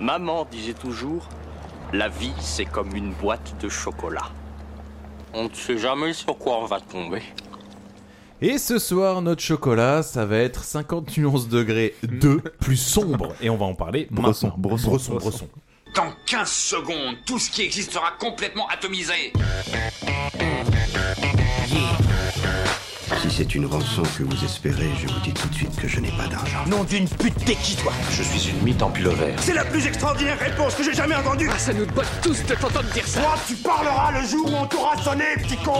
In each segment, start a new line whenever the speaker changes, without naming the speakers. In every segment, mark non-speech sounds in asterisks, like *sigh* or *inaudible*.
Maman disait toujours, la vie c'est comme une boîte de chocolat. On ne sait jamais sur quoi on va tomber.
Et ce soir, notre chocolat, ça va être 50 nuances degrés 2 plus sombre. Et on va en parler
Bresson,
maintenant.
Bresson,
Bresson,
Bresson.
Bresson.
Dans 15 secondes, tout ce qui existe sera complètement atomisé.
Si c'est une rançon que vous espérez, je vous dis tout de suite que je n'ai pas d'argent.
Nom d'une pute, t'es qui toi
Je suis une mythe en pilover.
C'est la plus extraordinaire réponse que j'ai jamais entendue
Ça nous botte tous de t'entendre dire ça.
Toi, tu parleras le jour où on t'aura sonné, petit con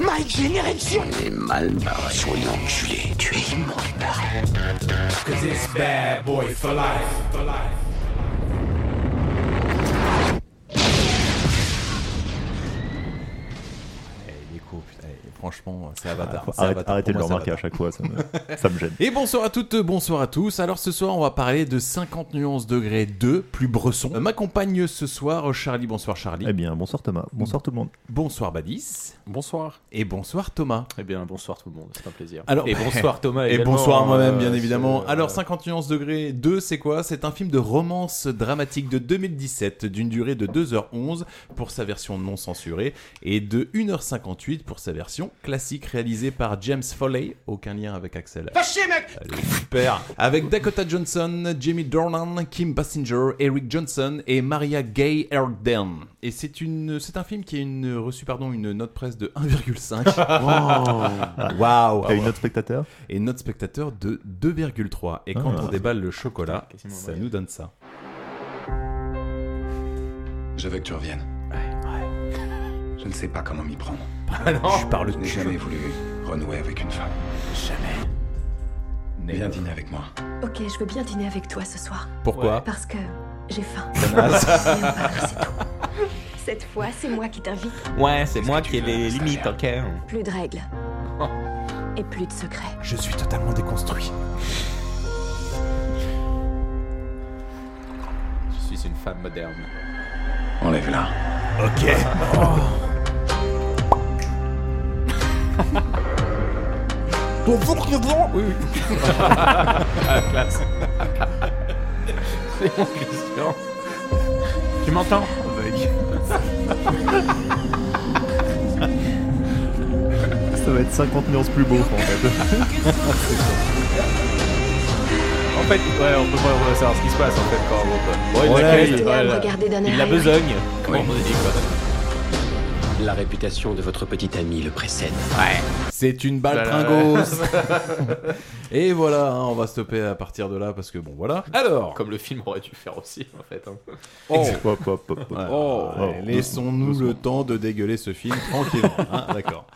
Mike Génération
Eh, il est cool, putain. Eh, franchement, c'est Avatar.
Faut
c'est
arrête-
Avatar.
arrêtez de
Pour
le
moi, c'est
remarquer à
Avatar.
chaque fois, ça me, ça me gêne.
Et bonsoir à toutes, bonsoir à tous. Alors ce soir, on va parler de 50 nuances degrés 2 plus Bresson. Euh, M'accompagne ce soir euh, Charlie. Bonsoir Charlie.
Eh bien, bonsoir Thomas, bonsoir tout le monde.
Bonsoir Badis.
Bonsoir.
Et bonsoir Thomas.
Eh bien, bonsoir tout le monde, c'est un plaisir.
Alors-
et *laughs* bonsoir Thomas.
Et
également,
bonsoir à moi-même,
euh,
bien
ce-
évidemment.
euh,
Alors, 50 nuances degrés 2, c'est quoi C'est un film de romance dramatique de 2017 d'une durée de 2h11 pour sa version non censurée et de 1h58 pour sa version classique réalisée par James Foley, aucun lien avec Axel. Super Avec Dakota Johnson, Jamie Dornan, Kim Basinger, Eric Johnson et Maria Gay Erden. Et c'est une, c'est un film qui a une, reçu pardon, une note presse de
*laughs* Oh.
1,5. Waouh
T'as une autre spectateur
et notre spectateur de 2,3. Et quand
Ah.
on déballe le chocolat,
Putain, quasiment
ça
vrai.
nous donne ça.
Je veux que tu reviennes. Je ne sais pas comment m'y *laughs* prendre.
Je parle
Ah Je n'ai jamais voulu renouer avec une femme.
Never.
Viens dîner avec moi.
Ok, je veux bien dîner avec toi ce soir.
Ah.
Pourquoi
Parce que j'ai
*laughs*
faim. Et on parle, c'est tout. Cette fois, c'est moi qui t'invite.
Ouais, c'est moi qui ai les limites, ok
Plus de règles.
Oh.
Et plus de secrets.
Je suis totalement déconstruit.
Je suis une femme moderne.
Enlève-la.
Tu m'entends
Ça va être 50 nuances plus beau, en fait.
En fait, ouais, on peut pas on va savoir ce qui se passe en fait quand on Bon,
Ouais,
l'accueille,
Restez là à me
voilà.
regarder d'un
Il
air
la
aéré.
besogne.
La réputation de votre petit ami le précède.
C'est une balle tringos.
*laughs*
Et voilà, hein, on va stopper à partir de là parce que bon voilà. Alors,
Comme le film aurait dû faire aussi en fait. hein.
*laughs* Hop, hop, hop, hop.
Oh,
Oh,
allez, laissons-nous le temps de dégueuler ce film tranquillement. hein, D'accord.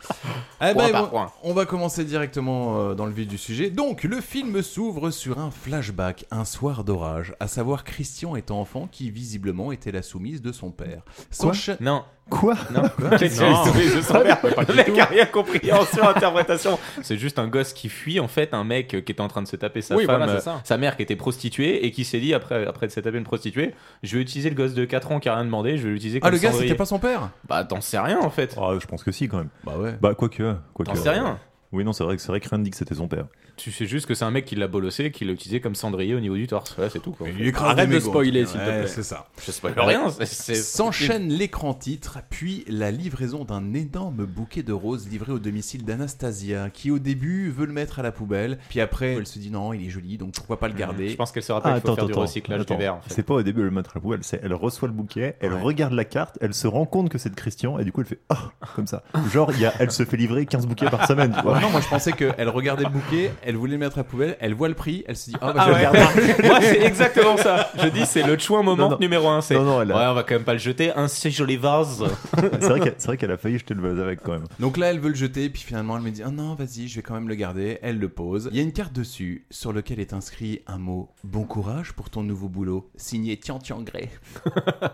Eh ben,
Point par
bon,
point.
on va commencer directement euh, dans le vif du sujet. Donc, le film s'ouvre sur un flashback, un soir d'orage, à savoir Christian étant enfant qui visiblement était la soumise de son père. Son cha-
Non.
Quoi
Non. *laughs* Qu'est-ce que
Non.
les souris de son père Le mec a rien compris. *laughs* Ensuite, interprétation. C'est juste un gosse qui fuit en fait un mec qui était en train de se taper sa
Oui,
femme,
voilà,
euh,
c'est ça.
sa mère qui était prostituée et qui s'est dit après après de se taper une prostituée, je vais utiliser le gosse de 4 ans qui a rien demandé, je vais l'utiliser comme
Ah, le gars,
cendrier.
c'était pas son père
Bah t'en sais rien en fait.
Oh, je pense que si, quand même.
Bah ouais.
Bah, quoique. Quoi
T'en sais rien.
Oui, non, c'est vrai, que- c'est vrai que rien ne dit que c'était son père.
Tu sais juste que c'est un mec qui l'a bolossé, qui l'a utilisé comme cendrier au niveau du torse. Ouais, c'est tout. Quoi.
Arrête
de spoiler, s'il te plaît.
C'est ça.
Je spoil rien. c'est- c'est-
S'enchaîne l'écran titre, puis la livraison d'un énorme bouquet de roses livré au domicile d'Anastasia, qui au début veut le mettre à la poubelle, puis après elle se dit non, il est joli, donc pourquoi pas le garder.
Je pense qu'elle se rappelle qu'il faut faire du recyclage
Ah, attends.
du verre. En fait.
C'est pas au début elle le mettre à la poubelle, c'est elle reçoit le bouquet, elle regarde la carte, elle se rend compte que c'est de Christian et du coup elle fait ah comme ça. Genre il y a, elle se fait livrer 15 bouquets par semaine. tu
*laughs*
vois.
Ah non, moi je pensais qu'elle regardait le bouquet, elle voulait le mettre à la poubelle, elle voit le prix, elle se dit ah bah je
Ah
vais le garder.
*laughs* ouais. Moi, c'est exactement ça. Je dis, c'est le chouin moment
Non, non.
numéro 1. C'est
Non, non, elle a-
ouais, on va quand même pas le jeter. Un si joli vase.
C'est vrai qu'elle- c'est vrai qu'elle a failli jeter le vase avec quand même.
Donc là, elle veut le jeter, puis finalement, elle me dit Ah non, vas-y, je vais quand même le garder. Elle le pose. Il y a une carte dessus sur laquelle est inscrit un mot Bon courage pour ton nouveau boulot, signé Tian Tian Grey.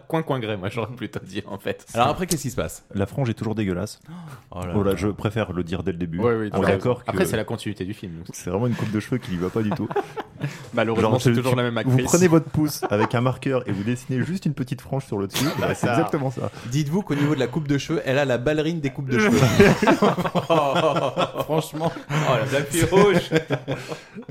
coin, coin gré, moi, j'aurais plutôt dit en fait.
Alors après, qu'est-ce qui se passe
La frange est toujours dégueulasse.
Oh là
Voilà,
là.
je préfère le dire dès le début.
Ouais, oui,
Ah, on est d'accord que
Après, c'est la continuité du film. donc c'est-
c'est vraiment une coupe de cheveux qui lui va pas
*laughs*
du tout.
Malheureusement,
Genre,
c'est
tu-
toujours
tu-
la même actrice.
Vous prenez votre pouce avec un marqueur et vous dessinez juste une petite frange sur le
*laughs*
dessus. bah, c'est
ça.
exactement ça.
Dites-vous qu'au niveau de la coupe de cheveux, elle a la ballerine des coupes de cheveux. Franchement.
Oh, *laughs* la blague rouge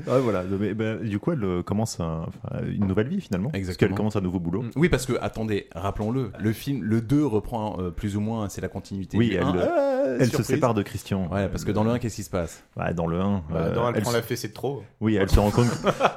Ah, voilà. Mais, bah, du coup, elle euh, commence un- enfin, une nouvelle vie finalement. Parce
Exactement.
qu'elle commence un nouveau boulot.
Mm.
Oui, parce que, attendez, rappelons-le, le film, le 2 reprend euh, plus ou moins, c'est la continuité.
Oui,
du
elle,
un.
euh,
Ah,
elle se
surprise.
sépare de Christian.
Ouais, parce que dans le 1, qu'est-ce qui se passe
Ouais, dans le 1.
Bah, non, elle, prend
se...
la fée, c'est trop.
Oui,
*laughs*
elle se rend compte.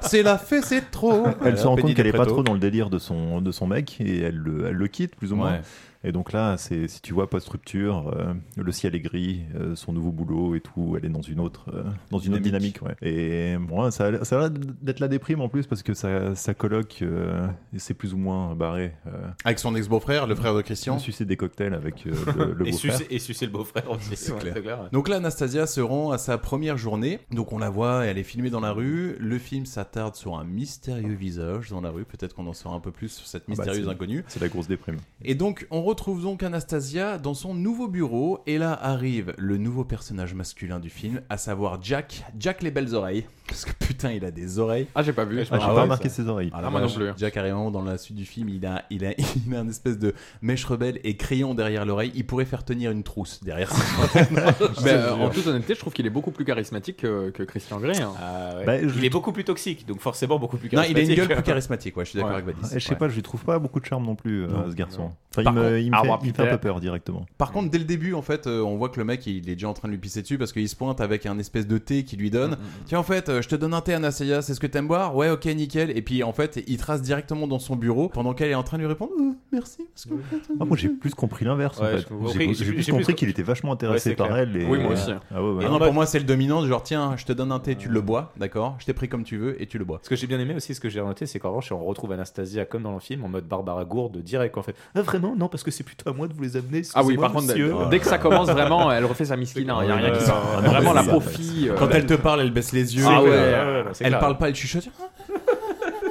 C'est la fée, c'est trop
Elle se rend compte qu'elle est
est
pas trop dans le délire de son, de son mec et elle le, elle le quitte plus ou moins.
Ouais.
Et donc là, c'est si tu vois post-rupture, euh, le ciel est gris, euh, son nouveau boulot et tout, elle est dans une autre, euh, dans une autre
Dynamique.
dynamique. ouais. Et moi, ça, a- ça a l'air d'être la déprime en plus parce que sa, sa coloc, euh, c'est plus ou moins barré. Euh,
Avec son ex-beau-frère, le frère de Christian.
sucer des cocktails avec euh, le, le
Et
beau-frère.
sucer, et sucer le beau-frère aussi.
C'est
ouais,
clair. Donc là, Anastasia se rend à sa première journée. Donc on la voit, elle est filmée dans la rue. Le film s'attarde sur un mystérieux visage dans la rue. Peut-être qu'on en saura un peu plus sur cette
bah,
mystérieuse inconnue.
C'est la grosse déprime.
Et donc, on retrouve donc Anastasia dans son nouveau bureau. Et là arrive le nouveau personnage masculin du film, à savoir Jack. Jack les belles oreilles. *laughs* Parce que putain, il a des oreilles.
Ah, j'ai pas vu.
Ah, J'ai
ouais,
pas
ça-
remarqué ses oreilles.
Ah, la
moi non
vache.
plus.
Jack carrément dans la suite du film, il a, il a, *laughs* il a un espèce de mèche rebelle et crayon derrière l'oreille. Il pourrait faire tenir une trousse derrière. ça.
Mais, euh,
hein.
en toute honnêteté, je trouve qu'il est beaucoup plus charismatique que, que Christian Grey. hein.
Ah, ouais.
Bah, je-
Il est beaucoup plus toxique, donc forcément beaucoup plus
non, il a une
charismatique.
gueule plus charismatique. Ouais, je suis d'accord
*laughs* Ouais.
avec Badis.
Je sais
Ouais.
pas, je lui trouve pas beaucoup de charme non plus, euh,
Non.
ce garçon.
Par
Enfin, il me,
contre-
il me
Ah,
fait,
moi,
il me fait un
putain.
peu peur directement.
Par
Mm.
contre, dès le début, en fait, euh, on voit que le mec, il est déjà en train de lui pisser dessus parce qu'il se pointe avec un espèce de thé qu'il lui donne.
Mm,
Tiens, en fait, euh, je te donne un thé, Anastasia, c'est ce que t'aimes boire Ouais, ok, nickel. Et puis, en fait, il trace directement dans son bureau pendant qu'elle est en train de lui répondre Euh, Merci. parce que- euh,
Ah, moi j'ai plus compris l'inverse
Ouais,
en
j'ai
fait.
compris-
J'ai-
j'ai-
J'ai plus
j'ai
compris
plus-
qu'il était vachement intéressé
Ouais, c'est
par
clair.
elle. Et...
Oui, moi aussi.
Ah ouais, ouais.
Ah
Et
non,
en mode-
pour moi, c'est le dominant, genre, tiens, je te donne un thé, tu le
Euh.
bois, d'accord Je t'ai pris comme tu veux et tu le bois.
Ce que j'ai bien aimé aussi, ce que j'ai noté, c'est qu'en revanche, on retrouve Anastasia comme dans le film en mode Barbara Gourde direct en fait. Ah, vraiment Non, parce que c'est plutôt à moi de vous les amener.
Ah oui,
excusez-moi,
par contre, dès-
monsieur.
dès que ça commence vraiment, elle refait sa miskine. Il n'y a rien qui sort.
Ah non,
Vraiment
mais
la
c'est-
pauvre fille. euh,
Quand elle te parle, elle baisse les yeux.
Ah ouais,
euh,
ouais, ouais, ouais, c'est
elle
clair.
parle pas, elle chuchote.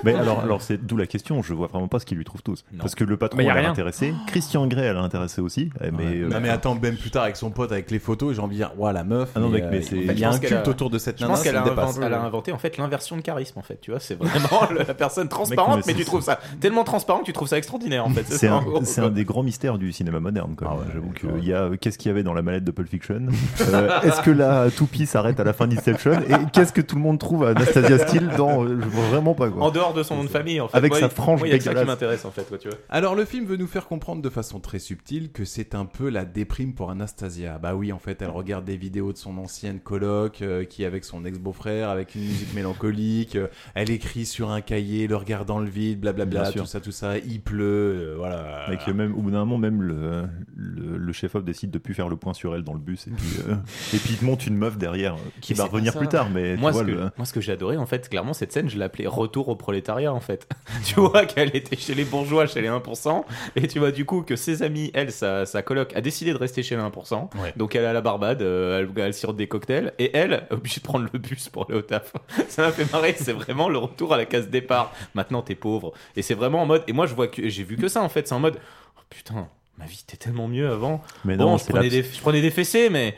Mais alors, alors c'est d'où la question. Je vois vraiment pas ce qu'ils lui trouvent tous.
Non.
Parce que le patron
Mais y a
elle l'a
rien.
intéressé. Christian Grey elle l'a intéressé aussi. Eh, Mais, euh,
non mais attends, même plus tard avec son pote, avec les photos, j'ai envie de dire, ouah la meuf.
Ah non, mec, mais
euh,
c'est-
il y
Je
a
pense
un
qu'elle
culte
a-
autour de cette
Je
nana,
pense
ça
qu'elle a,
me dépasse.
inventé- elle a inventé en fait l'inversion de charisme en fait. Tu vois, c'est vraiment le- la personne transparente,
mais
mais,
c'est-
tu trouves ça tellement transparent que tu trouves ça extraordinaire en fait.
c'est
ça,
un,
en gros,
c'est
quoi.
un des grands mystères du cinéma moderne. Quand même.
Ah ouais,
J'avoue
ouais,
que
ouais.
il y a euh, qu'est-ce qu'il y avait dans la mallette de Pulp Fiction. Euh, Est-ce que la toupie s'arrête à la fin d'Inception et qu'est-ce que tout le monde trouve à Anastasia Steele dans euh, je vois vraiment pas quoi.
En dehors de son nom de famille en fait.
Avec
Moi,
sa
il-
frange
moi, il y a que ça qui
dégueulasse.
m'intéresse en fait, quoi, tu vois.
Alors le film veut nous faire comprendre de façon très subtile que c'est un peu la déprime pour Anastasia. Bah oui, en fait, elle regarde des vidéos de son ancienne coloc euh, qui est avec son ex-beau-frère, avec une musique mélancolique. euh, elle écrit sur un cahier, le regard dans le vide, blablabla,
Bien sûr.
tout ça, tout ça. Il pleut, euh, voilà.
Avec le même, au bout d'un moment, même le, le, le chef-op décide de plus faire le point sur elle dans le bus et puis, euh, et puis il te monte une meuf derrière euh, qui
Mais
va
c'est pas
revenir
ça.
plus tard. Mais tu
Moi,
vois,
ce que,
le-
moi, ce que j'ai adoré, en fait, clairement, cette scène, je l'appelais Retour au prolétariat, en fait. *laughs* tu vois qu'elle était chez les bourgeois, chez les 1%, et tu vois du coup que ses amis, elle, sa, sa coloc, a décidé de rester chez les 1%.
Ouais.
Donc elle est à la Barbade, euh, elle, elle sirote des cocktails, et elle, *laughs* obligée de prendre le bus pour aller au taf. *laughs* Ça m'a fait marrer, c'est vraiment le retour à la case départ. Maintenant, t'es pauvre. Et c'est vraiment en mode, et moi, je vois que j'ai vu que ça, en fait, c'est en mode, oh, putain, ma vie était tellement mieux avant.
mais
bon,
non,
je,
c'est là.
prenais des, je prenais des fessées, mais.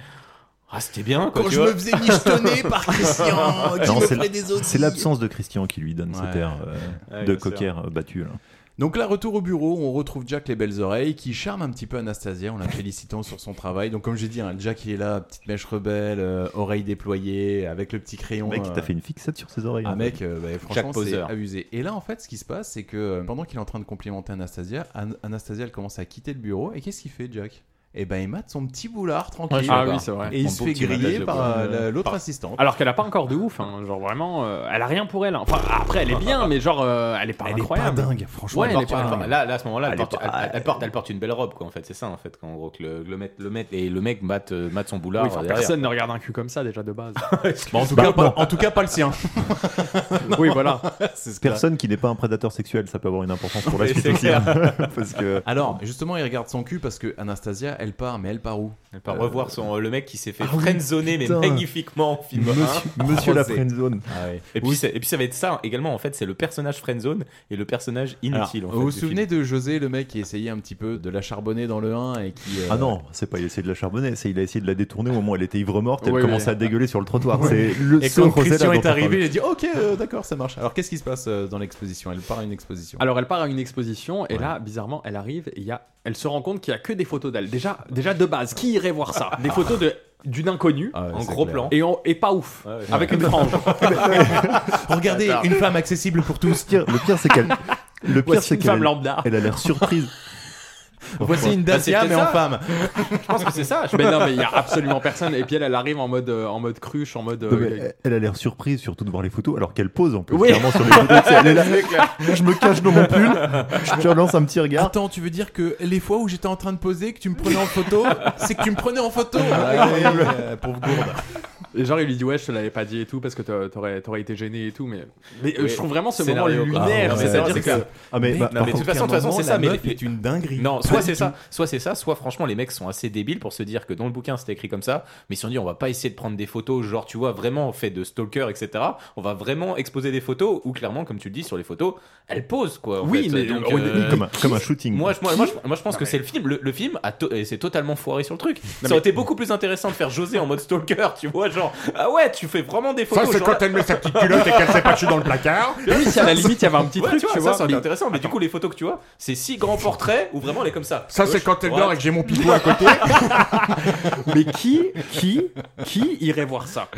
Ah, c'était bien, quoi, tu vois.
faisais michetonner *laughs* par Christian,
Non, c'est la- C'est l'absence de Christian qui lui donne
Ouais.
cet air euh,
Ouais,
de
bien sûr.
cocker euh, battu. là.
Donc là, retour au bureau, on retrouve Jack les belles oreilles qui charme un petit peu Anastasia en la félicitant sur son travail. Donc comme j'ai dit, hein, Jack il est là, petite mèche rebelle, euh, oreille déployée, avec le petit crayon.
Le mec, il
euh,
t'a fait une fixette sur ses oreilles. hein.
un
en fait.
mec, euh, bah, franchement, c'est
Poser.
abusé. Et là, en fait, ce qui se passe, c'est que euh, pendant qu'il est en train de complimenter Anastasia, An- Anastasia elle commence à quitter le bureau. Et qu'est-ce qu'il fait, Jack Eh ben, il mate son petit boulard tranquille.
Ah oui, c'est vrai.
et il
Mon
se
beau
fait
petit
griller
matage de
par
bois.
euh, la- l'autre
Par- Ah,
assistante.
Alors qu'elle a pas encore de ouf, hein. genre vraiment, euh, elle a rien pour elle. Enfin, après, elle est bien, mais genre, euh, elle est pas
elle est pas
incroyable.
dingue, franchement.
Ouais,
elle
elle
est
est
pas
pas
dingue.
Enfin, là, là, à ce moment-là, elle,
Elle
porte-
est pas-
elle- elle porte, elle porte une belle robe, quoi. En fait, c'est ça, en fait, en gros, que le, le mec, le mec et le mec mate, euh, mate son boulard.
Oui, enfin,
derrière.
personne ne regarde un cul comme ça déjà de base.
Bon, Bah, en, tout cas, pas, en tout cas, pas le *laughs* sien.
oui, voilà.
*laughs*
C'est ce que-
Personne qui n'est pas un prédateur sexuel, ça peut avoir une importance pour la
Mais
suite
c'est
aussi. hein.
clair.
*laughs* Parce que
Alors, justement, il regarde son cul parce que Anastasia, elle, elle part, mais elle part où
Elle part revoir son, le mec qui s'est fait friendzoner, mais magnifiquement en film
Monsieur-
un.
Monsieur la
C'est-
friendzone.
Ah ouais. et, puis, ça- et puis ça va être ça également, en fait, c'est le personnage friendzone et le personnage *laughs* inutile.
Alors,
en fait,
vous vous
du film.
souvenez de José, le mec qui essayait un petit peu de la charbonner dans le 1 et qui. euh,
Ah non, c'est pas il a essayé de la charbonner, c'est il a essayé de la détourner au moment où elle était ivre morte, elle
Ouais,
commençait
ouais.
à dégueuler sur le trottoir.
Ouais.
C'est le
et
seul
quand
Rosella
Christian
dont on
est
parle.
arrivé, il a dit Ok, euh, d'accord, ça marche. Alors qu'est-ce qui se passe euh, dans l'exposition Elle part à une exposition.
Alors elle part à une exposition et là bizarrement elle arrive et il y a elle se rend compte qu'il y a que des photos d'elle. Déjà déjà de base qui irait voir ça Des photos de d'une inconnue
Ah ouais,
En
c'est
gros
clair.
plan.
et, on- et pas ouf
ouais.
avec une frange.
Regardez,
Attends.
une femme accessible pour tous.
Le pire- Le pire, c'est qu'elle. Le pire,
Voici
c'est
une femme
qu'elle
lambda.
elle a l'air surprise.
Voici une
Bah, c'est
Dacia, mais
peut-être
en
ça.
femme.
Je pense que c'est ça. Je- Mais non mais il y a absolument personne et puis elle elle arrive en mode euh, en mode cruche en mode. euh,
Non, mais elle- elle a l'air surprise surtout de voir les photos alors qu'elle pose en plus
Oui.
clairement sur les photos. tu sais, elle est là. je me cache dans mon pull, je te lance un petit
Ah.
regard.
Attends, tu veux dire que les fois où j'étais en train de poser, que tu me prenais en photo, c'est que tu me prenais en photo Pour gourde.
Et genre, il lui dit, ouais, je te l'avais pas dit et tout, parce que t'a- t'aurais, t'aurais été gêné et tout, mais. Mais euh,
Ouais.
je trouve vraiment ce
Scénario,
moment
quoi.
lunaire.
Ah, ouais,
c'est-à-dire
ouais,
que-
c'est
Ah mais, bah,
non,
par
mais de
contre-
toute façon, de toute façon, c'est ça. Mais les-
une dinguerie.
Non, soit c'est ça, soit c'est ça, soit franchement les mecs sont assez débiles pour se dire que dans le bouquin c'était écrit comme ça, mais ils se sont dit on va pas essayer de prendre des photos, genre tu vois vraiment fait de stalker, etc. On va vraiment exposer des photos où clairement comme tu le dis sur les photos, elle pose quoi. en
Oui,
fait.
mais-
donc,
oui,
euh,
comme, un, comme un shooting.
Moi, je- moi, moi, je, moi, je pense que c'est le film. Le, le film a to- et c'est totalement foiré sur le truc. ça aurait été beaucoup plus intéressant de faire José en mode stalker, tu vois, genre ah ouais, tu fais vraiment des
Ça,
photos.
c'est
genre,
quand elle met sa petite culotte et qu'elle sait pas que je suis dans le placard.
Oui, si à la limite, il y avait un petit
Ouais,
truc,
tu vois,
tu
ça,
vois.
ça aurait été
mais-
intéressant, mais du coup, les photos que tu vois, c'est six grands portraits où vraiment elle est comme ça.
Ça, c'est
Gauche,
quand elle
droite,
dort et que j'ai mon pipeau à côté.
*laughs* Mais qui, qui, qui irait voir ça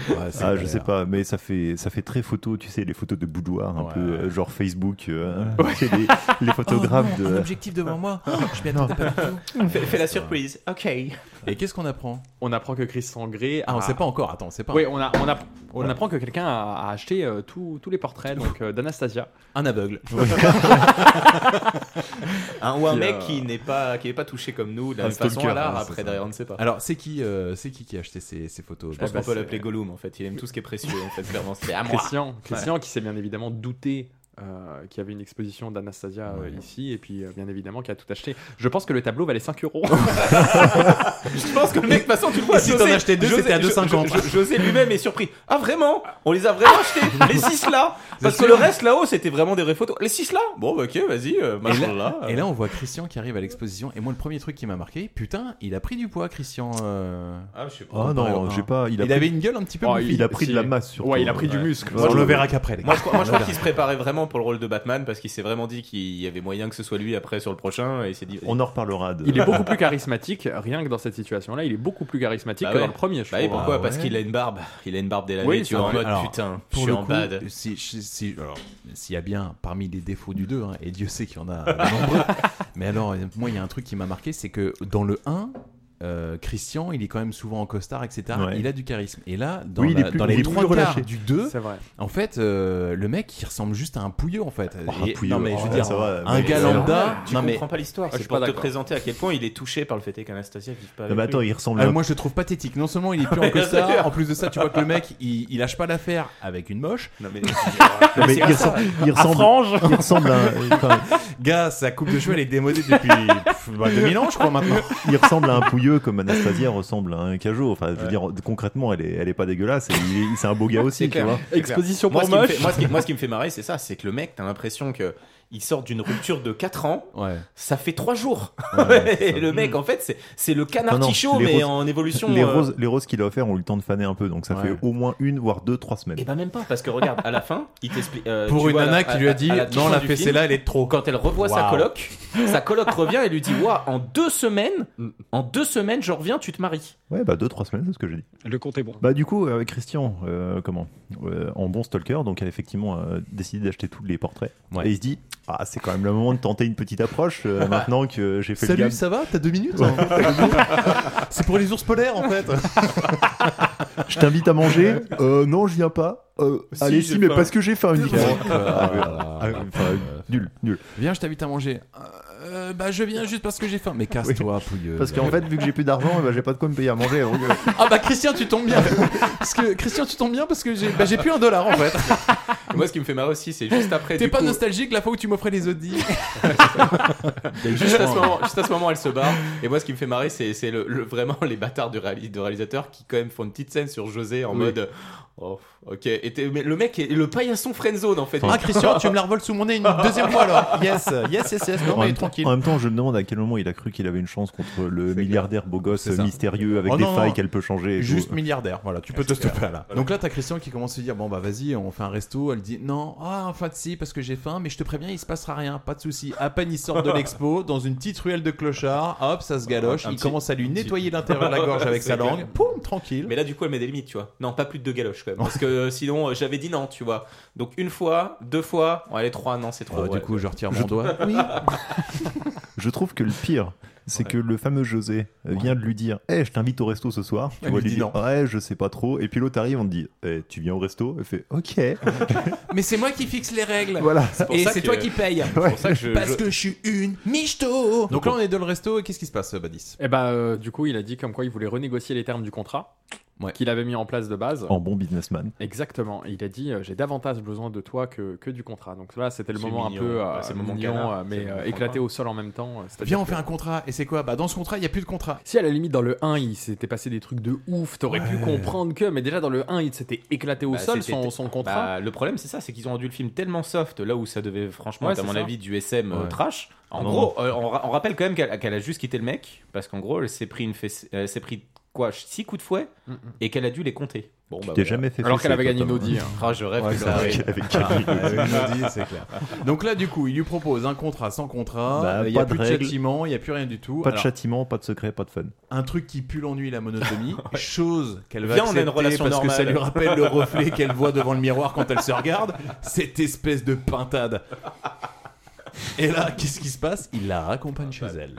Ah, je sais pas, mais ça fait, ça fait très photo, tu sais, les photos de boudoir, un
Ouais.
peu euh, genre Facebook, euh, tu sais, les, les photographes
Oh
de.
objectif devant moi. Oh, je
Fais, fais la surprise. Ah, Ok.
Et qu'est-ce qu'on apprend
On apprend que Chris Sangré.
Ah, on
a-
sait pas encore. Attends, on sait pas.
Oui, on, a, on, a- on apprend que quelqu'un a, a acheté euh, tous tous les portraits donc euh, d'Anastasia.
Un aveugle.
Un, ou un
Qui,
mec
euh,
qui n'est pas, qui est pas touché comme nous, de la
Un
même façon
stalker,
à l'art,
ouais, c'est
après,
ça.
derrière, on ne sait pas.
Alors, c'est qui, euh, c'est qui qui a acheté ces, ces photos
Eh
Je pense
Ah,
ben,
qu'on
bah,
peut
c'est-
l'appeler Gollum en fait. Il aime tout ce qui est précieux en fait, clairement. *laughs* C'est à moi.
Christian, Christian qui s'est bien évidemment douté euh, qu'il y avait une exposition d'Anastasia euh, ici, et puis euh, bien évidemment qui a tout acheté. Je pense que le tableau valait 5 euros.
Je pense que le mec, de toute façon, tu le vois.
Et si t'en achetais deux, c'était à 2,50.
José, José lui-même est surpris. Ah vraiment On les a *laughs* vraiment achetés Les 6 là Parce que le reste là-haut, c'était vraiment des vraies photos. Les 6 là Bon, bah, ok, vas-y, euh,
Et là,
machallah.
et là, on voit Christian qui arrive à l'exposition. Et moi, le premier truc qui m'a marqué, putain, il a pris du poids, Christian. euh,
Ah, je sais pas.
Ah non, j'ai pas. Il
Il,
a, pris,
avait une gueule un petit peu.
Oh,
bouffie.
il a pris de la
si.
masse surtout.
ouais, il a pris du
ouais.
muscle.
Moi,
Moi,
on
je-
le verra qu'après. les gars.
Moi je crois, moi, je crois qu'il se préparait vraiment pour le rôle de Batman parce qu'il s'est vraiment dit qu'il y avait moyen que ce soit lui après sur le prochain et il s'est dit
euh. On en reparlera de.
Il est beaucoup plus charismatique, rien que dans cette situation-là, il est beaucoup plus charismatique
Bah
que
ouais.
dans le premier, je
Bah oui,
trouve.
pourquoi
Ah
Parce
ouais.
qu'il a une barbe. Il a une barbe délavée.
Oui,
tu
ça,
vois, en mode
alors,
putain, je
Pour
suis
le
en
coup,
bad.
Si, si- si- alors, s'il y a bien parmi les défauts du 2, hein, et Dieu sait qu'il y en a euh, nombreux, mais alors, euh, moi, il y a un truc qui m'a marqué, c'est que dans le 1, euh, Christian, il est quand même souvent en costard, etc.
Ouais.
Il a du charisme. Et là, dans,
Oui, il est
la-
plus-
dans
il
les
est plus
trois quarts
relâché.
du 2,
C'est vrai.
en fait, euh, le mec, il ressemble juste à un pouilleux, en fait.
Oh, un
Et-
pouilleux.
non, mais je veux
Ouais,
dire,
ça va,
un
mais-
gars lambda,
Tu
non, mais,
comprends pas l'histoire.
Ah, je
C'est
suis
pour
pas
te
d'accord.
présenter à quel point il est touché par le fait qu'Anastasia vive pas.
Non, mais
avec
attends,
lui.
il ressemble.
Ah,
à-
moi je le trouve pathétique. Non seulement il est plus en
Ouais, c'est
costard,
clair.
en plus de ça, tu vois que le mec il, il lâche pas l'affaire avec une moche.
Non, mais... *laughs*
Non, mais il ressemble. Il ressemble. Il ressemble à.
*laughs*
enfin,
Gars, sa coupe de cheveux elle est démodée depuis pff, bah, 2000 ans, je crois maintenant.
il ressemble à un pouilleux comme Anastasia ressemble à un cajot. Enfin, je veux dire, concrètement, elle est, elle est pas dégueulasse. et il est- C'est un
*laughs*
beau gars aussi, tu
clair.
vois.
Exposition
moi,
pour
ce qui me
moche.
fait, moi, ce qui- moi, ce qui me fait marrer, c'est ça. C'est que le mec, t'as l'impression que il sort d'une rupture de 4 ans.
Ouais.
Ça fait 3 jours.
Ouais, c'est
*laughs* et
ça.
le mec, en fait, c'est- c'est le canard
Non, non,
tichot,
les
mais
roses-
en évolution.
Les
euh,
roses, les roses qu'il a offert ont eu le temps de faner un peu, donc ça
Ouais.
fait au moins une, voire deux, trois semaines.
Et bah même pas, parce que regarde, à la fin, il t'explique. euh,
Pour
tu
une
vois, à
nana
la-
qui lui a
à-
dit,
à la toute
non,
fin
la
du
fessée
film,
là elle est trop.
Quand elle revoit sa
Waouh.
coloc, sa coloc revient et lui dit Waouh, en deux semaines, en deux semaines, je reviens, tu te maries.
Ouais, bah deux, trois semaines, c'est ce que j'ai dit.
Le compte est bon.
Bah du coup, euh, Christian, euh, comment Euh, En bon stalker, donc elle a effectivement euh, décidé d'acheter tous les portraits.
Ouais.
Et il se dit, ah c'est quand même le moment de tenter une petite approche
*laughs*
euh, maintenant que j'ai fait le
Salut,
gamme.
ça va T'as deux minutes hein *laughs* C'est pour les ours polaires en fait.
Je t'invite
*laughs*
à manger. Euh, non, je viens pas. Euh,
Si,
allez,
j'ai
si, mais
faim.
parce que j'ai faim. uniquement.
D'accord.
Ah, enfin, nul, nul.
Viens, je t'invite à manger. Euh, Euh, bah, je viens juste parce que j'ai faim. Mais casse-toi, pouilleux.
Parce qu'en fait, vu que j'ai plus d'argent, eh ben, j'ai pas de quoi me payer à manger. donc, euh,
Ah bah Christian, tu tombes bien. Parce que Christian, tu tombes bien parce que j'ai bah, j'ai plus un dollar en fait.
Et Moi, ce qui me fait marrer aussi, c'est juste *laughs* après.
T'es
du
pas
coup,
nostalgique la fois où tu m'offrais les Audi
Juste à, ce moment, juste à ce moment, elle se barre. Et moi, ce qui me fait marrer, c'est c'est le, le- vraiment les bâtards de, réalis- de réalisateurs qui, quand même, font une petite scène sur José en mode. Oh, ok. Et t'es- mais le mec est le paillasson friendzone en fait.
Ah Christian, tu me la revoles sous mon nez une deuxième fois alors. Yes, yes, yes, yes. Non
en,
mais
même temps,
tranquille.
en même temps, je me demande à quel moment il a cru qu'il avait une chance contre le milliardaire beau gosse
C'est ça.
mystérieux avec
Oh
des
non,
failles
non.
qu'elle peut changer. et
Juste
tout.
milliardaire, voilà, tu peux te stopper là. Donc là, t'as Christian qui commence à se dire Bon, bah vas-y, on fait un resto. Elle dit Non, ah, en fait, si, parce que j'ai faim, mais je te préviens, il se passera rien, pas de souci. À peine ils
*laughs*
sortent de l'expo, dans une petite ruelle de clochards, hop, ça se galoche.
Un
il
petit-
commence à lui nettoyer l'intérieur de la gorge
*laughs*
avec
C'est
sa
clair.
langue, poum, tranquille.
Mmh. Mais là, du coup, elle met des limites, tu vois. Non, pas plus de deux galoches quand même. Parce que euh, sinon, euh, j'avais dit non, tu vois. Donc une fois, deux fois, bon, allez, trois, non, c'est trop.
Euh, Du
ouais.
coup, je retire mon
*laughs*
doigt. Oui,
Je trouve que le pire, c'est que le fameux José vient de lui dire Eh, je t'invite au resto ce soir. Tu
Elle
vois,
lui dit
dit Ouais, je sais pas trop. Et puis l'autre arrive, on te dit Eh, Tu viens au resto Elle fait
*laughs*
Ok.
mais c'est moi qui fixe les règles.
voilà.
pour
Et
ça
c'est
que-
toi qui
*laughs*
paye.
C'est pour ça que je.
Parce
je-
que je suis une michto. Donc là, on est dans le resto, et qu'est-ce qui se passe, Badis
Et bah, euh, du coup, il a dit comme quoi il voulait renégocier les termes du contrat
Ouais.
qu'il avait mis en place de base.
En bon businessman.
Ah
Exactement. Et il a dit euh, j'ai davantage besoin de toi que, que du contrat. Donc là, c'était le
C'est
moment
mignon.
un peu
Ouais, c'est le moment
mignon,
canard.
euh,
C'est
mais
le
euh,
moment
éclaté
contrat.
au sol en même temps. euh, c'est-à-dire
Viens, on
que-
fait un contrat. Et c'est quoi Bah, dans ce contrat, il n'y a plus de contrat.
Si à la limite dans le 1 il s'était passé des trucs de ouf, t'aurais pu comprendre que, mais déjà dans le 1 il s'était éclaté au
Bah,
sol
c'était-
son, son contrat.
Bah, le problème, c'est ça, c'est qu'ils ont rendu le film tellement soft, là où ça devait franchement
Ouais,
être, à
c'est
mon
ça.
avis, du SM euh,
Ouais.
trash. En
Non,
gros, euh, on, ra- on rappelle quand même qu'elle qu'elle a juste quitté le mec, parce qu'en gros, elle s'est pris, une fesse- euh, elle s'est pris quoi, six coups de fouet,
Mm, mm.
et qu'elle a dû les compter. Bon, bah,
T'es
voilà.
jamais fait
Alors
fesser,
qu'elle avait
toi,
gagné une
Thomas.
Audi. hein.
Ah, je rêve
Ouais,
que
c'est
ça
vrai
arrive.
qu'elle avait gagné
Ah
une Audi.
Donc là, du coup, il lui propose un contrat sans contrat.
Bah,
euh, il n'y a
pas de
plus de
règles.
châtiment, il n'y a plus rien du tout.
Pas de
Alors,
châtiment, pas de secret, pas de fun.
un truc qui pue l'ennui et la monotonie, chose qu'elle va
Viens, on a
accepter
une relation
parce que ça
normale.
lui rappelle le reflet qu'elle voit devant le miroir quand elle se regarde, cette espèce de pintade. Et là, qu'est-ce qui se passe Il la raccompagne chez elle.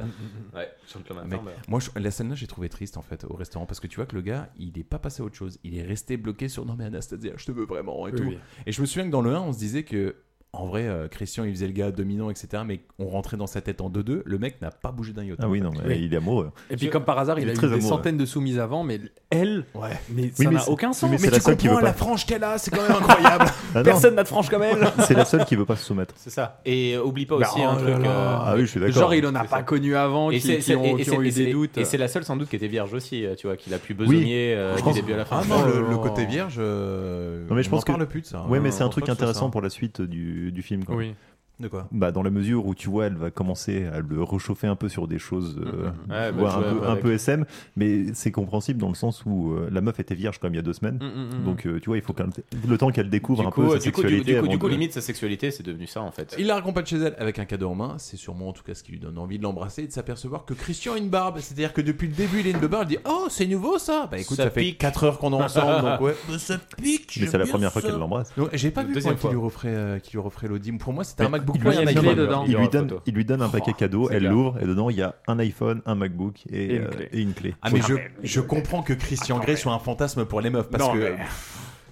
Ouais, sur le plan
Mais
interne, bah.
moi, je- la scène-là, j'ai trouvé triste en fait au restaurant parce que tu vois que le gars, il n'est pas passé à autre chose. Il est resté bloqué sur non mais Anastasia, je te veux vraiment et
Oui,
tout.
oui.
Et je me souviens que dans le 1, on se disait que en vrai, euh, Christian, il faisait le gars dominant, etc. Mais on rentrait dans sa tête en 2-2. Le mec n'a pas bougé d'un iota.
Ah oui, non, mais
Oui.
il est amoureux.
Et puis comme par hasard, il,
il est
a eu
très
des
amoureux.
centaines de soumises avant, mais elle,
Ouais.
mais
Oui,
ça
mais
n'a
c'est-
aucun
oui,
sens.
mais c'est la seule qui veut pas.
frange qu'elle a, c'est quand même incroyable.
Ah non,
Personne n'a de franche comme elle.
C'est la seule qui veut pas se soumettre.
C'est ça. Et euh, oublie pas
Bah,
aussi
oh
un
là
truc.
là.
euh,
Ah oui, je suis d'accord.
Genre il en a
C'est
pas
ça.
connu avant,
Et
qui,
c'est-
qui
c'est-
ont,
et
qui
c'est-
ont eu
et c'est-
des doutes.
Et c'est la seule sans doute qui était vierge aussi, euh, tu vois, qui l'a pu besogner euh,
Je
du
pense-
début à la
*laughs*
fin.
Ah
je
non,
pense.
le, le côté vierge. euh,
Non, mais je
on
pense
en
que-
parle plus de ça.
Ah, Ouais,
hein.
mais c'est
On
un truc
pense pas que ce soit
intéressant
ça.
pour la suite du, du film. Quoi.
Oui.
De quoi
Bah, dans la mesure où tu vois, elle va commencer à le rechauffer un peu sur des choses euh,
Mhm. Ouais,
tu
bah,
vois, un,
jouer
peu, un
avec.
peu SM, mais c'est compréhensible dans le sens où euh, la meuf était vierge quand même il y a deux semaines.
Hum,
Mm-hmm.
Donc euh, tu vois, il faut quand même le temps qu'elle découvre
Du
un
coup,
peu sa
euh, du coup, du- du
sexualité.
coup- du
avant
coup,
de-
limite, sa sexualité, c'est devenu ça en fait.
Il la raccompagne chez elle avec un cadeau en main. C'est sûrement en tout cas ce qui lui donne envie de l'embrasser et de s'apercevoir que Christian a une barbe. C'est-à-dire que depuis le début, il a une barbe. Elle dit Oh, c'est nouveau ça Bah écoute, ça,
Ça
fait
pique.
4 heures qu'on est ensemble. donc ouais, Bah, *laughs* ça pique.
Mais
j'aime
c'est la
bien
première fois
ça.
qu'elle l'embrasse.
Donc, j'ai pas vu
Deuxième
point qu'il
fois.
lui referait, euh, qu'il lui referait l'audio. Pour moi, c'était un MacBook
il
Pro
lui,
et un
a une
iPhone.
clé dedans.
il,
Il y
lui
aura
donne,
photo.
il lui donne un paquet cadeau,
c'est
elle
clair.
l'ouvre et dedans il y a un iPhone, un MacBook et,
Et une
euh,
clé.
et une clé.
Ah mais je, je comprends que Christian Grey soit un fantasme pour les meufs parce
Non,
que
mais-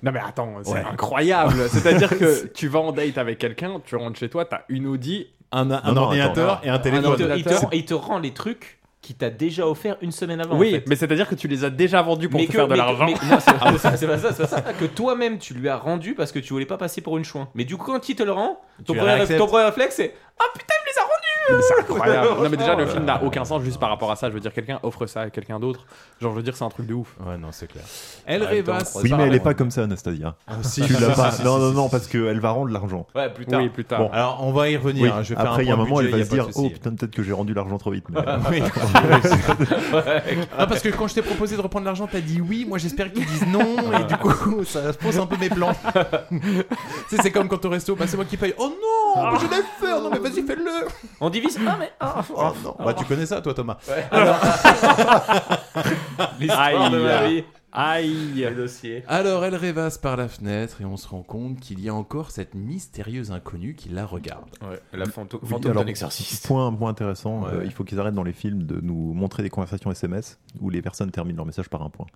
Non mais attends, c'est
Ouais.
*laughs*
incroyable. C'est-à-dire que tu vas en date avec quelqu'un, tu rentres chez toi, t'as une Audi.
un, un
Non, non,
ordinateur
attends,
et un
Ah Il te-
téléphone.
il, te, il te rend les trucs qui t'a déjà offert une semaine avant.
oui,
en fait.
mais c'est-à-dire que tu les as déjà vendus pour
Mais
te
que-
faire de
mais que-
l'argent.
mais- non, *laughs* c'est pas ça, c'est pas ça, c'est pas ça. Que toi-même tu lui as rendu parce que tu voulais pas passer pour une chouin. Mais du coup, quand il te le rend, ton,
le
premier,
réacceptes.
ton premier réflexe c'est Ah putain, il me les a rendus
C'est incroyable. non mais déjà le film n'a aucun sens juste par rapport à ça. Je veux dire quelqu'un offre ça à quelqu'un d'autre. Genre je veux dire c'est un truc de ouf.
Ouais non c'est clair. Elle
En même temps,
rêvasse.
Ah, Oui, mais elle est pas
Pardon.
comme ça, Anastasia.
Ah, si,
Tu
si,
l'as
si,
pas.
si,
Non,
si,
non,
si,
non,
si.
parce qu'elle va rendre l'argent.
Ouais, plus tard.
Oui plus tard.
Bon.
Alors on va y revenir.
Oui.
hein. Je vais faire
Après, il y a un
point
moment, elle
budget,
va se
y a
dire
pas de
Oh
souci.
putain, peut-être que j'ai rendu l'argent trop vite. Mais...
Oui. Ah, parce que quand je t'ai proposé de reprendre l'argent, t'as dit oui. Moi, j'espère qu'ils disent non. Et du coup, *laughs* ça pose un peu mes plans. *laughs* Tu sais, c'est comme quand au resto, bah, c'est moi qui paye. Oh non, mais je vais le faire. Non, mais vas-y, fais-le.
On divise. Ah, mais. ah,
Oh, non. Bah, tu connais ça, toi, Thomas.
l'histoire de ma vie.
Aïe.
Les dossiers.
Alors, elle rêvasse par la fenêtre et on se rend compte qu'il y a encore cette mystérieuse inconnue qui la regarde.
Ouais, la fantôme,
Oui,
fantôme
alors,
d'un exorciste.
Point, point intéressant,
Ouais,
euh,
ouais.
il faut qu'ils arrêtent dans les films de nous montrer des conversations SMS où les personnes terminent leur message par un point.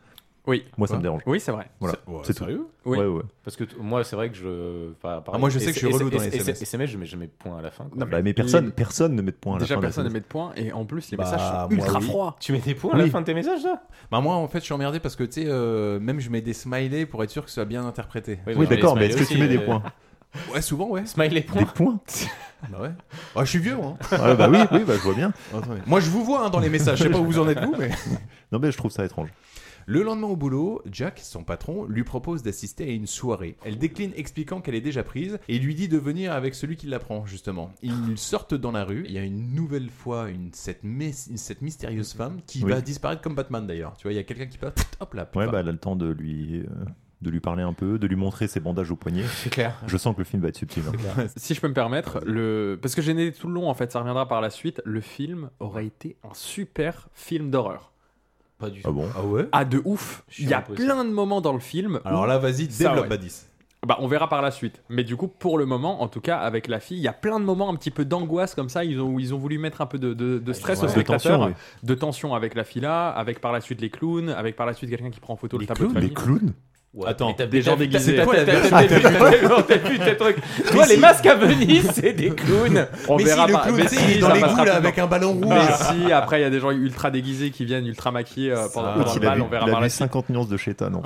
Oui.
Moi, ça me dérange.
Oui, c'est vrai.
Voilà.
C'est- ouais,
C'est tout.
sérieux
Oui.
Ouais, ouais.
Parce que t- moi, c'est vrai que je. enfin, pareil,
Ah, moi, je sais que je suis
et-
relou
et-
dans les
et- et-
SMS.
SMS, je mets jamais de points à la fin. quoi.
Non,
Bah, mais
les-
personne, personne ne met de points à la
Déjà,
fin. de la
personne ne
semaine.
met de points et en plus, les
Bah,
messages sont
moi,
ultra
oui.
froids.
Tu mets des points à
Oui.
la fin de tes messages, là
Bah moi en fait je suis emmerdé parce que tu sais euh, même je mets des smileys pour être sûr que ce soit bien interprété.
Oui, d'accord, mais est-ce que tu mets des
euh,
points
Ouais souvent *laughs* ouais.
Smiley
Des
points
points
Bah ouais. Ah, je suis vieux moi.
Ah, Bah oui, oui, bah, je vois bien.
moi je vous vois hein, dans les messages, je sais pas où vous en êtes vous mais.
Non, mais je trouve ça étrange.
Le lendemain au boulot, Jack, son patron, lui propose d'assister à une soirée. Elle décline expliquant qu'elle est déjà prise et lui dit de venir avec celui qui la prend justement. Ils sortent dans la rue, il y a une nouvelle fois une, cette, mys- cette mystérieuse femme qui
Oui.
va disparaître comme Batman d'ailleurs. Tu vois, il y a quelqu'un qui passe, hop là.
Ouais,
paf.
bah, elle a le temps de lui, euh, de lui parler un peu, de lui montrer ses bandages au poignet.
C'est clair.
Je sens que le film va être subtil. hein.
Si je peux me permettre, le... parce que j'ai né tout le long, en fait, ça reviendra par la suite, le film aurait été un super film d'horreur.
Pas du
Ah bon
Ah ouais
Ah, de ouf
Je suis
Il y a
un peu ça.
plein de moments dans le film.
Alors là vas-y,
Ça,
développe
ouais.
Badis.
Bah, on verra par la suite. Mais du coup, pour le moment, en tout cas, avec la fille, il y a plein de moments un petit peu d'angoisse comme ça. Ils ont, ils ont voulu mettre un peu de, de- de stress
Ouais.
au
De
spectateur,
tension, oui.
de tension avec la fille là, avec par la suite les clowns, avec par la suite quelqu'un qui prend en photo le tableau de
Les
famille. *laughs*
clowns
Attends,
Des gens déguisés.
T'as t'as- t'as- t'as- t'as- t'as- t'as vu tes trucs. Toi, les masques à Venise, c'est des clowns.
On
mais
verra
si, le
par-
clown,
mais
tu sais, il
si,
est dans
ça
les
passera
goûts, là,
plus
avec un ballon rouge.
Mais si, après, il y a des gens ultra déguisés qui viennent ultra maquillés euh, pendant, pendant le
il Ah, a
bal,
vu,
on verra
il a
par
vu
la suite.
50 nuances de chétan, non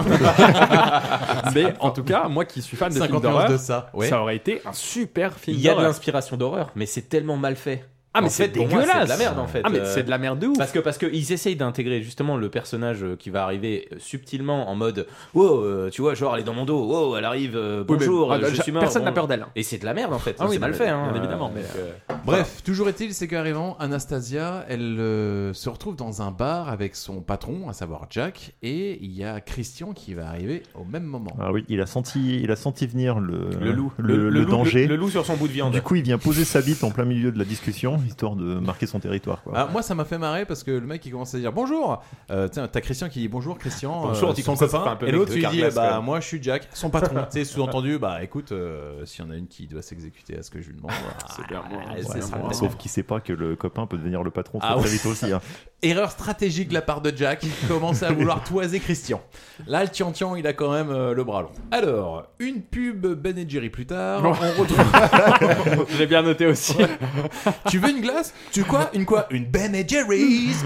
Mais en tout cas, moi qui suis fan de films
51 de
d'horreur,
ça. Ouais.
ça aurait été un super film
Il y a de
d'horreur.
l'inspiration d'horreur, mais c'est tellement mal fait.
Ah,
En
mais
fait,
c'est
pour moi,
dégueulasse!
C'est de la merde, en fait.
Ah, mais
Euh,
c'est de la merde de ouf!
Parce que parce que ils essayent d'intégrer justement le personnage euh, qui va arriver euh, subtilement en mode wow euh, tu vois genre elle est dans mon dos wow elle arrive euh,
Oui, mais-
bonjour
ah,
euh, je
déjà,
suis mort
Personne
bon.
n'a peur d'elle. hein.
et c'est de la merde en fait
Ah oui,
c'est mal
bien-
fait hein,
bien évidemment, mais,
donc, euh,
Bref, toujours est-il, c'est qu'arrivant, Anastasia, elle euh, se retrouve dans un bar avec son patron, à savoir Jack, et il y a Christian qui va arriver au même moment.
Ah oui, il a senti, il a senti venir le,
le loup
le, le
loup-
danger.
le, le loup sur son bout de viande
Du coup, il vient poser sa bite en plein milieu de la discussion, histoire de marquer son territoire. Quoi.
Ah, moi, ça m'a fait marrer parce que le mec il commence à dire bonjour. Euh, tiens, t'as Christian qui dit bonjour, Christian,
Bonjour,
euh,
tu
son
commences à se faire
copain.
un peu
Et
mec
l'autre
de
il dit
Carglass,
bah
quand même.
moi je suis Jack, son
*laughs*
patron. tu sais, sous-entendu bah écoute, euh, s'il y en a une qui doit s'exécuter à ce que je lui demande,
*laughs*
bah,
C'est bien moi.
ouais,
Ouais,
ce sera moi.
Sauf qu'il sait pas que le copain peut devenir le patron très,
Ah
très
ouais.
vite aussi. hein.
Erreur stratégique de la part de Jack,
*laughs*
commence à vouloir toiser Christian. Là, le tian il a quand même euh, le bras long. Alors, une pub Ben et Jerry plus tard, on retrouve...
*laughs*
J'ai bien noté aussi.
tu veux une glace Tu quoi Une quoi Une Ben et
*laughs*
Jerry's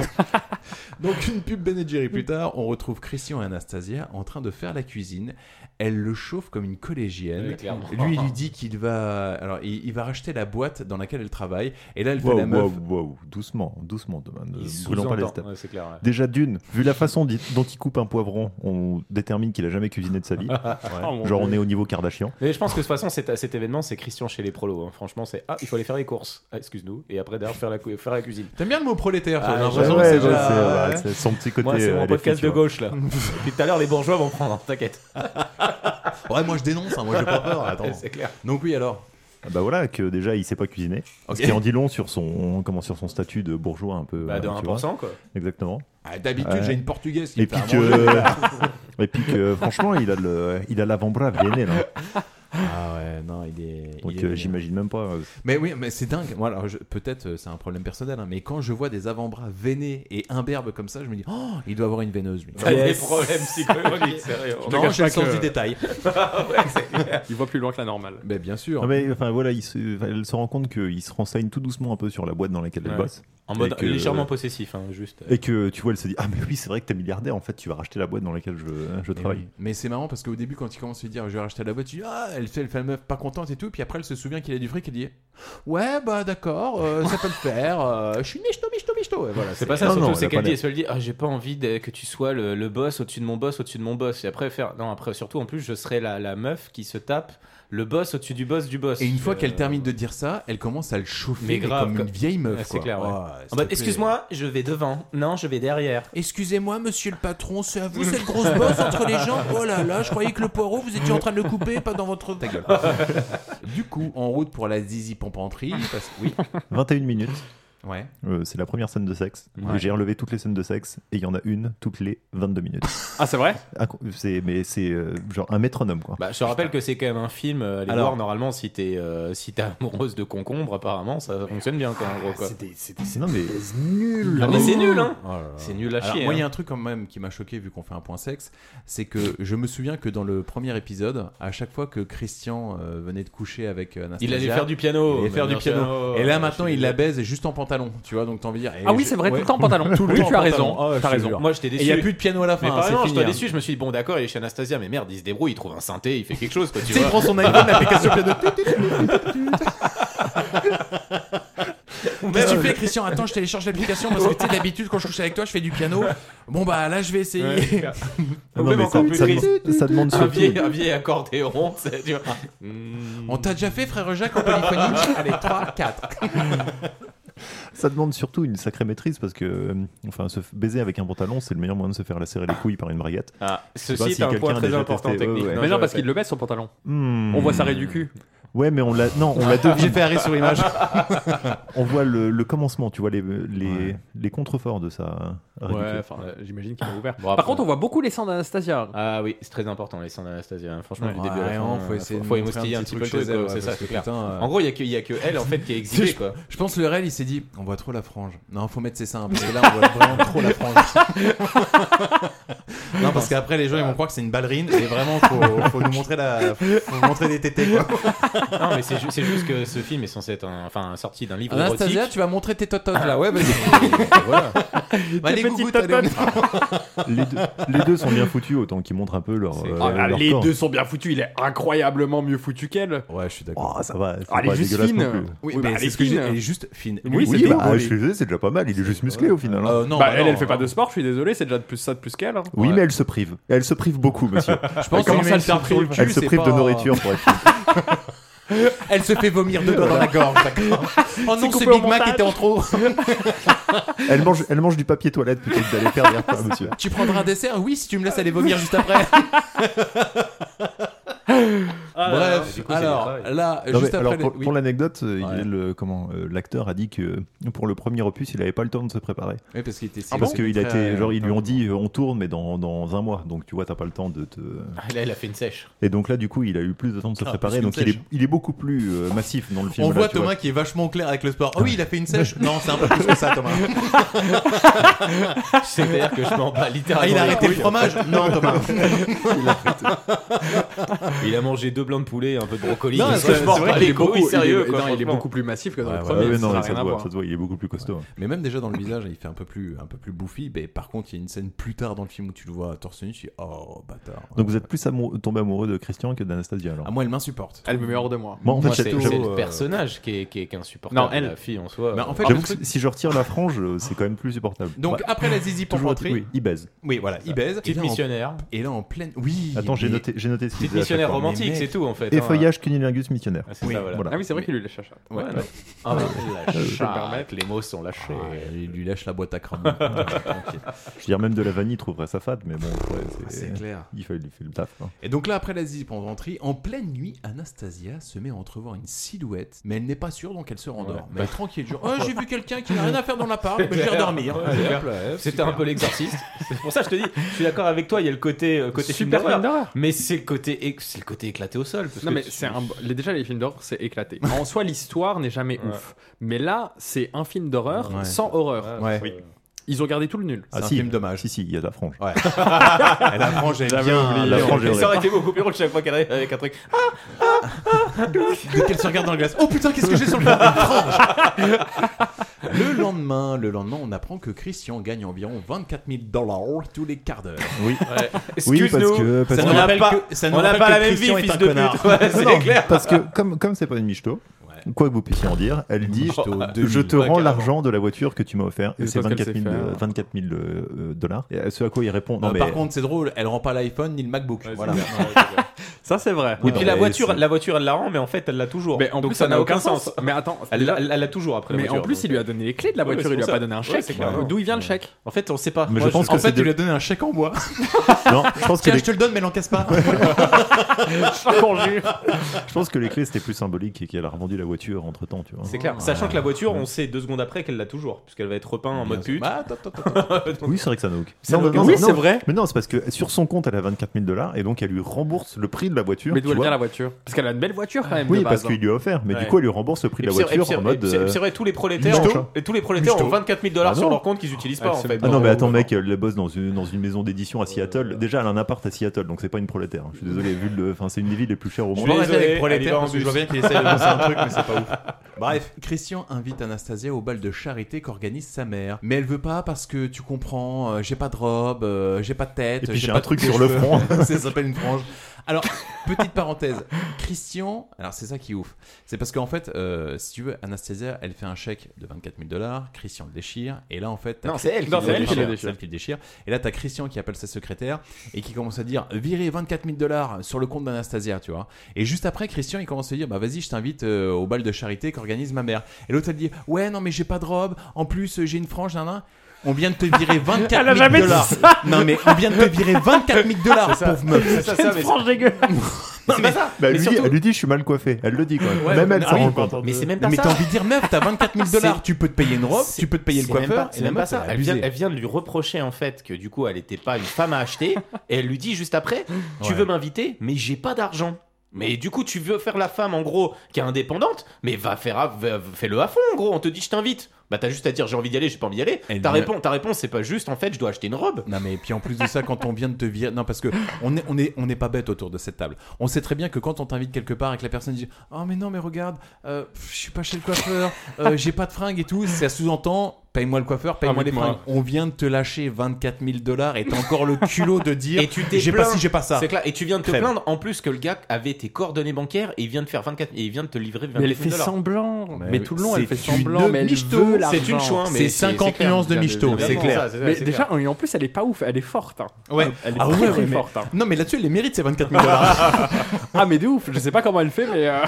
Donc, une pub Ben et Jerry plus tard, on retrouve Christian et Anastasia en train de faire la cuisine. Elle le chauffe comme une collégienne.
Oui, clairement.
lui, il lui dit qu'il va... Alors, il, il va racheter la boîte dans laquelle elle travaille. Et là, elle fait
Waouh,
la meuf.
waouh, waouh, doucement, doucement, demain. Ne
il
brûlons pas les
sous-entend.
étapes.
Ouais, c'est clair ouais.
Déjà d'une, vu la façon d'i- dont il coupe un poivron, on détermine qu'il a jamais cuisiné de sa
*laughs*
vie. Genre on est au niveau Kardashian.
mais je pense que de toute façon cet, cet événement c'est Christian chez les prolos hein. franchement c'est ah il faut aller faire les courses Ah, excuse-nous et après d'ailleurs faire la cou- faire la cuisine
T'aimes bien le mot prolétaire toi,
Ah,
j'ai
ouais,
l'impression que
ouais,
c'est
ouais,
déjà-
c'est- ouais, c'est son petit côté.
moi c'est
euh,
mon
les
podcast de
filles, tu vois.
gauche là *laughs* depuis tout à l'heure les bourgeois vont prendre t'inquiète
Ouais, moi je dénonce, hein, moi j'ai pas peur. Attends.
*laughs* c'est clair
Donc oui, alors.
Ah Bah voilà que déjà il sait pas cuisiner.
Ok.
Ce qui en dit long sur son comment sur son statut de bourgeois un peu.
bah de
euh, tu vois.
1% quoi
Exactement.
Ah, D'habitude,
Ouais.
j'ai une portugaise qui
Et
me fait
puis
à manger.
que *laughs* et puis que franchement il a le il a l'avant-bras viennet là.
Ah ouais, non, il est.
Donc
il est-
euh, j'imagine même pas. euh,
Mais oui, mais c'est dingue. Moi, alors, je- peut-être euh, c'est un problème personnel, hein, mais quand je vois des avant-bras veinés et imberbes comme ça, je me dis, oh, il doit avoir une veineuse, lui.
T'as des problèmes psychologiques sérieux
te
non,
cache
j'ai le
pas
sens
que-
du détail.
Il voit plus loin que la normale.
Ah, Mais bien sûr.
Non, mais enfin voilà, il se, enfin, elle se rend compte qu'il se renseigne tout doucement un peu sur la boîte dans laquelle elle
Ouais.
bosse.
En mode
Et que-
légèrement possessif, hein, juste.
Et que tu vois, elle se dit Ah, mais oui, c'est vrai que t'es milliardaire, en fait, tu vas racheter la boîte dans laquelle je, je
Mais
travaille.
oui. Mais c'est marrant parce qu'au début, quand il commence à lui dire je vais racheter la boîte, tu dis ah, elle fait, elle fait la meuf pas contente et tout. Puis après, elle se souvient qu'il a du fric, elle dit ouais, bah d'accord, euh, ça peut le faire, euh, je suis michto, michto, michto. Et *laughs* voilà,
C'est pas ça,
Non, non,
surtout,
elle
c'est
a
qu'elle
pas
dit,
l'air.
elle dit, ah, j'ai pas envie de- que tu sois le, le boss au-dessus de mon boss, au-dessus de mon boss. Et après, faire, non, après, surtout, en plus, je serai la, la meuf qui se tape le boss au-dessus du boss du boss.
Et une fois
Euh,
qu'elle termine de dire ça, elle commence à le chauffer
Mais
mais
grave,
comme
comme-
une vieille meuf.
Ouais, c'est
quoi.
clair, ouais.
Oh,
En
s'il te
mode,
plaît.
excuse-moi, je vais devant. Non, je vais derrière.
Excusez-moi, monsieur le patron, c'est à vous cette grosse bosse entre les gens Oh là là, je croyais que le poireau, vous étiez en train de le couper, pas dans votre. Ta *laughs*
*laughs*
gueule. du coup, en route pour la zizi pompanterie, parce que oui,
21 minutes.
Ouais.
Euh, c'est la première scène de sexe.
Ouais.
J'ai enlevé toutes les scènes de sexe et il y en a une toutes les 22 minutes.
Ah, c'est vrai
Ah, c'est- mais c'est euh, genre un métronome quoi.
Bah, je te rappelle que c'est quand même un film. euh, Allez
Alors-
voir, normalement, si t'es euh, si t'es amoureuse de concombre, apparemment, ça fonctionne bien quoi, en gros.
Ah,
Quoi.
non, mais...
nul. mais c'est nul, hein. C'est nul
Oh
à
Ah. Alors,
chier.
Moi, il y a
hein.
un truc quand même qui m'a choqué vu qu'on fait un point sexe, c'est que je me souviens que dans le premier épisode, à chaque fois que Christian euh, venait de coucher avec euh, Anastasia,
Il allait faire du piano,
il allait faire
mais
du
bien
piano.
sûr.
Et là
Ouais,
maintenant,
je suis
il la baise et juste en pantalon, tu vois. Donc t'as envie de dire.
Ah oui,
je-
c'est vrai,
ouais.
tout le temps en pantalon.
Tout le
Oui,
temps
tu
en
as raison.
pantalon. Ah ouais, je
T'as
te
raison.
jure.
Moi, j'étais
Et
déçu.
il y a plus de piano à la
Mais
fin. hein,
par exemple,
c'est
je
fini,
t'ai
hein.
déçu, je me suis dit, bon, d'accord, il est chez Anastasia, mais merde, il se débrouille, il trouve un synthé, il fait quelque chose, quoi, tu
Tu sais, il
vois.
prend son iPhone, l'application piano. *laughs* Qu'est-ce que tu fais, Christian Attends, je télécharge l'application parce que tu sais, d'habitude, quand je couche avec toi, je fais du piano. Bon, bah là, je vais essayer.
Ah, non,
Même
mais
encore plus
ça, ça,
triste.
demande- ça demande
Un
surtout.
vieil, un vieil accordéon, tu sais, tu
Ah.
vois. Hmm.
On t'a déjà fait, frère Jacques, en polyphonie Allez, 3, 4.
Ça demande surtout une sacrée maîtrise parce que, euh, enfin, se f- baiser avec un pantalon, c'est le meilleur moyen de se faire la serrer les couilles par une braguette.
Ah,
sais pas
ceci
si
est un
quelqu'un
point
a
très
déjà
important
testé. Ouais,
technique.
ouais.
Mais non,
je
parce
répète.
qu'il le met son pantalon.
Hmm.
On voit sa raie du cul.
Ouais, mais on l'a. Non, on l'a
J'ai
devine.
fait arrêt sur image.
*laughs* On voit le, le commencement, tu vois les, les, les contreforts de ça.
Ouais, enfin, euh, j'imagine qu'il est ouvert.
Bon,
Par
après-
contre, on voit beaucoup les seins d'Anastasia.
Ah oui, c'est très important, les scènes d'Anastasia. hein. Franchement, du
Ouais,
début à la fin,
vraiment, faut
euh,
essayer de
faut
montrer
émoustiller
un
un
petit
petit peu le
truc
truc,
chez elle,
quoi,
ouais,
c'est ça,
parce
c'est
que
clair.
putain, euh,
En gros, il y a que- il y a que elle, en fait, qui est exhibée, quoi.
Je pense que le réel, il s'est dit on voit trop la frange. Non, faut mettre ses seins parce que là, on voit vraiment trop la frange. *laughs* non, parce qu'après, les gens, ils vont croire que c'est une ballerine et vraiment, faut, faut nous montrer la. Faut nous montrer des tétés, quoi.
Non, mais c'est ju- c'est juste que ce film est censé être un- enfin sorti d'un livre érotique.
Anastasia, tu vas montrer tes tototes là, Ah ouais, vas-y. *laughs*
Voilà.
Bah, les gougouttes, allez, on-
Les deux, les deux sont bien foutus, autant qu'ils montrent un peu leur. euh,
Ah,
leur
les
corps.
deux sont bien foutus. Il est incroyablement mieux foutu qu'elle.
Ouais, je suis d'accord.
Oh, ça va. c'est
Ah, elle est
pas
juste
dégueulasse
fine.
non plus.
Oui,
mais
bah, elle
c'est
est
ce que j'ai-
fine.
elle est hein. juste fine.
Oui,
Lui,
c'est
Oui,
c'était
bah,
beau,
je
lui.
suis désolé, c'est déjà pas mal. Il est juste musclé au final. hein.
Euh, non,
Bah,
bah
elle,
non,
elle fait pas
non.
de sport, je suis désolé, c'est déjà plus ça de plus qu'elle. hein.
Oui, mais elle se prive. Elle se prive beaucoup, monsieur.
Je pense
Comment
que
ça,
elle
elle s'en
se prive
prive
elle se
c'est
prive de
pas-
nourriture pour être
Elle se fait vomir de doigts dans la gorge, d'accord. *laughs* Oh non, ce
coupé au
Big Mac
montage.
était en trop.
Elle mange, elle mange du papier toilette plutôt que d'aller faire quoi, monsieur.
Tu prendras un dessert Oui, si tu me laisses aller vomir juste après. Bref, alors là,
Non,
Euh, juste
mais
après.
alors, pour,
le- oui.
pour l'anecdote, euh, il-
Ouais.
le- comment, euh, l'acteur a dit que pour le premier opus, il n'avait pas le temps de se préparer.
Oui, parce qu'il était si
Ah, parce qu'il a été,
Ah Très-
genre, ils lui ont dit, euh, on tourne, mais dans, dans un mois. Donc, tu vois, t'as pas le temps de te.
Ah, Là, elle a fait une sèche.
Et donc, là, du coup, il a eu plus de temps de se
Ah,
préparer.
parce
Donc,
qu'une
il est,
sèche.
il est beaucoup plus euh, massif dans le film.
On
là,
voit
tu
Thomas
vois.
qui est vachement au clair avec le sport. Oh oui, il a fait une
*laughs*
sèche. non, c'est un peu plus que ça, Thomas.
C'est-à-dire que je m'en bats littéralement.
Ah, il a
les
arrêté le
*laughs*
couilles.
fromage Non, Thomas.
Il a mangé deux blancs de poulet et un peu de brocoli.
Non,
Parce que je m'en bats les couilles, sérieux. quoi,
il est
franchement.
beaucoup plus massif que dans le
ouais,
Ah
premier.
ouais,
ça
non,
n'a
mais ça,
rien
se
à
voit,
voir.
ça se voit, il est beaucoup plus costaud. hein.
Mais même déjà dans le visage, il fait un peu plus, un peu plus bouffi. Mais par contre, il y a une scène plus tard dans le film où tu le vois torse nu. Tu dis oh bâtard.
Donc, vous êtes plus amoureux- tombé amoureux de Christian que d'Anastasia, alors.
À moi, elle m'insupporte.
Elle me met hors de moi.
Moi, en fait,
Moi, c'est c'est
j'avoue-
le personnage qui est, qui est, qui est insupportable.
Non, elle.
La fille en soi.
Bah, en fait,
Ah,
j'avoue
le truc-
que si je retire la frange, euh, c'est quand même plus supportable.
donc
Ouais.
après la zizi pour
toujours,
rentrer,
oui, il baise.
oui, voilà, il baise. Et
Petite
là, en-
missionnaire.
Et là en pleine, oui.
Attends, j'ai
mais-
noté, j'ai noté ce qu'il disait
Petite
à chaque
missionnaire
fois.
romantique,
mec.
c'est tout en fait.
Et
hein.
feuillage cunilingus missionnaire.
Ah, c'est ça, voilà.
Ah oui, c'est vrai qu'il lui lèche la chatte.
Ouais,
Ouais.
non. Ah, *laughs* la
permettre.
chatte, les mots sont lâchés.
Ah, il lui lâche la boîte à crabe. Tranquille.
Je veux dire, même de la vanille trouverait sa fade, mais bon, ouais, c'est-
clair.
il fallait lui faire le taf. hein.
*laughs* Et donc là, après la zizi en rentrée, en pleine nuit, Anastasia se met à entrevoir une silhouette, mais elle n'est pas sûre, donc elle se rendort. Mais elle est tranquille,
*laughs*
genre, oh, j'ai vu quelqu'un qui n'a rien à faire dans l'appart, mais je vais redormir.
Ouais, c'est clair. C'était un peu l'exorciste. c'est pour ça que je te dis, je suis d'accord avec toi, il y a le côté, euh, côté film
Super
d'horreur.
film d'horreur.
Mais c'est le côté, é- c'est le côté éclaté au sol. parce
Non
que
mais
tu-
c'est un les- déjà les films d'horreur c'est éclaté. En soi l'histoire n'est jamais ouf. Mais là c'est un film d'horreur
Ouais.
sans horreur.
Ouais.
Ils ont gardé tout le nul.
C'est
Ah,
un
si.
film dommage.
Si, si, il y a de la frange.
Ouais. *laughs* elle apprend, j'aime bien.
oublié. La frange est
Et
horrible.
ça aurait été beaucoup plus drôle chaque fois qu'elle arrive avec un truc.
Dès qu'elle se regarde dans la glace, oh putain, qu'est-ce que j'ai sur le front Une frange. *laughs* Le lendemain, le lendemain, on apprend que Christian gagne environ 24 000 dollars tous les quarts d'heure.
Oui, oui
Excuse-nous.
parce que. Parce
Ça
On
que...
nous
n'a
rappelle
pas-
que- ça nous
on n'a
rappelle
pas
que
la même vie,
Christian est un
fils de
connard.
pute. Ouais, c'est
Non,
clair.
parce que comme comme c'est pas une michto,
Ouais.
quoi que vous puissiez en dire, elle dit
Michto,
*laughs*
je te
ouais,
rends
carrément.
l'argent de la voiture que tu m'as offert et
Et
c'est
parce qu'elle
24 000,
sait faire.
euh, 24 000 euh, euh, dollars. Et à ce à quoi il répond non
Euh,
mais
Par contre, c'est drôle, elle rend pas l'iPhone ni le MacBook. voilà.
*laughs*
Ça c'est vrai.
Et puis la
Ouais,
voiture,
c'est-
la voiture, elle la rend, mais en fait, elle l'a toujours.
Mais en
Donc
plus
ça n'a aucun sens.
Mais attends.
Elle l'a- elle l'a toujours après. la
mais en
voiture,
plus
donc.
il lui a donné les clés de la
Ouais,
voiture.
c'est
il lui a
pour
pas
ça.
donné un
Ouais,
chèque.
c'est clair.
D'où il vient le chèque
En fait, on sait pas.
Mais
Moi,
je pense
En
que
fait,
c'est
tu
de-
lui as donné un chèque en bois.
*laughs*
non, je pense que
Tiens,
les,
je te le donne, mais l'encaisse pas.
je pense que les clés c'était plus symbolique et qu'elle a revendu la voiture entre temps, tu vois.
C'est clair.
Ouais.
Sachant que la voiture, on
Ouais.
sait deux secondes après qu'elle l'a toujours, puisqu'elle va être repeint en mode
Bah,
pute.
Oui, c'est vrai que ça n'a aucun-
Ça n'a
Non,
aucun-
non,
Oui,
non,
c'est vrai.
Mais non, c'est parce que sur son compte, elle a 24 000 dollars et donc elle lui rembourse le prix de la voiture.
Mais
tu
d'où elle
vois.
vient la voiture Parce qu'elle a une belle voiture quand même.
Oui,
de
parce
base,
qu'il lui a offert, mais
hein. Ouais.
du coup, elle lui rembourse le prix de la
Et puis c'est-
voiture en
et puis c'est-
mode.
et puis c'est
euh,
vrai, tous les prolétaires,
Michto.
ont, et tous les prolétaires ont
Michto.
24 000 dollars
Ah
sur
non.
leur compte qu'ils n'utilisent pas en fait.
Ah non, mais attends, mec, elle bosse dans une, dans une maison d'édition à Seattle. Déjà, elle a un appart à Seattle, donc c'est pas une prolétaire. hein. Je suis désolé, vu le. Enfin, c'est une des villes les plus chères au
Je
monde.
vais arrêter avec prolétaire
en
parce que je
bus.
vois bien qu'il essaie de lancer un truc, mais c'est pas ouf. *laughs* Bref, Christian invite Anastasia au bal de charité qu'organise sa mère. Mais elle veut pas parce que tu comprends, euh, j'ai pas de robe, euh, j'ai pas de tête.
Et puis j'ai
pas
un
de *laughs*
truc
coupe de
sur le
cheveux.
front.
ça s'appelle une frange. Alors, petite parenthèse, Christian, alors c'est ça qui est ouf. C'est parce qu'en fait, euh, si tu veux, Anastasia, elle fait un chèque de 24 000 dollars, Christian le déchire, et là en fait. t'as-
Non, c'est elle qui
Non,
le
c'est
déchire.
pardon, c'est elle qui le déchire. Et là, t'as Christian qui appelle sa secrétaire et qui commence à dire virer 24 000 dollars sur le compte d'Anastasia, tu vois. Et juste après, Christian, il commence à dire bah vas-y, je t'invite euh, au bal de charité qu'organise ma mère. Et l'autre, elle dit ouais, non, mais j'ai pas de robe, en plus, euh, j'ai une frange, nan, nan. On vient de te
*laughs*
virer 24 000
Elle a jamais dit
dollars.
ça.
Non, mais on vient de te virer 24 000 dollars, pauvre meuf.
ça, ça, mais
Franche dégueulasse.
c'est pas ça.
Bah, elle,
Mais
lui dit,
surtout-
elle lui dit, je suis mal coiffée. Elle le dit quand même.
Ouais,
même
mais-
elle
ah
s'en
oui,
rend compte.
Mais c'est même pas
Mais
ça.
t'as envie de dire, meuf, t'as 24 000 dollars, tu peux te payer une robe,
C'est-
tu peux te payer le
c'est même pas-
coiffeur.
C'est même pas ça. Elle vient,
abusé.
elle vient de lui reprocher en fait que du coup elle n'était pas une femme
*laughs*
à acheter. et elle lui dit juste après Tu veux m'inviter, mais j'ai pas d'argent. Mais du coup, tu veux faire la femme en gros qui est indépendante, mais va faire, à- va- fais-le à fond en gros. On te dit je t'invite. Bah t'as juste à dire j'ai envie d'y aller, j'ai pas envie d'y aller.
Elle
Ta,
dit- euh,
réponse, ta réponse, c'est pas juste en fait je dois acheter une robe.
Non mais puis en plus de ça, quand on vient de te virer, non parce que on est on est on n'est pas bête autour de cette table. On sait très bien que quand on t'invite quelque part et que la personne dit oh mais non mais regarde, euh, pff, je suis pas chez le coiffeur, euh, j'ai pas de fringues et tout, ça sous-entend paye-moi le coiffeur, paye-moi les
Invite-moi.
fringues. On vient de te lâcher 24 000 dollars et t'as encore le culot de dire
Et tu t'es
j'ai pas
plaint.
si j'ai pas ça.
C'est clair. Et tu viens de te
Crème.
plaindre en plus que le gars avait tes coordonnées bancaires et il vient de faire 24 et il vient de te livrer 24
Mais elle
000
fait
dollars.
semblant.
Mais
Mais tout le long, elle fait
c'est une
semblant. Mais elle
michto,
veut
C'est
l'argent.
une chouin, mais
C'est 50
clair.
nuances de
bien,
michto,
bien,
c'est
bien,
clair.
Ça, c'est-
Mais
c'est
déjà, en- en plus, elle est pas ouf. Elle est forte. hein.
Ouais.
Elle est
Ah
très
ouais,
très
mais-
forte. hein.
Non mais là-dessus elle les mérite ces 24 000 dollars.
Ah mais de ouf. Je sais pas comment elle fait, mais. euh,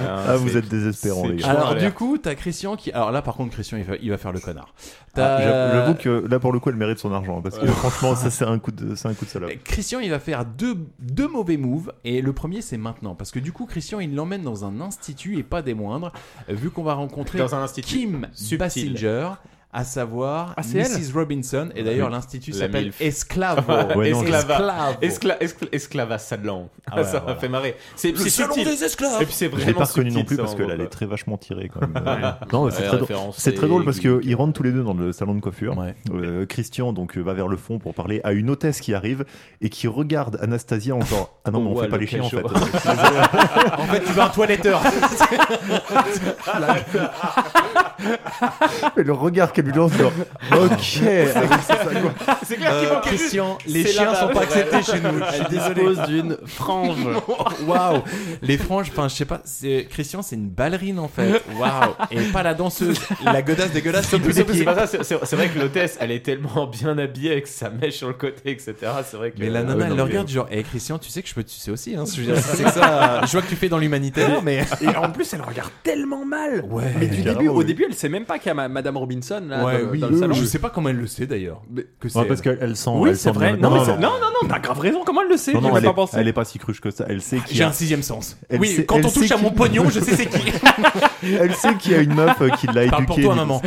Ah, vous êtes désespérants,
c'est
les gars.
clair.
Alors
Voilà.
du coup t'as Christian qui alors là par contre Christian il va, il va faire le connard.
Ah,
T'as-
j'a- J'avoue que là, pour le coup, elle mérite son argent. Parce que franchement, ça, c'est un coup de, c'est un coup de salope.
Christian, il va faire deux, deux mauvais moves. Et le premier, c'est maintenant. Parce que du coup, Christian, il l'emmène dans un institut et pas des moindres. euh, Vu qu'on va rencontrer
Dans un institut.
Kim
Subtil.
Basinger, à savoir
Ah, c'est elle
Mrs. Robinson. Et d'ailleurs, l'institut
La
s'appelle
MILF. *laughs*
Esclavo.
Ouais, non,
Esclava.
Esclavo.
Escla- escla- esclava salon.
Ah ouais,
ça m'a
voilà.
fait marrer. C'est
Le
c'est
salon
subtil.
des esclaves.
Et puis c'est
Je l'ai
vraiment
pas reconnu
subtil,
non plus
ça,
parce
on
qu'elle
voit
elle est
pas.
très vachement tirée quand
*laughs*
même. Euh, non, mais c'est
Ouais,
très, drôle.
référence
C'est très drôle parce
aiguë.
qu'ils rentrent tous les deux dans le salon de coiffure.
Ouais.
Euh, Christian donc euh, va vers le fond pour parler à une hôtesse qui arrive et qui regarde Anastasia encore. Ah non, mais on
Oh, ouais,
fait pas
le
les chiens en fait.
pécho.
En fait, tu vas un toiletteur.
Mais le regard qu'elle lui lance, genre, ok. avec ça, quoi.
C'est clair qu'il
Euh,
manquait juste.
Christian, les
C'est
chiens
là-bas.
sont pas
Ouais.
acceptés chez nous. Je suis désolé.
Pose
*laughs*
d'une frange.
Waouh Les franges, enfin je sais pas, c'est- Christian c'est une ballerine en
*laughs*
fait. Waouh Et pas la danseuse, la godasse des godasses.
Surtout, surtout, c'est pas ça, c'est- c'est c'est vrai que l'hôtesse, elle est tellement bien habillée avec sa mèche sur le côté, etc. C'est vrai que.
Mais la
Euh,
nana,
non,
elle le
mais-
regarde genre, Eh Christian, tu sais que je peux tuer aussi, hein. Je veux dire, c'est que ça. Je vois que tu fais dans l'humanitaire, mais.
Et en plus, elle regarde tellement mal.
Ouais.
Mais du
Carrément,
début, au
oui.
début, elle sait même pas qu'il y a ma- Madame Robinson là
Ouais,
dans,
oui.
dans le salon.
Je sais pas comment elle le sait d'ailleurs.
Mais-
Que c'est
Ouais, parce qu'elle sent.
Oui,
elle
c'est
sent
vrai.
bien-
Non, mais c'est- non, non, non, t'as grave raison. Comment elle le sait
Non,
J'y
non,
ai
elle,
pas
est,
pensé.
elle est pas si cruche que ça. Elle sait qu'il y
J'ai
a,
un sixième sens.
Elle
oui,
sait-
quand
elle
on touche
sait
à mon
qui-
pognon, je sais c'est qui.
elle sait qu'il y a une meuf euh, qui
*laughs*
l'a
Parle
éduquée.
pour toi,
mais-
maman.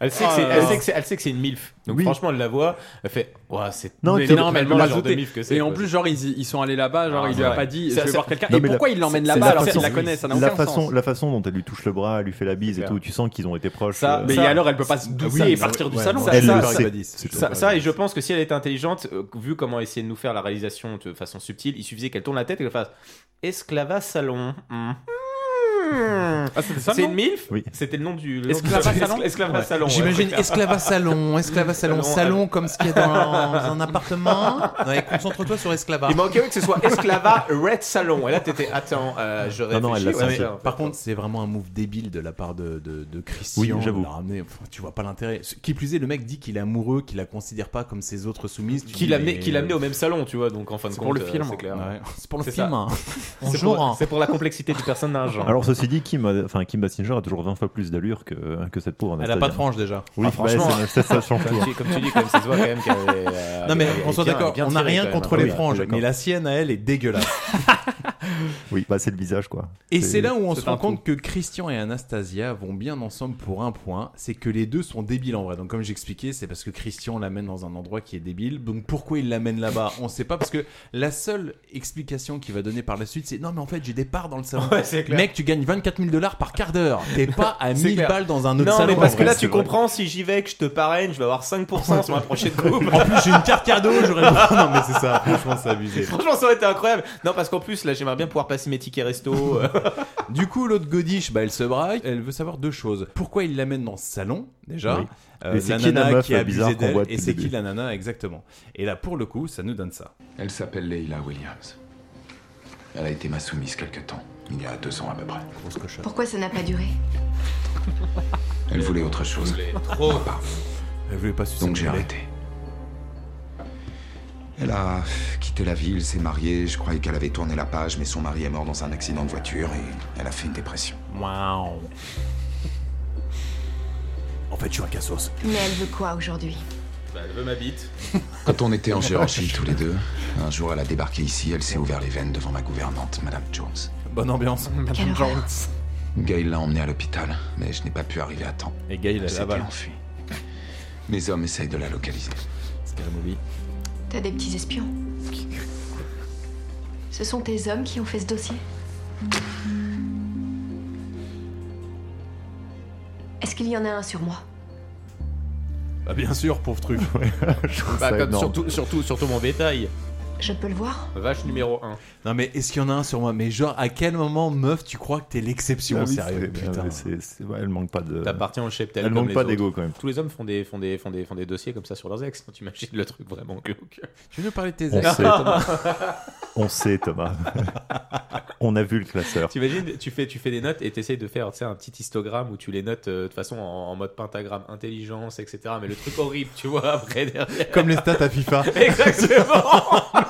Elle sait que c'est- elle sait que c'est- elle sait que c'est une MILF. Donc
Oui.
franchement, elle la voit, elle fait Ouah, c'est.
Non,
mais
t'es-
non, mais elle voit
l'a
le genre de
douté.
MILF que c'est.
Et en
quoi.
plus, genre, ils, ils sont allés là-bas, genre,
Ah,
il lui
ouais.
a pas dit,
Ça,
je vais
ça-
voir quelqu'un.
Non,
Et
mais la-
pourquoi il l'emmène
c'est
là-bas
la
alors
façon-
qu'il la connaît Ça n'a
la
aucun
façon,
sens.
La façon dont elle lui touche le bras, elle lui fait la bise et
clair.
tout, tu sens qu'ils ont été proches.
Ça,
euh,
Mais
ça-
alors, elle peut pas se douter et partir du salon.
Ça,
elle
ça,
le
ça-
sait. C'est
Ça, ça, et je pense que si elle était intelligente, euh, vu comment elle essayait de nous faire la réalisation de façon subtile, il suffisait qu'elle tourne la tête et qu'elle fasse Esclava Salon. Hmm.
Ah, c'était ça,
C'est
non
une MILF
Oui.
C'était le nom du. le nom du-
Esclava Salon
*laughs* Esclava Salon. ouais,
J'imagine
ouais.
esclava salon, esclava salon,
Salon,
salon comme ce qu'il y a dans
*laughs*
un appartement. Ouais, concentre-toi sur esclava.
Il manquait que ce soit Esclava Red Salon. Et là, t'étais. Attends, euh, je
Non, non, elle
réfléchis.
l'a
ouais,
senti.
mais-
Par contre, c'est vraiment un move débile de la part de, de, de Christian.
Oui, j'avoue.
de la ramener. Enfin, tu vois pas l'intérêt. Ce- Qui plus est, le mec dit qu'il est amoureux, qu'il la considère pas comme ses autres soumises. Tu
Qui
dis,
l'amenait
mais-
qui l'amenait au même salon, tu vois, donc en fin de
C'est
compte.
pour le
euh,
film.
C'est clair.
Ouais, C'est pour le
C'est
film.
ça.
hein.
C'est
Bonjour, hein.
pour, c'est pour la complexité du personnage. hein.
Alors ceci dit, Kim, euh, enfin Kim Basinger a toujours 20 fois plus d'allure que, que cette pauvre.
Elle a
Anastasia.
pas de frange déjà.
Oui, bah,
Ah,
franchement,
franchement.
ça, ça change
*laughs*
tout.
comme, tu, comme tu dis, comme ça se voit quand même qu'elle est, euh,
Non mais
elle est
on soit
bien-
d'accord,
bien
on n'a
tirée
rien
quand
contre
même, hein.
les
Oui,
franges,
d'accord.
mais la sienne à elle est dégueulasse.
Oui, bah c'est le visage quoi.
Et c'est là où on se
c'est un
rend compte que Christian et Anastasia vont bien ensemble pour un point, c'est que les deux sont débiles en vrai. Donc comme j'expliquais, c'est parce que Christian l'amène dans un endroit qui est débile. Donc pourquoi il l'amène là-bas On sait pas parce que la seule explication qu'il va donner par la suite, c'est non mais en fait j'ai des parts dans le salon.
Ouais, *laughs* c'est clair.
Mec, tu gagnes 24 000 dollars par quart d'heure. T'es pas à
C'est
1000
clair.
balles dans un autre
non,
salon.
mais parce
en
que
vrai,
là,
c'est
tu
vrai.
comprends, si j'y vais, que je te parraine, je vais avoir 5% sur ma
*laughs*
prochaine coupe.
En plus, j'ai une carte cadeau, j'aurais. non, mais c'est ça, franchement, c'est abusé.
Franchement, ça aurait été incroyable. Non, parce qu'en plus, là, j'aimerais bien pouvoir passer mes tickets resto.
*laughs*
euh.
Du coup, l'autre godiche, bah, elle se braille. Elle veut savoir deux choses. Pourquoi il l'amène dans ce salon, déjà
Oui.
Euh,
Et c'est qui la meuf,
a
euh, bizarre
abusé
qu'on
d'elle,
voit depuis
Et
le
c'est qui
début
la nana, exactement. Et là, pour le coup, ça nous donne ça.
Elle s'appelle Leila Williams. Elle a été ma soumise quelque temps, il y a deux ans à peu près.
Pourquoi ça n'a pas duré
Elle voulait autre chose. Trop.
Elle voulait pas sucer.
Donc j'ai arrêté. Elle a quitté la ville, s'est mariée. Je croyais qu'elle avait tourné la page, mais son mari est mort dans un accident de voiture et elle a fait une dépression.
Waouh.
En fait, je suis un cassos.
Mais elle veut quoi aujourd'hui
Bah, elle veut ma bite.
Quand on était en Géorgie tous les deux, un jour elle a débarqué ici, elle s'est ouvert les veines devant ma gouvernante, Madame Jones.
Bonne ambiance.
Quelle horreur.
Gail l'a emmenée à l'hôpital, mais je n'ai pas pu arriver à temps.
Et Gail, elle
s'était
avale.
enfuie. Mes hommes essayent de la localiser.
T'as des petits espions. Ce sont tes hommes qui ont fait ce dossier Est-ce qu'il y en a un sur moi
Bah, bien sûr, pauvre truc.
Bah, comme surtout, surtout, surtout mon bétail.
Je peux le voir
Vache numéro 1.
Euh,
Non, mais est-ce qu'il y en a un sur moi Mais genre, à quel moment, meuf, tu crois que t'es l'exception
Ah oui,
Sérieux,
c'est- ah
putain.
ouais, c'est- c'est- ouais, elle manque pas de.
T'appartiens au cheptel.
Elle
comme
manque
les
pas
autres.
d'ego quand même.
Tous les hommes font des, font des, font des, font des dossiers comme ça sur leurs ex. Tu imagines le truc vraiment glauque.
Tu veux nous parler de tes
On
ex *laughs*
sait, *laughs*
Thomas
On sait, Thomas. On a vu le classeur.
Tu imagines, tu fais, tu fais des notes et t'essayes de faire tu sais, un petit histogramme où tu les notes euh, de façon en, en mode pentagramme, intelligence, etc. Mais le truc horrible, tu vois, après derrière. *laughs*
Comme les stats à *laughs* FIFA.
Exactement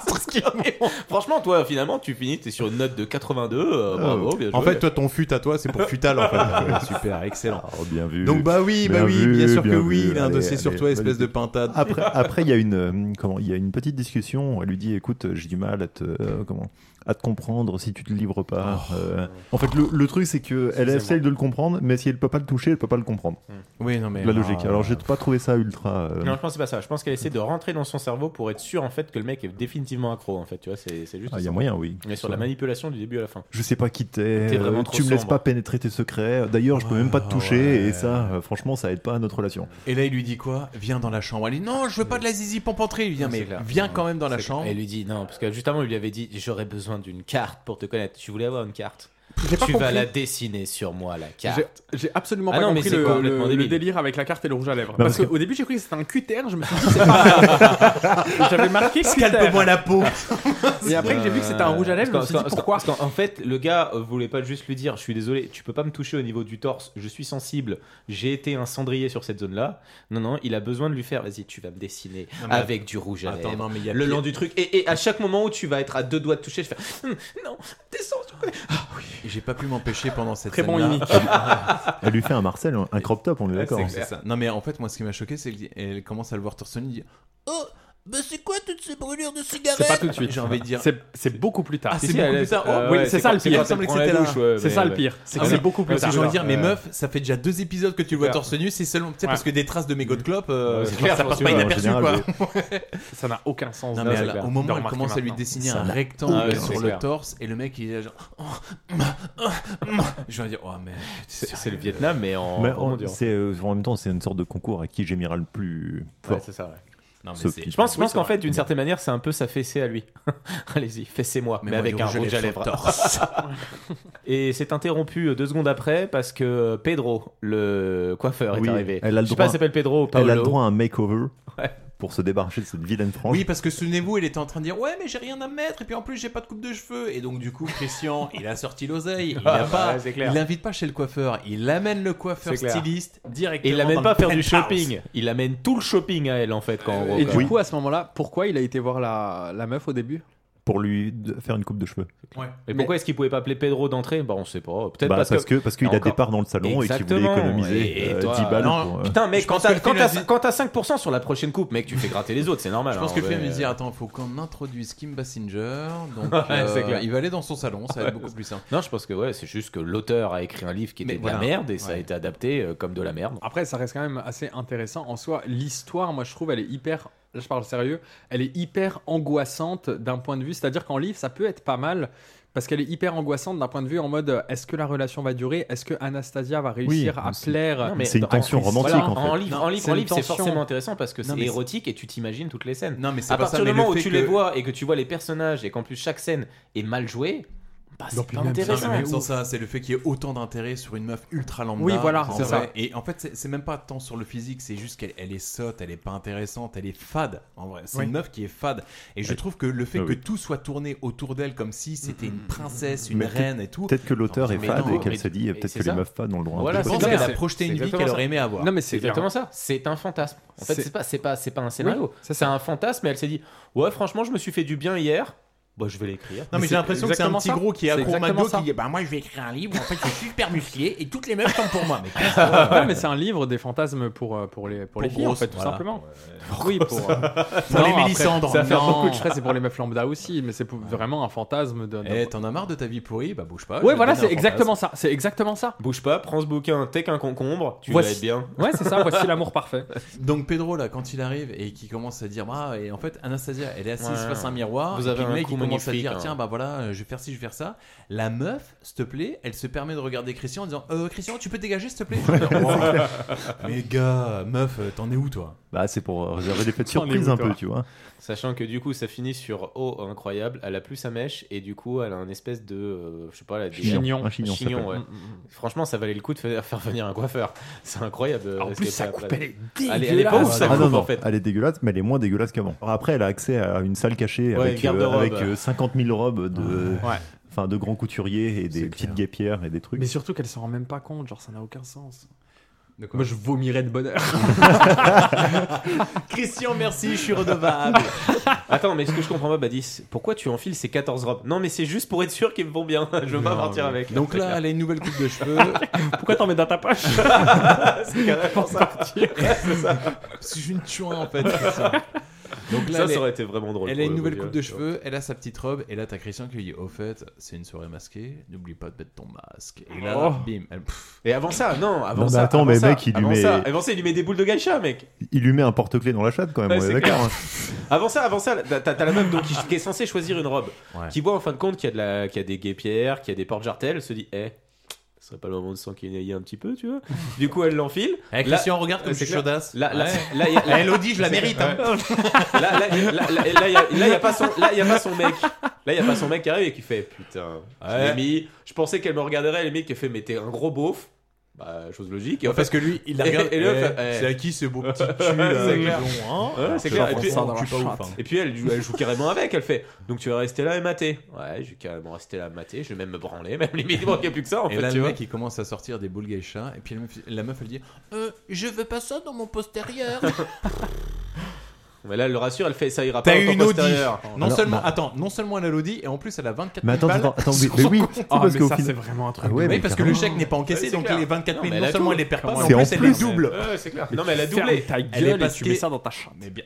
C'est ce qui arrive. Franchement, toi, finalement, tu finis, t'es sur une note de 82. euh, bravo, bien joué.
En fait, toi, ton fut à toi, c'est pour futal, en fait. Ouais, *laughs* Super, excellent.
Ah, bien vu.
Donc, bah oui, bah
Euh, Bien
oui,
vu,
bien sûr que
bien
oui,
vu.
il a un
Allez,
dossier sur
allez,
toi, espèce
validé.
de pintade.
Après, après, il y a une euh, comment, il y a une petite discussion. Elle lui dit, écoute, j'ai du mal à te euh, comment, à te comprendre si tu te livres pas.
Oh.
Euh, en fait, le, le truc c'est que elle essaye de le comprendre, mais si elle peut pas le toucher, elle peut pas le comprendre.
Oui, non, mais
la
alors, euh,
logique. Alors, j'ai pas trouvé ça ultra. euh,
Non, je pense que c'est pas ça. Je pense qu'elle essaie de rentrer dans son cerveau pour être sûr en fait que le mec est définitivement accro en fait. Tu vois, c'est c'est juste.
Ah, il y a
ça.
moyen, oui.
Mais sur la manipulation du début à la fin.
Je sais pas qui t'es,
T'es vraiment
euh,
trop
tu me laisses
sombre.
pas
Oh,
pénétrer tes secrets. D'ailleurs, je peux même pas te toucher, et ça, euh, franchement, ça aide pas à notre relation.
Et là, il lui dit quoi Viens dans la chambre. Elle dit non, je veux pas de la zizi pompentrée. Il lui dit mais viens quand même dans la chambre.
Elle lui dit non parce que juste avant il lui avait dit j'aurais besoin d'une carte pour te connaître. Tu voulais avoir une carte.
J'ai
Tu
pas
vas
compris.
la dessiner sur moi la carte.
J'ai- J'ai absolument
Ah
pas
non, mais
compris
c'est
le,
complètement
le- le
débile.
délire avec la carte et le rouge à lèvres.
parce
parce
que-
qu'au début, j'ai cru que c'était un cutter. Je me suis dit, c'est pas. J'avais *laughs* marqué cutter.
Scalpe-moi la peau.
Et après que j'ai vu que c'était un rouge à lèvres, je me
Parce
suis
qu'en-
dit
parce qu'en-
pourquoi
parce qu'en en fait, le gars euh, voulait pas juste lui dire Je suis désolé, tu peux pas me toucher au niveau du torse, je suis sensible, j'ai été un cendrier sur cette zone-là. Non, non, il a besoin de lui faire Vas-y, tu vas me dessiner
Non, mais
avec du rouge à
Attends,
lèvres.
non, mais il y a
le
pire.
long du truc. Et, et à chaque moment où tu vas être à deux doigts de toucher, je fais Hum, Non, descends, tu connais.
J'ai pas pu m'empêcher pendant cette
Très bon
scène-là.
gimmick.
Elle lui fait un Marcel, un un crop top, on est d'accord. hein.
C'est ça. Non, mais en fait, moi, ce qui m'a choqué, c'est qu'elle commence à le voir torse nu. elle dit Oh, bah c'est quoi toutes ces brûlures de cigarettes
C'est pas tout de suite.
J'ai envie de dire.
C'est- C'est beaucoup plus tard.
Ah, c'est
Si, si,
beaucoup
elle-
plus tard. Oh,
euh,
oui,
ouais,
c'est
quand-
ça le
c'est
pire.
quand
Il me semblait que
prend la
c'était là.
douche, ouais,
C'est
mais-
ça le pire.
C'est
Ah,
que
mais-
c'est Euh. beaucoup plus
parce que
tard.
J'ai envie de dire, mais
Ouais.
meuf, ça fait déjà deux épisodes que tu le vois
Clair.
torse nu, c'est seulement peut-être parce que des traces de mégots de clope, euh,
Mm. Ouais, c'est
ça
clair,
passe
je
pas
pense que,
inaperçu
en général,
quoi.
Ça n'a aucun sens.
Non,
de-
mais
de-
elle-
de-
au moment
de
où elle
remarquer
commence à lui
maintenant.
dessiner
Ça
un
n'a
rectangle
aucun sens.
sur
C'est
le
clair.
torse, et le mec il est genre. *laughs* Oh, Je vais dire, oh mais.
C'est c'est le Vietnam, mais en.
Mais
en
en,
endurance.
c'est, euh, en même temps, c'est une sorte de concours à qui gémira le plus
Ouais,
fort.
c'est ça, ouais.
Non, mais
Ce
c'est-
petit-
Je pense, je
Oui,
pense
c'est
qu'en
vrai.
fait, d'une certaine manière, c'est un peu sa fessée à lui. Allez-y, fessez-moi, Ah, mais,
moi,
avec
du
un
rouge à
rouge à
lèvres
lèvres.
sur le
*laughs*
torse.
Et c'est interrompu euh, deux secondes après parce que Pedro, le coiffeur, est
Oui,
arrivé.
elle a le
je sais pas,
droit-
il s'appelle Pedro ou
Elle
Paolo.
a le droit à un makeover
Ouais.
pour se débarrasser de cette vilaine frange.
Oui, parce que souvenez-vous, elle était en train de dire Ouais, mais j'ai rien à mettre, et puis en plus, j'ai pas de coupe de cheveux. Et donc, du coup,
*laughs*
Christian, il a sorti l'oseille, il a
Ah, Ouais,
pas.
c'est clair.
Il l'invite pas chez le coiffeur, il l'amène le coiffeur
C'est clair.
styliste directement.
Et il l'amène
dans
pas
le
faire du
penthouse.
shopping. Il amène tout le shopping à elle, en fait, quand en gros,
Et
quoi.
du coup, à ce moment-là, pourquoi il a été voir la, la meuf au début
pour lui de- faire une coupe de cheveux.
Et pourquoi est-ce qu'il pouvait pas appeler Pedro d'entrée Bah on sait pas. Peut-être
Bah,
parce,
parce que- parce qu'il a
Encore.
des parts dans le salon et qu'il voulait
Exactement.
économiser,
Et
euh,
toi,
10 balles
non,
pour, euh,
Putain mec,
Je
quand
pense que
t'as
le
quand
film a
t'as- quand t'as 5% sur la prochaine coupe, mec, tu fais gratter les autres, c'est normal.
Je pense
hein,
que le
ouais.
film, il se dit Attends, faut qu'on introduise Kim
*laughs*
Basinger. Donc,
Ouais,
euh,
c'est clair.
il va aller dans son salon, ça va
Ouais.
être beaucoup plus simple.
Non, je pense que ouais, c'est juste que l'auteur a écrit un livre qui était
Mais
de
voilà.
la merde et ça a
Ouais.
été adapté euh, comme de la merde.
Après, ça reste quand même assez intéressant en soi. L'histoire, moi, je trouve, elle est hyper. Là, je parle sérieux. Elle est hyper angoissante d'un point de vue. C'est-à-dire qu'en livre, ça peut être pas mal parce qu'elle est hyper angoissante d'un point de vue en mode euh, est-ce que la relation va durer Est-ce que Anastasia va réussir à
c'est-
plaire
Non, mais C'est une
dans-
tension
dans-
romantique,
Voilà,
en fait.
En livre,
Non,
en livre,
c'est
en
une
livre, c'est
tension.
forcément intéressant parce que
Non,
c'est
mais
érotique et tu t'imagines toutes les scènes.
Non, mais c'est
à
pas
partir
ça,
du
mais le
moment où
fait
tu
que-
les vois et que tu vois les personnages et qu'en plus chaque scène est mal jouée, bah,
Non,
c'est
puis
pas
même ça,
intéressant.
mais même sans ça, c'est le fait qu'il y ait autant d'intérêt sur une meuf ultra lambda.
Oui,
en
voilà, c'est
vrai.
ça.
Et en fait, c'est- c'est même pas tant sur le physique, c'est juste qu'elle elle est sotte, elle est pas intéressante, elle est fade en vrai. C'est
Oui.
une meuf qui est fade. Et je
Oui.
trouve que le fait
Ah
que
oui.
tout soit tourné autour d'elle comme si c'était une princesse, une
Mais peut-être-
reine et tout.
Peut-être que l'auteur est
Mais
fade
non,
et qu'elle
mais-
se dit,
mais
peut-être
c'est
que les
ça.
meufs fades ont le droit.
Voilà,
Je pense
ça,
qu'elle a
c'est-
projeté
c'est
une vie
exactement
qu'elle
ça.
aurait aimé avoir.
Non, mais
C'est
c'est
exactement ça. C'est un fantasme. En fait,
C'est-
c'est pas, c'est pas, c'est pas un scénario. c'est un fantasme. Et elle s'est dit, ouais, franchement, je me suis fait du bien hier. Bah, je vais l'écrire.
Non, mais j'ai l'impression que c'est un petit gros qui est accro au McDo qui dit Bah, moi, je vais écrire un livre, en fait, je suis super musclé et toutes les meufs tombent pour *laughs* moi. Mais qu'est-ce que-
Ouais, mais c'est un livre des fantasmes pour, euh, pour les, pour les filles, en
grosses,
fait, tout
voilà.
simplement. Oui,
*laughs*
pour,
Pour
euh, non,
les
après,
Mélisandres,
Ça fait
non.
beaucoup de stress, c'est pour les meufs lambda aussi, mais c'est pour- vraiment un fantasme de. de-
Eh, t'en as marre de ta vie pourrie Bah, bouge pas. je
Ouais,
vais
voilà,
donner
c'est
un fantasme.
exactement ça. C'est exactement ça.
Bouge pas, prends ce bouquin, t'es qu'un concombre, tu vas
Voici-
être bien.
Ouais, c'est ça, voici l'amour parfait.
Donc Pedro là, quand il arrive et qui commence à dire bah et en fait Anastasia, elle est assise
Ouais.
face à un miroir.
Vous
et
avez
puis le
un
mec,
coup
il commence à
magnifique,
dire
hein.
tiens bah voilà, euh, je vais faire ci, je vais faire ça. La meuf, s'il te plaît, elle se permet de regarder Christian en disant euh, Christian, tu peux dégager s'il te plaît. Je vais
*laughs*
dire, Wow. Mais gars, meuf, euh, t'en es où toi
Bah, c'est pour euh, réserver des
*laughs*
petites
T'en es où,
surprises un
toi
peu, tu vois.
Sachant que du coup, ça finit sur Oh, incroyable, elle a plus sa mèche et du coup, elle a un espèce de. euh, je sais pas, elle a des-
Chignon.
Un chignon, ça
Chignon,
s'appelle.
ouais. Franchement, ça valait le coup de faire, faire venir un coiffeur. C'est incroyable. euh,
En
ce
plus,
qu'elle
sa
fait
coupe,
après.
elle est
Elle est- elle est pas ouf,
dégueulasse.
sa
Ah
coupe,
non, non,
Oh, en fait.
elle est dégueulasse, mais elle est moins dégueulasse qu'avant. Alors Après, elle a accès à une salle cachée
Ouais,
avec, euh,
garde-robe.
avec euh, 50 000 robes de,
Ouais.
enfin, de grands couturiers et des petites guépières et des trucs.
Mais surtout qu'elle s'en rend même pas compte, genre ça n'a aucun sens.
De quoi
Moi je vomirais de bonheur.
Christian, merci, je suis redevable.
Attends, mais ce que je comprends pas, Badis, pourquoi tu enfiles ces 14 robes Non, mais c'est juste pour être sûr qu'ils me vont bien. *laughs* Je veux pas partir
*laughs*
avec.
Donc là, elle a une nouvelle coupe de
*laughs*
cheveux.
*laughs* Pourquoi t'en mets dans ta poche
c'est carrément ça.
C'est une tuerie en fait. Christian. Donc là,
ça,
elle est-
ça aurait été vraiment drôle.
Elle a
pour
une
le
nouvelle
coup,
coupe
ouais.
de cheveux, elle a sa petite robe, et là t'as Christian qui lui dit Au fait, c'est une soirée masquée, n'oublie pas de mettre ton masque. Et là,
Oh.
bim, elle. pff,
Et avant ça, non, avant
Non, mais
ça.
attends,
avant
mais
ça,
mec, il lui
avant
met-
ça, avant ça, il lui met des boules de gaïcha, mec.
Il lui met un porte-clés dans la chatte quand même,
Ouais,
on est
c'est
d'accord. hein.
clair. Avant ça, avant ça, t'as t'as la meuf donc, qui, qui est censée choisir une robe,
Ouais.
qui voit en fin de compte qu'il y, a de la- qu'il y a des guépières, qu'il y a des porte-jartelles, elle se dit, eh, ce serait pas le moment de s'enquinailler un petit peu, tu vois. Du coup, elle l'enfile.
Eh,
Là-
Christian, regarde comme je
c'est
suis
clair.
chaudasse.
Là, là,
Ouais.
là, il y a-
La Elodie, je la mérite. hein.
là, là, là, là, là, y a- là, y a pas son, là, y a pas son mec. Là, y a pas son mec qui arrive et qui fait putain. je l'ai
Ouais.
mis. je pensais qu'elle me regarderait. Le mec qui fait mais t'es un gros beauf. Bah, chose logique. Et en
Parce
fait,
que lui, il la
Et-
regarde.
et le-
eh,
eh.
C'est à qui ce beau *laughs* petit cul
C'est
là, dis
clair.
donc, hein
Ouais, c'est
Je
clair.
leur
Et puis-
prends ça dans
je
la
suis pas
chatte.
ouf,
et puis elle, joue- elle joue carrément avec. Elle fait donc tu vas rester là et mater. Ouais, je vais carrément rester là et mater. Je vais même me branler. Même limite, il manquait plus que ça en
Et
fait.
là,
tu
le
vois.
mec, il commence à sortir des boules geisha, et puis la meuf, la meuf, elle dit Euh, Je veux pas ça dans mon postérieur.
Mais là, elle le rassure. Elle fait ça ira pas.
T'as
en
eu
temps
une Audi.
postérieur.
Non
Alors,
seulement,
bah-
attends, non seulement elle a l'Audi, et en plus, elle a 24 000
Mais attends,
balles.
attends, attends, mais, mais oui, c'est
Ah,
parce
mais
qu'au
ça c'est
final.
vraiment un truc.
Ah ouais,
Oui,
mais
parce que le
carrément.
chèque n'est pas encaissé,
Ouais, c'est
donc
clair.
les 24 000,
Non, mais
non,
elle a
seulement
tout.
elle les perd pas, mais en
C'est
plus,
en
elle
plus.
les double.
Ouais, c'est clair. Non, mais elle a
Ferme
doublé.
ta
Elle est
gueule et tu
basquée.
mets ça dans ta chatte.
Mais bien.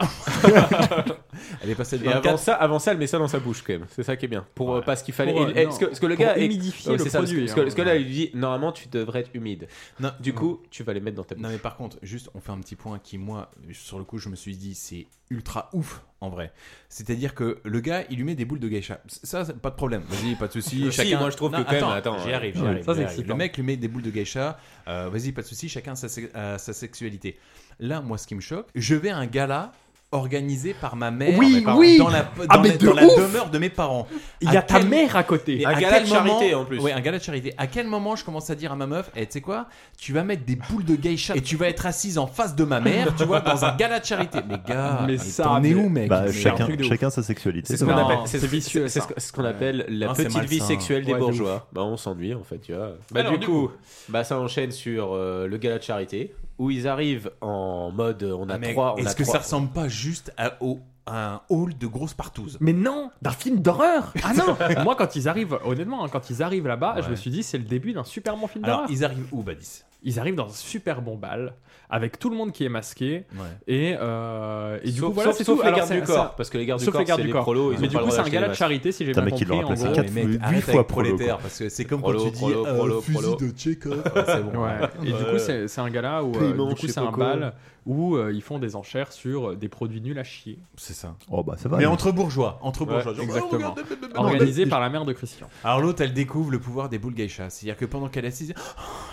Elle est passée de
Et avant
24
ça, avant ça, elle met ça dans sa bouche quand même. C'est ça qui est bien. Pour euh, pas ce qu'il fallait.
Pour,
Et-
euh,
et-
non.
ce, que, ce que le
Pour
gars est-
humidifier
Ouais,
le
c'est ça,
produit,
ce que, ce que- ce que là,
hein.
il lui dit normalement tu devrais être humide.
Non,
Du coup, tu vas les mettre dans ta bouche.
Non mais par contre, juste on fait un petit point qui moi sur le coup je me suis dit c'est ultra ouf en vrai. C'est-à-dire que le gars il lui met des boules de geisha. Ça c'est pas de problème. Vas-y pas de souci.
*laughs* Si,
chacun.
moi, je trouve que quand même, attends, euh,
j'y
ouais.
arrive. j'y
Ouais,
arrive,
ça,
j'y
c'est
arrive.
excitant.
Le mec lui met des boules de geisha. Euh, Vas-y pas de souci. Chacun sa, se- euh, sa sexualité. Là moi ce qui me choque, je vais à un gala organisé par ma mère
Oui,
mes parents,
oui.
dans la, dans
Ah, mais
la-
de
dans la
ouf.
demeure de mes parents.
Il y a
À
ta
quel-
mère à côté.
Et
Un
à
gala
quel
de charité,
moment-
en plus.
Ouais, un gala de charité. À quel moment je commence à dire à ma meuf, eh, tu sais quoi, tu vas mettre des boules de geisha et tu vas être assise en face de ma mère, tu vois, dans un gala de charité. Mais gars,
Mais
mais
ça,
t'en es
mais-
où, mec
Bah,
Mais
chacun,
un truc de ouf.
chacun sa sexualité.
C'est ce qu'on
Non,
appelle,
c'est
ce-
vicieux,
c'est ce-
ça.
c'est ce qu'on appelle la
Ah, c'est
petite vie
malsain.
sexuelle des
Ouais, de
bourgeois. Bah, on s'ennuie en fait, tu vois. Bah,
Alors,
du
du
coup, bah ça enchaîne sur euh, le gala de charité où ils arrivent en mode euh, on a
Mais
trois. on a
Est-ce que
trois-
ça ressemble pas juste à, au- à un hall de grosses partouses
Mais non D'un film d'horreur Ah non Moi, quand ils arrivent, honnêtement, hein, quand ils arrivent là-bas, je
Ouais.
me suis dit, c'est le début d'un super bon film
Alors,
d'horreur.
ils arrivent où, Badis
Ils arrivent dans un super bon bal, avec tout le monde qui est masqué. Et, euh, et du
Sauf-
coup, voilà,
sauf-
c'est
sauf
tout.
les
Alors,
gardes
c'est-
du corps,
c'est-
parce que les gardes du
sauf
corps, c'est les prolos,
Mais
ils
du
ont pas le
coup,
droit
c'est un
d'acheter
gala
les
de charité, si j'ai
Putain,
bien
mec, il
compris.
leur a
en
placé
gros.
quatre
mec,
huit
arrête
fois
avec
prolo,
prolétaire,
quoi.
parce que c'est comme
Prolo,
quand tu dis
prolo,
euh,
prolo,
fusil
prolo.
de Tchekhov.
Ouais, c'est bon.
Ouais. Et du coup, c'est c'est un gala où euh,
Paiement,
du
je
coup,
sais
c'est
pas
un
quoi.
bal où euh, ils font des enchères sur euh, des produits nuls à chier.
C'est ça.
Oh bah ça va.
Mais
mais-
entre bourgeois, entre
Ouais,
bourgeois. genre, oh,
exactement.
regarde, euh, euh, euh,
Organisé
non,
par la mère de Christian.
Alors l'autre, elle découvre le pouvoir des boules geisha. C'est-à-dire que pendant qu'elle est assise,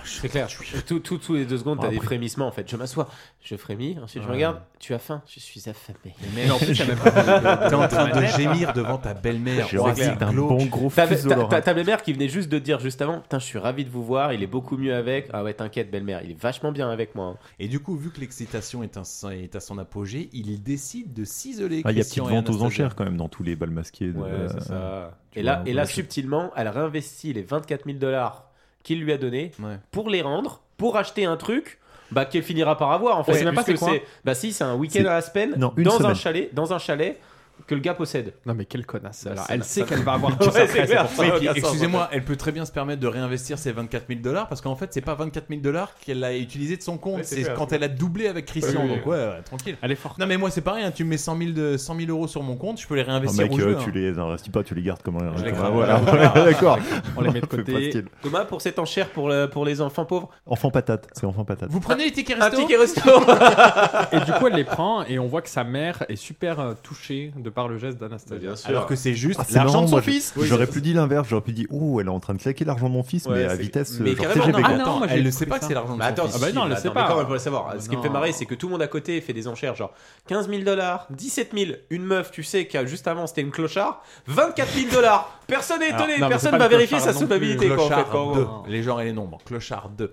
C'est clair. Tout, tout, tous les deux secondes,
Bon,
t'as
Ah,
des
après-
frémissements en fait. Je m'assois, je frémis, ensuite je
Ouais.
regarde. Tu as faim Je suis affamé.
Mais en plus, t'as même pas de- de- T'es en train de gémir devant ta belle-mère.
C'est
Oh,
clair.
c'est
un
glauque.
bon gros
T'as
fuseau
t'as-
d'oreille.
t'as- ta belle-mère qui venait juste de dire juste avant, putain, je suis ravi de vous voir, il est beaucoup mieux avec. Ah ouais, t'inquiète, belle-mère, il est vachement bien avec moi. hein.
Et du coup, vu que l'excitation est, un- est à son apogée, il décide de s'isoler.
Ah, il y a petite
Christian et
vente aux
Anastasia.
enchères quand même dans tous les bals masqués. de-
Ouais, c'est
euh,
ça.
tu
Et
vois,
là, et
ouais,
là
c'est-
subtilement, elle réinvestit les 24 000 dollars qu'il lui a donné
Ouais.
pour les rendre, pour acheter un truc. Bah, qu'elle finira par avoir en fait.
sait même pas
Puisque
c'est quoi.
Bah, si, c'est un week-end à Aspen,
Non, une
dans, un
semaine.
chalet, dans un chalet que le gars possède.
Non, mais quelle connasse.
Bah,
Alors,
ça
elle
n'a
sait
pas
qu'elle
de-
va avoir
*laughs* Ouais,
tout ça
c'est
après, c'est
clair,
pour
ça
ça.
Oui,
n'a
puis,
aucun sens, en
excusez-moi, elle peut très bien se permettre de réinvestir ces 24 000 dollars parce qu'en fait, c'est pas 24 000 dollars qu'elle a utilisé de son compte,
Ouais, c'est
c'est
clair,
quand
c'est
elle a doublé avec Christian. donc, ouais, ouais, tranquille.
Elle est forte.
Non, mais moi, c'est pareil, hein, tu me mets 100 000, de, 100 000 euros sur mon compte, je peux les
Ah,
réinvestir
mec,
au
euh,
jeu.
tu
hein.
les investis pas, tu les gardes comme un.
Je les
comme un-
crame.
Voilà,
Voilà.
d'accord.
On les met de
Fais pas
côté.
style.
fait. Thomas, pour cette enchère pour, le- pour les enfants pauvres,
Enfant patate, c'est enfant patate.
Vous prenez les tickets
un
resto
ticket resto
*laughs*
Et du coup, elle les prend et on voit que sa mère est super euh, touchée de par le geste d'Anastasia.
Alors que c'est juste
Ah, c'est
l'argent
marrant,
de son
moi, je-
fils.
J'aurais pu dire l'inverse, j'aurais pu dire Oh, elle est en train de claquer l'argent de mon fils,
Ouais,
mais à
c'est-
vitesse.
mais
euh, genre
carrément,
TGV,
non,
quoi.
ah non, moi, j'ai
elle ne
compris
sait pas
ça.
que c'est l'argent de
Bah
son
attends,
fils.
Ah bah
si,
non, elle le
mais
sait
attends,
pas.
mais comment elle pourrait le savoir Ce qui me fait
Non.
marrer, c'est que tout le monde à côté fait des enchères, genre 15 000 dollars, 17 000, une meuf, tu sais, qui a- juste avant c'était une clochard, 24 000 dollars. Personne n'est
Alors,
étonné,
non, mais c'est
personne
pas
va
le
vérifier
clochard
sa
non plus,
solvabilité. Quoi, en fait,
Clochard
quand-
2,
on-
les genres et les nombres. Clochard 2.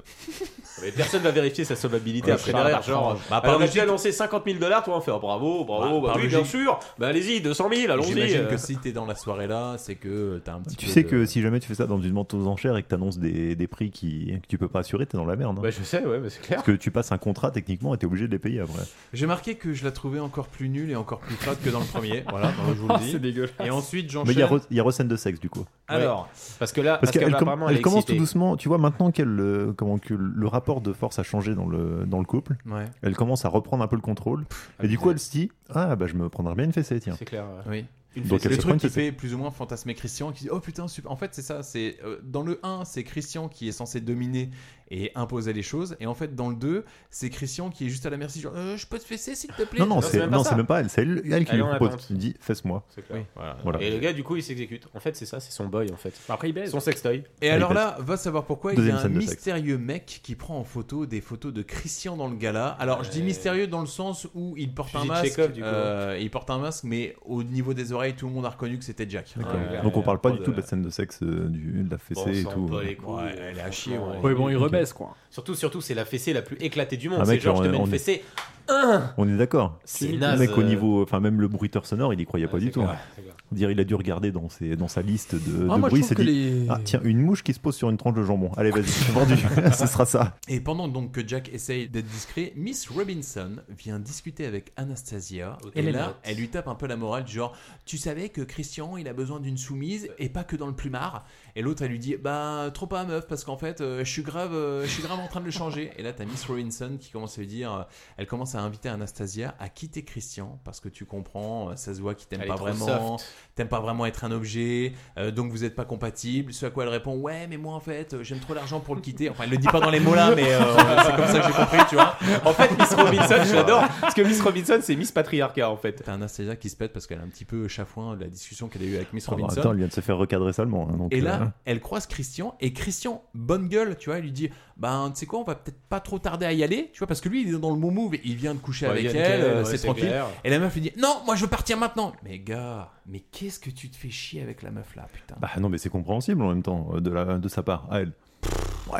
Mais personne va vérifier sa solvabilité après
Clochard
derrière.
par
Genre,
Bah, par
alors, on a
logique-
déjà lancé 50 000 dollars, toi on fait oh, bravo, bravo,
Bah,
bah,
par
oui, bien
logique-
sûr, bah allez-y, 200 000, allons-y.
J'imagine
euh.
que si t'es dans la soirée là, c'est que t'as un petit
Tu
peu
sais
de-
que si jamais tu fais ça dans une vente aux enchères et que t'annonces des, des prix qui, que tu peux pas assurer, t'es dans la merde. hein.
Bah je sais, ouais, mais c'est clair.
Parce que tu passes un contrat techniquement et t'es obligé de les payer après.
J'ai marqué que je la trouvais encore plus nulle et encore plus fade que dans le premier. *laughs* voilà, donc je vous le dis.
dégueulasse.
Et ensuite,
Ah, Mais il y, a
j'enchaîne.
re- il y a recène de sexe du coup.
Alors, parce que là,
Parce, qu'elle
là,
com-
apparemment,
elle
est
commence
excitée.
tout doucement. Tu vois, maintenant qu'elle, euh, comment que le rapport de force a changé dans le, dans le couple,
Ouais.
elle commence à reprendre un peu le contrôle. et du coup, elle se dit Ah, bah je me prendrais bien une fessée, tiens.
C'est clair. ouais.
Oui.
Une
Donc
fessée.
elle
le
se prend
truc
une
qui
fessée.
fait plus ou moins fantasmer Christian qui dit oh putain super en fait c'est ça c'est euh, dans le 1 c'est Christian qui est censé dominer et imposer les choses et en fait dans le 2 c'est Christian qui est juste à la merci genre Euh, je peux te fesser s'il te plaît
Non, non,
c'est
c'est
même
non,
pas ça.
c'est même pas elle, c'est elle, elle qui
Elle
lui
en a
propose.
honte.
Il dit Fesse-moi.
C'est clair.
Voilà.
Et le gars, du coup, il s'exécute. En fait, c'est ça, c'est son boy, en fait.
Après, il baise.
Son sextoy.
et alors là va savoir pourquoi il y
Deuxième
a un
scène de sexe.
mystérieux mec qui prend en photo des photos de Christian dans le gala alors je dis mystérieux dans le sens où il porte
Tu
un
dis
masque
Tchekhov, du coup.
euh, il porte un masque mais au niveau des oreilles tout le monde a reconnu que c'était Jack
Ouais,
Donc on
ouais,
parle pas
pas
du
de-
tout de la scène de sexe, euh, du, de la fessée
Bon,
et
on s'en
tout.
bat les couilles,
Ouais, elle est à chier,
franchement,
ouais.
ouais.
Oui, bon, il rebaisse quoi.
Surtout, surtout, c'est la fessée la plus éclatée du monde.
Ah,
c'est
mec,
genre, je te
on-
mets une
on-
fessée. Hein
On est d'accord.
C'est
Le
naze,
mec au
euh.
niveau, enfin même le bruiteur sonore, il y croyait pas
Ah, C'est
du tout.
clair,
hein.
c'est clair.
On dirait il a dû regarder dans, ses, dans sa liste de,
Ah,
de
moi,
bruits.
je
il s'est
trouve que
dit,
les-
Ah tiens, une mouche qui se pose sur une tranche de jambon. Allez vas-y, c'est vendu. *laughs* Ce sera ça.
Et pendant donc que Jack essaye d'être discret, Miss Robinson vient discuter avec Anastasia.
Au
Et
téléphone.
là, elle lui tape un peu la morale, du genre Tu savais que Christian, il a besoin d'une soumise et pas que dans le plumard. Et l'autre, elle lui dit Bah, trop pas, meuf, parce qu'en fait, euh, je suis grave, euh, je suis grave en train de le changer. Et là, t'as Miss Robinson qui commence à lui dire euh, Elle commence à inviter Anastasia à quitter Christian parce que tu comprends, euh, ça se voit qu'il t'aime
Elle est
pas
trop
vraiment,
soft.
t'aimes pas vraiment être un objet, euh, donc vous êtes pas compatible. Ce à quoi elle répond Ouais, mais moi, en fait, euh, j'aime trop l'argent pour le quitter. Enfin, elle le dit pas dans les mots là, mais
*laughs*
euh, c'est comme ça que j'ai compris, tu vois.
En fait,
*laughs*
Miss Robinson, je l'adore. Parce que Miss Robinson, c'est Miss Patriarcat, en fait.
T'as Anastasia qui se pète parce qu'elle a un petit peu chafouin de la discussion qu'elle a eue avec Miss
Alors,
Robinson.
Oh, attends, elle vient de se faire recadrer salement. hein, donc,
Et là,
euh,
elle croise Christian et Christian, bonne gueule, tu vois, il lui dit Ben, tu sais quoi, on va peut-être pas trop tarder à y aller, tu vois, parce que lui, il est dans le bon move, et il vient de coucher
Bah,
Ouais,
avec
il
elle,
y a une
euh,
ouais,
c'est tranquille.
clair.
Et la meuf lui dit Non, moi je veux partir maintenant Mais gars, mais qu'est-ce que tu te fais chier avec la meuf là, putain
Bah non, mais c'est compréhensible en même temps euh, de, la, de sa part. Ah, elle.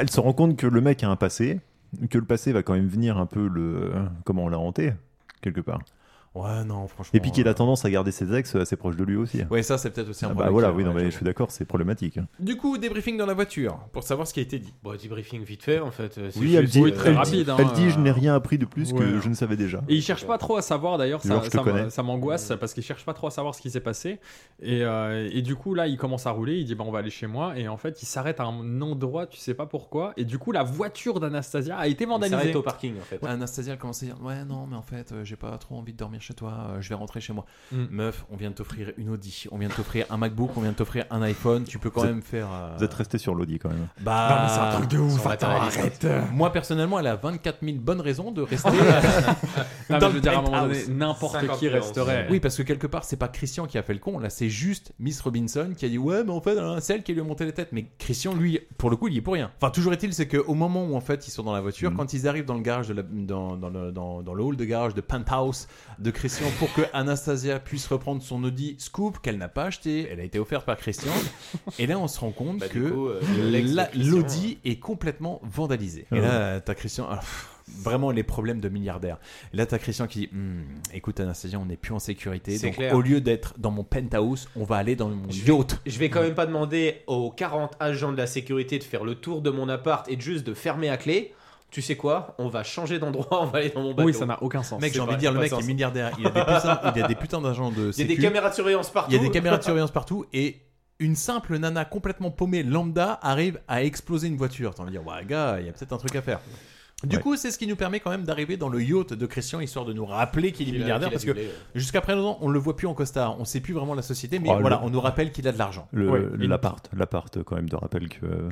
elle se rend compte que le mec a un euh, passé, que le passé va quand même venir un peu le comment on l'a hanté quelque part.
Ouais, non, franchement. euh,
Et puis qu'il a tendance à garder ses ex euh, assez proches de lui aussi.
Ouais, ça, c'est peut-être aussi un
Oh, Ah Bah
problème
voilà,
qu'il a,
oui, non,
ouais,
mais je suis d'accord, c'est problématique. hein.
Du coup, débriefing dans la voiture pour savoir ce qui a été dit.
Bon, débriefing vite fait en fait. euh,
Oui, elle dit, elle, dit- hein. elle dit, je n'ai rien appris de plus
ouais.
que je ne savais déjà.
Et il cherche pas trop à savoir d'ailleurs, ça,
Genre, je te
ça me-
connais.
ça m'angoisse parce qu'il cherche pas trop à savoir ce qui s'est passé. Et, euh, et du coup, là, il commence à rouler, il dit bah, on va aller chez moi. Et en fait, il s'arrête à un endroit, tu sais pas pourquoi. Et du coup, la voiture d'Anastasia a été vandalisée.
s'arrête au parking, en fait.
Ouais.
Anastasia, elle commence à dire Ouais, non, mais en fait, euh, j'ai pas trop envie de dormir chez toi, euh, je vais rentrer chez moi.
Mm.
Meuf, on vient de t'offrir une Audi, on vient de t'offrir un MacBook, on vient de t'offrir un iPhone, tu peux quand
Vous
même
êtes-
faire. euh,
Vous êtes resté sur l'Audi quand même.
Bah,
Non, mais
Ah,
c'est un truc de ouf,
Son
attends,
matériel.
arrête.
Moi, personnellement, elle a 24 000 bonnes raisons de
*laughs*
rester.
mais
dans
je veux
le
dire, à un moment
penthouse.
donné, n'importe qui resterait.
Oui, parce que quelque part, c'est pas Christian qui a fait le con, là, c'est juste Miss Robinson qui a dit Ouais, mais en fait, hein, c'est elle qui lui a monté la tête. Mais Christian, lui, pour le coup, il y est pour rien. Enfin, toujours est-il, c'est qu'au moment où, en fait, ils sont dans la voiture, quand ils arrivent dans le garage, de la- dans, dans le, dans- dans le hall de garage de Penthouse de Christian pour que Anastasia puisse reprendre son Audi Scoop qu'elle n'a pas acheté, elle a été offerte par Christian. Et là, on se rend compte
Bah,
que
du coup, euh, l'ex de
la-
Christian,
l'Audi est complètement vandalisé.
Ah
Et
ouais.
là, t'as Christian. ah, pff, vraiment les problèmes de milliardaires. Et là, t'as Christian qui dit Hmm, Écoute, Anastasia, on n'est plus en sécurité.
C'est
Donc,
clair.
au lieu d'être dans mon penthouse, on va aller dans mon yacht.
Je vais quand même pas demander aux 40 agents de la sécurité de faire le tour de mon appart et de juste de fermer à clé. Tu sais quoi On va changer d'endroit, *laughs* on va aller dans mon bateau.
Oui, ça n'a aucun sens.
Mec, j'ai
C'est
envie
pas-
de dire, le
pas
mec
sens.
est milliardaire. Il a des putains, il a des putains d'agents de
*laughs* Il y a des
sécu.
caméras de surveillance partout.
Il y a des caméras de
*laughs*
surveillance partout. Et une simple nana complètement paumée lambda arrive à exploser une voiture. T'as envie de dire Ouais, gars, il y a peut-être un truc à faire. Du
Ouais.
coup, c'est ce qui nous permet quand même d'arriver dans le yacht de Christian, histoire de nous rappeler qu'il est
Qu'il a-
milliardaire,
qu'il a
parce que
doublé, ouais.
jusqu'à présent, on le voit plus en costard, on sait plus vraiment la société, mais
Oh, le-
voilà, on nous rappelle qu'il a de l'argent.
Le-
Ouais.
L'appart, l'appart quand même, de rappel que- euh,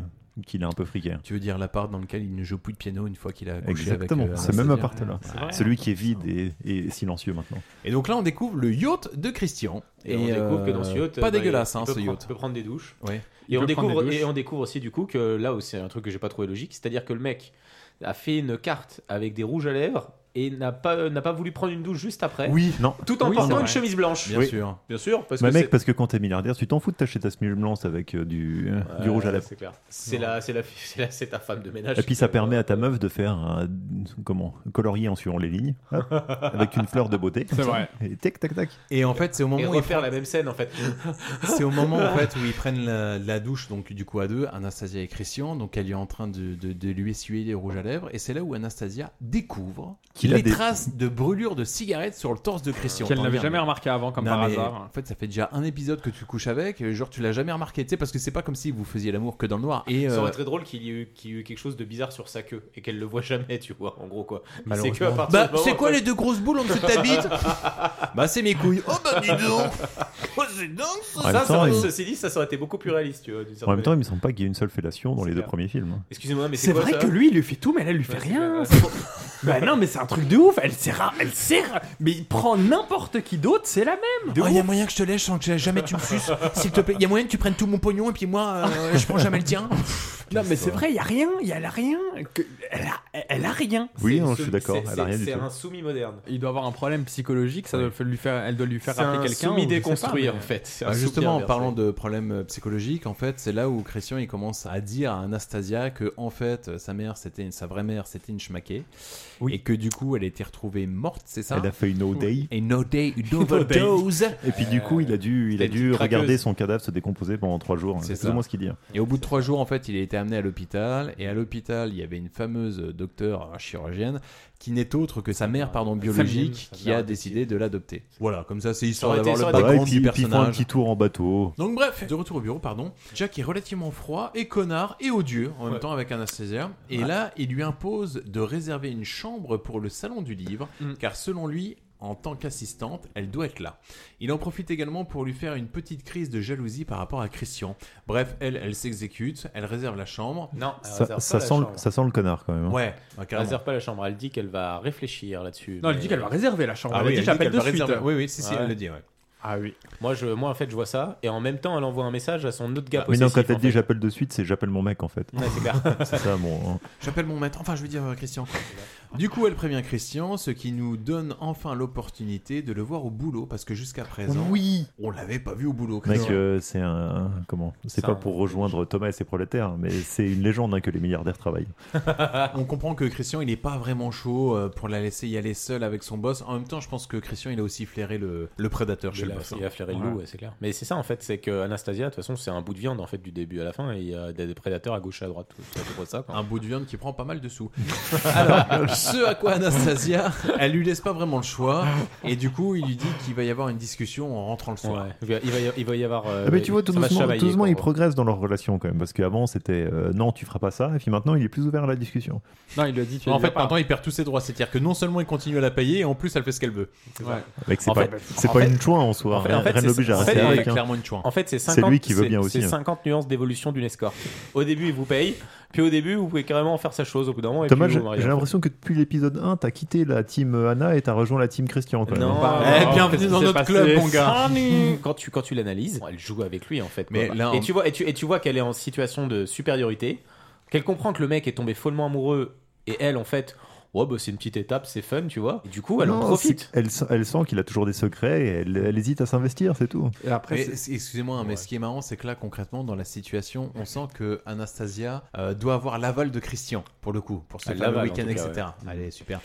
qu'il est un peu friqué. hein.
Tu veux dire l'appart dans lequel il ne joue plus de piano une fois qu'il a couché avec
Exactement,
euh,
ce
Anastasia.
même appart-là.
C'est vrai.
Celui qui est vide et, et silencieux maintenant.
Et donc là, on découvre le yacht de Christian.
Et, on découvre que dans ce yacht,
euh, Pas
bah,
dégueulasse,
il,
hein,
peut
ce
prendre-
yacht.
peut prendre des douches.
Ouais.
Et
Il
on
peut prendre
découvre
des douches.
et on découvre aussi du coup que là aussi c'est un truc que j'ai pas trouvé logique, c'est-à-dire que le mec a fait une carte avec des rouges à lèvres et n'a pas n'a pas voulu prendre une douche juste après.
Oui, non.
Tout en
Oui, c'est
portant
vrai.
une chemise blanche.
Bien Oui. sûr.
Bien sûr parce
Bah,
que
mec,
c'est-
parce que quand t'es milliardaire, tu t'en fous de t'acheter ta chemise blanche avec euh, du, euh, du
Ouais,
rouge à lèvres.
C'est clair. C'est la c'est la c'est la- c'est ta femme de ménage.
Et puis ça permet à ta meuf de faire un, comment colorier en suivant les lignes,
*laughs*
hop, avec une fleur de beauté. comme
C'est
ça.
vrai.
Et tac tac tac.
Et en fait, c'est au moment
Et
où ils
refaire la même scène en fait.
*laughs* C'est au moment en fait où ils prennent la, la douche donc du coup à deux, Anastasia et Christian, donc elle est en train de, de- de lui essuyer les rouges à lèvres et c'est là où Anastasia découvre
Qu'il a
les
des-
traces de brûlures de cigarettes sur le torse de Christian.
Qu'elle
T'en
n'avait
viens,
jamais
mais-
remarqué avant, comme
Non,
par
mais
hasard.
En fait, ça fait déjà un épisode que tu couches avec, et genre tu l'as jamais remarqué, tu sais, parce que c'est pas comme si vous faisiez l'amour que dans le noir. Et
Ça
euh,
aurait été très drôle qu'il y, ait eu- qu'il y ait eu quelque chose de bizarre sur sa queue et qu'elle le voit jamais, tu vois, en gros quoi. C'est que à
Malheureusement.
partir
Bah,
du moment
c'est quoi
où-
les deux grosses boules en dessous de ta
*laughs*
bite Bah, c'est mes couilles. Oh, bah, dis donc Oh, c'est dingue
En
ça,
même
ça,
temps, il-
Ceci dit, ça, ça aurait été beaucoup plus réaliste, tu vois. d'une
En
certaine
même temps, il me semble pas qu'il y ait une seule fellation dans les deux premiers films. hein.
Excusez-moi, mais c'est
C'est
quoi
vrai
ça
que lui, il lui fait tout, mais elle, elle lui fait rien. *laughs* bah non, mais c'est un truc de ouf. Elle sert, elle sert, mais il prend n'importe qui d'autre, c'est la même.
il Oh, y a moyen que je te lèche sans que jamais tu me suces, s'il te plaît. Il y a moyen que tu prennes tout mon pognon et puis moi, euh, je prends jamais le
*laughs*
tien.
Non, mais c'est vrai, il y a rien, il y a rien. que- elle, a, elle a rien.
*laughs* Oui,
C'est-
non,
c'est-
je suis d'accord.
c'est-
Elle a rien du
C'est
tout.
un soumis moderne.
Il doit avoir un problème psychologique, ça doit lui faire, elle doit lui faire
C'est
rappeler
un
quelqu'un.
soumis
ou je sais pas,
déconstruit,
mais-
en fait. C'est un
Bah, justement, en
soumis inversé.
parlant de problèmes euh, psychologiques, en fait, c'est là où Christian il commence à dire à Anastasia que en fait euh, sa mère c'était sa vraie mère c'était une schmaquée et que du coup elle a été retrouvée morte, c'est ça
Elle a fait une O-Day.
Et no day, *laughs* une
overdose.
overdose.
Et puis du coup, il a dû, il a
c'était
dû
une craqueuse.
regarder son cadavre se décomposer pendant trois jours. hein. C'est
ça.
plus ou moins ce qu'il dit.
Et au bout de trois jours, en fait, il a été amené à l'hôpital. Et à l'hôpital, il y avait une fameuse docteure euh, chirurgienne qui n'est autre que sa mère, pardon, biologique, qui a décidé de l'adopter. Voilà, comme ça, c'est histoire
Ça aurait
d'avoir
été-
le
ça aurait
Ouais, Bah, et
été
background
puis,
du
puis ils font un
personnage.
petit tour en bateau.
Donc bref, de retour au bureau, pardon, Jack est relativement froid et connard et odieux en même temps avec Anastasia. Et là, il lui impose de réserver une chambre pour le salon du livre,
Mm.
car selon lui, en tant qu'assistante, elle doit être là. Il en profite également pour lui faire une petite crise de jalousie par rapport à Christian. Bref, elle, elle s'exécute, elle réserve la chambre.
Non, elle
Ça,
réserve
ça
pas la
sent, le-
chambre.
ça sent le connard quand même. hein.
Ouais, bah,
Elle
carrément.
réserve pas la chambre, elle dit qu'elle va réfléchir là-dessus.
Non, elle
mais-
dit qu'elle va réserver la chambre.
Ah
elle
oui,
dit
elle dit
j'appelle
qu'elle
de
va
suite.
réserver. Oui, oui, si, si, elle le dit, ouais.
Ah oui.
Moi, je, moi, en fait, je vois ça, et en même temps, elle envoie un message à son autre gars
Bah, Mais non,
possessif,
quand elle
en
dit
fait.
j'appelle de suite, c'est j'appelle mon mec en fait. *laughs*
Ouais, c'est clair.
C'est ça, mon. hein.
J'appelle mon maître, enfin je veux dire euh, Christian. Du coup, elle prévient Christian, ce qui nous donne enfin l'opportunité de le voir au boulot, parce que jusqu'à présent,
Oui.
on l'avait pas vu au boulot.
Mec,
Christian.
euh, c'est un. Comment C'est
Ça,
pas pour rejoindre Thomas et ses prolétaires, mais c'est une légende hein, que les milliardaires travaillent.
Ah
on comprend que Christian, il est pas vraiment chaud euh, pour la laisser y aller seule avec son boss. En même temps, je pense que Christian, il a aussi flairé le, le prédateur chez
Il
le
a,
boss. hein.
il a flairé le loup,
Voilà.
ouais, c'est clair. Mais c'est ça en fait, c'est que Anastasia, de toute façon, c'est un bout de viande en fait du début à la fin, et il y a des prédateurs à gauche et à droite. C'est à peu près ça. Quoi.
Un bout de viande qui prend pas mal de sous. *laughs* Alors, ce à quoi Anastasia, elle lui laisse pas vraiment le choix, et du coup, il lui dit qu'il va y avoir une discussion en rentrant le soir.
Il va y, il va y avoir. euh,
Ah, mais tu vois, tout
ça va
doucement,
chavailler,
tout doucement,
quoi,
ils
quoi.
progressent dans leur relation quand même, parce qu'avant c'était euh, non, tu feras pas ça, et puis maintenant il est plus ouvert à la discussion.
Non, il lui a dit. tu
en
lui as
fait,
pas.
maintenant, il perd tous ses droits. C'est-à-dire que non seulement il continue à la payer, et en plus, elle fait ce qu'elle veut.
Ouais.
Mec, c'est
En
pas,
fait-
c'est
en
pas
fait-
une choix en soi,
en fait-
rien
en fait,
rien ne
c'est-
l'oblige à
en
rester
fait,
avec.
c'est
hein.
clairement une choix.
En fait, c'est
C'est
50
lui qui veut
c'est-
bien aussi,
C'est
hein.
50 nuances d'évolution d'une escorte. Au début, il vous paye, puis au début, vous pouvez carrément faire sa chose au bout d'un moment. et
Thomas,
puis
j'ai
vous vous mariez,
j'ai
en fait.
l'impression que depuis l'épisode 1, t'as quitté la team euh, Anna et t'as rejoint la team Christian. Quand
Non,
même.
bah,
Eh,
non,
bienvenue
qu'est-ce qui
dans
s'est
notre
passé
club, mon gars.
Sunny Quand tu, quand tu l'analyses, elle joue avec lui en fait. quoi.
Mais là,
et,
on-
tu vois, et, tu, et tu vois qu'elle est en situation de supériorité, qu'elle comprend que le mec est tombé follement amoureux et elle en fait, ouais, bah, c'est une petite étape, c'est fun, tu vois. Et du coup, elle en
Non,
profite.
c'est- Elle, sent- elle sent qu'il a toujours des secrets et elle, elle hésite à s'investir, c'est tout.
Et après,
Mais,
c'est-
c- excusez-moi, hein, mais
Ouais.
ce qui est marrant, c'est que là, concrètement, dans la situation, on sent que Anastasia euh, doit avoir l'aval de Christian, pour le coup, pour ce
Elle
fameux
l'avale, en
week-end,
tout cas,
etc. Allez, super.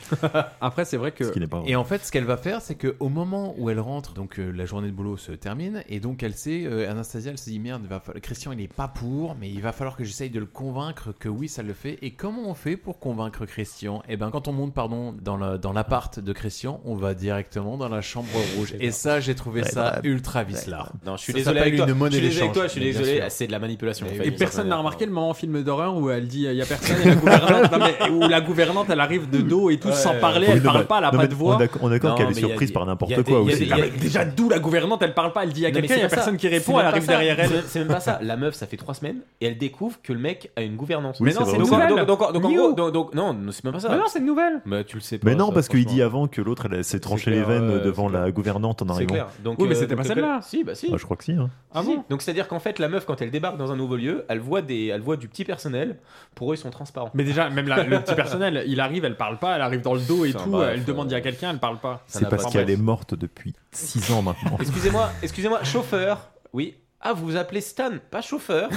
Après, c'est vrai que.
Ce qui n'est pas vrai.
Et en fait, ce qu'elle va faire, c'est qu'au moment où elle rentre, donc euh, la journée de boulot se termine, et donc elle sait, euh, Anastasia, elle se dit merde, il va falloir- Christian, il est pas pour, mais il va falloir que j'essaye de le convaincre que oui, ça le fait. Et comment on fait pour convaincre Christian Eh ben, quand on monte, pardon, dans la- dans l'appart de Christian, on va directement dans la chambre rouge. Et ça, j'ai trouvé
Ouais,
ça
bah,
ultra vicelard.
Non, je suis
Ça
désolé
s'appelle
avec toi.
une monnaie
je suis désolé avec
d'échange,
toi, je suis
mais bien
désolé.
sûr.
Ah, c'est de la manipulation. en
Et
fait,
Et
d'une certaine
personne n'a
manière.
remarqué le moment en film d'horreur où elle dit il y a personne et la gouvernante, non, mais- où la gouvernante elle arrive de dos et tout sans parler,
Oui,
elle
non,
parle
mais-
pas, elle a
non,
pas
mais
de
On
voix.
est d'accord- on est d'accord
Non,
qu'elle
mais
est
il y a
surprise
des-
par
il y a
n'importe
des-
quoi
il y a
aussi.
des- il y a
Mais déjà d'où la gouvernante elle parle pas, elle dit à
Non, mais
quelqu'un, il y a
c'est pas
personne
ça.
qui
C'est
répond,
même
elle
pas
arrive
ça.
derrière elle.
C'est- C'est même pas ça. La meuf, ça fait trois semaines et elle découvre que le mec a une gouvernance.
Oui, Mais c'est non, vrai. c'est
Donc-
une
donc-
nouvelle.
donc- donc- donc en
Miou.
gros, donc- donc- non, c'est même pas ça.
Mais non, c'est une nouvelle.
Mais Bah, tu le sais pas.
Mais non,
ça,
parce qu'il
franchement.
dit avant que l'autre elle s'est tranché les
clair,
veines
ouais,
devant
c'est clair.
la gouvernante en
C'est
arrivant.
clair. Donc,
Oui, mais
euh,
c'était pas
donc,
celle-là.
Si, bah si.
Bah, je crois que si. hein.
Ah
Si.
bon
Donc c'est à dire qu'en fait la meuf quand elle débarque dans un nouveau lieu, elle voit des, elle voit du petit personnel. Pour eux ils sont transparents.
Mais déjà, même la- le petit personnel, il arrive, elle parle pas, elle arrive dans le dos et
Enfin,
tout,
bref,
elle demande il y a quelqu'un, elle parle pas.
Ça
C'est
n'a
parce
pas de
qu'elle est
sens.
morte depuis 6 ans maintenant.
*laughs*
Excusez-moi, excusez-moi, chauffeur. Oui. Ah vous vous appelez Stan,
*laughs*
pas chauffeur.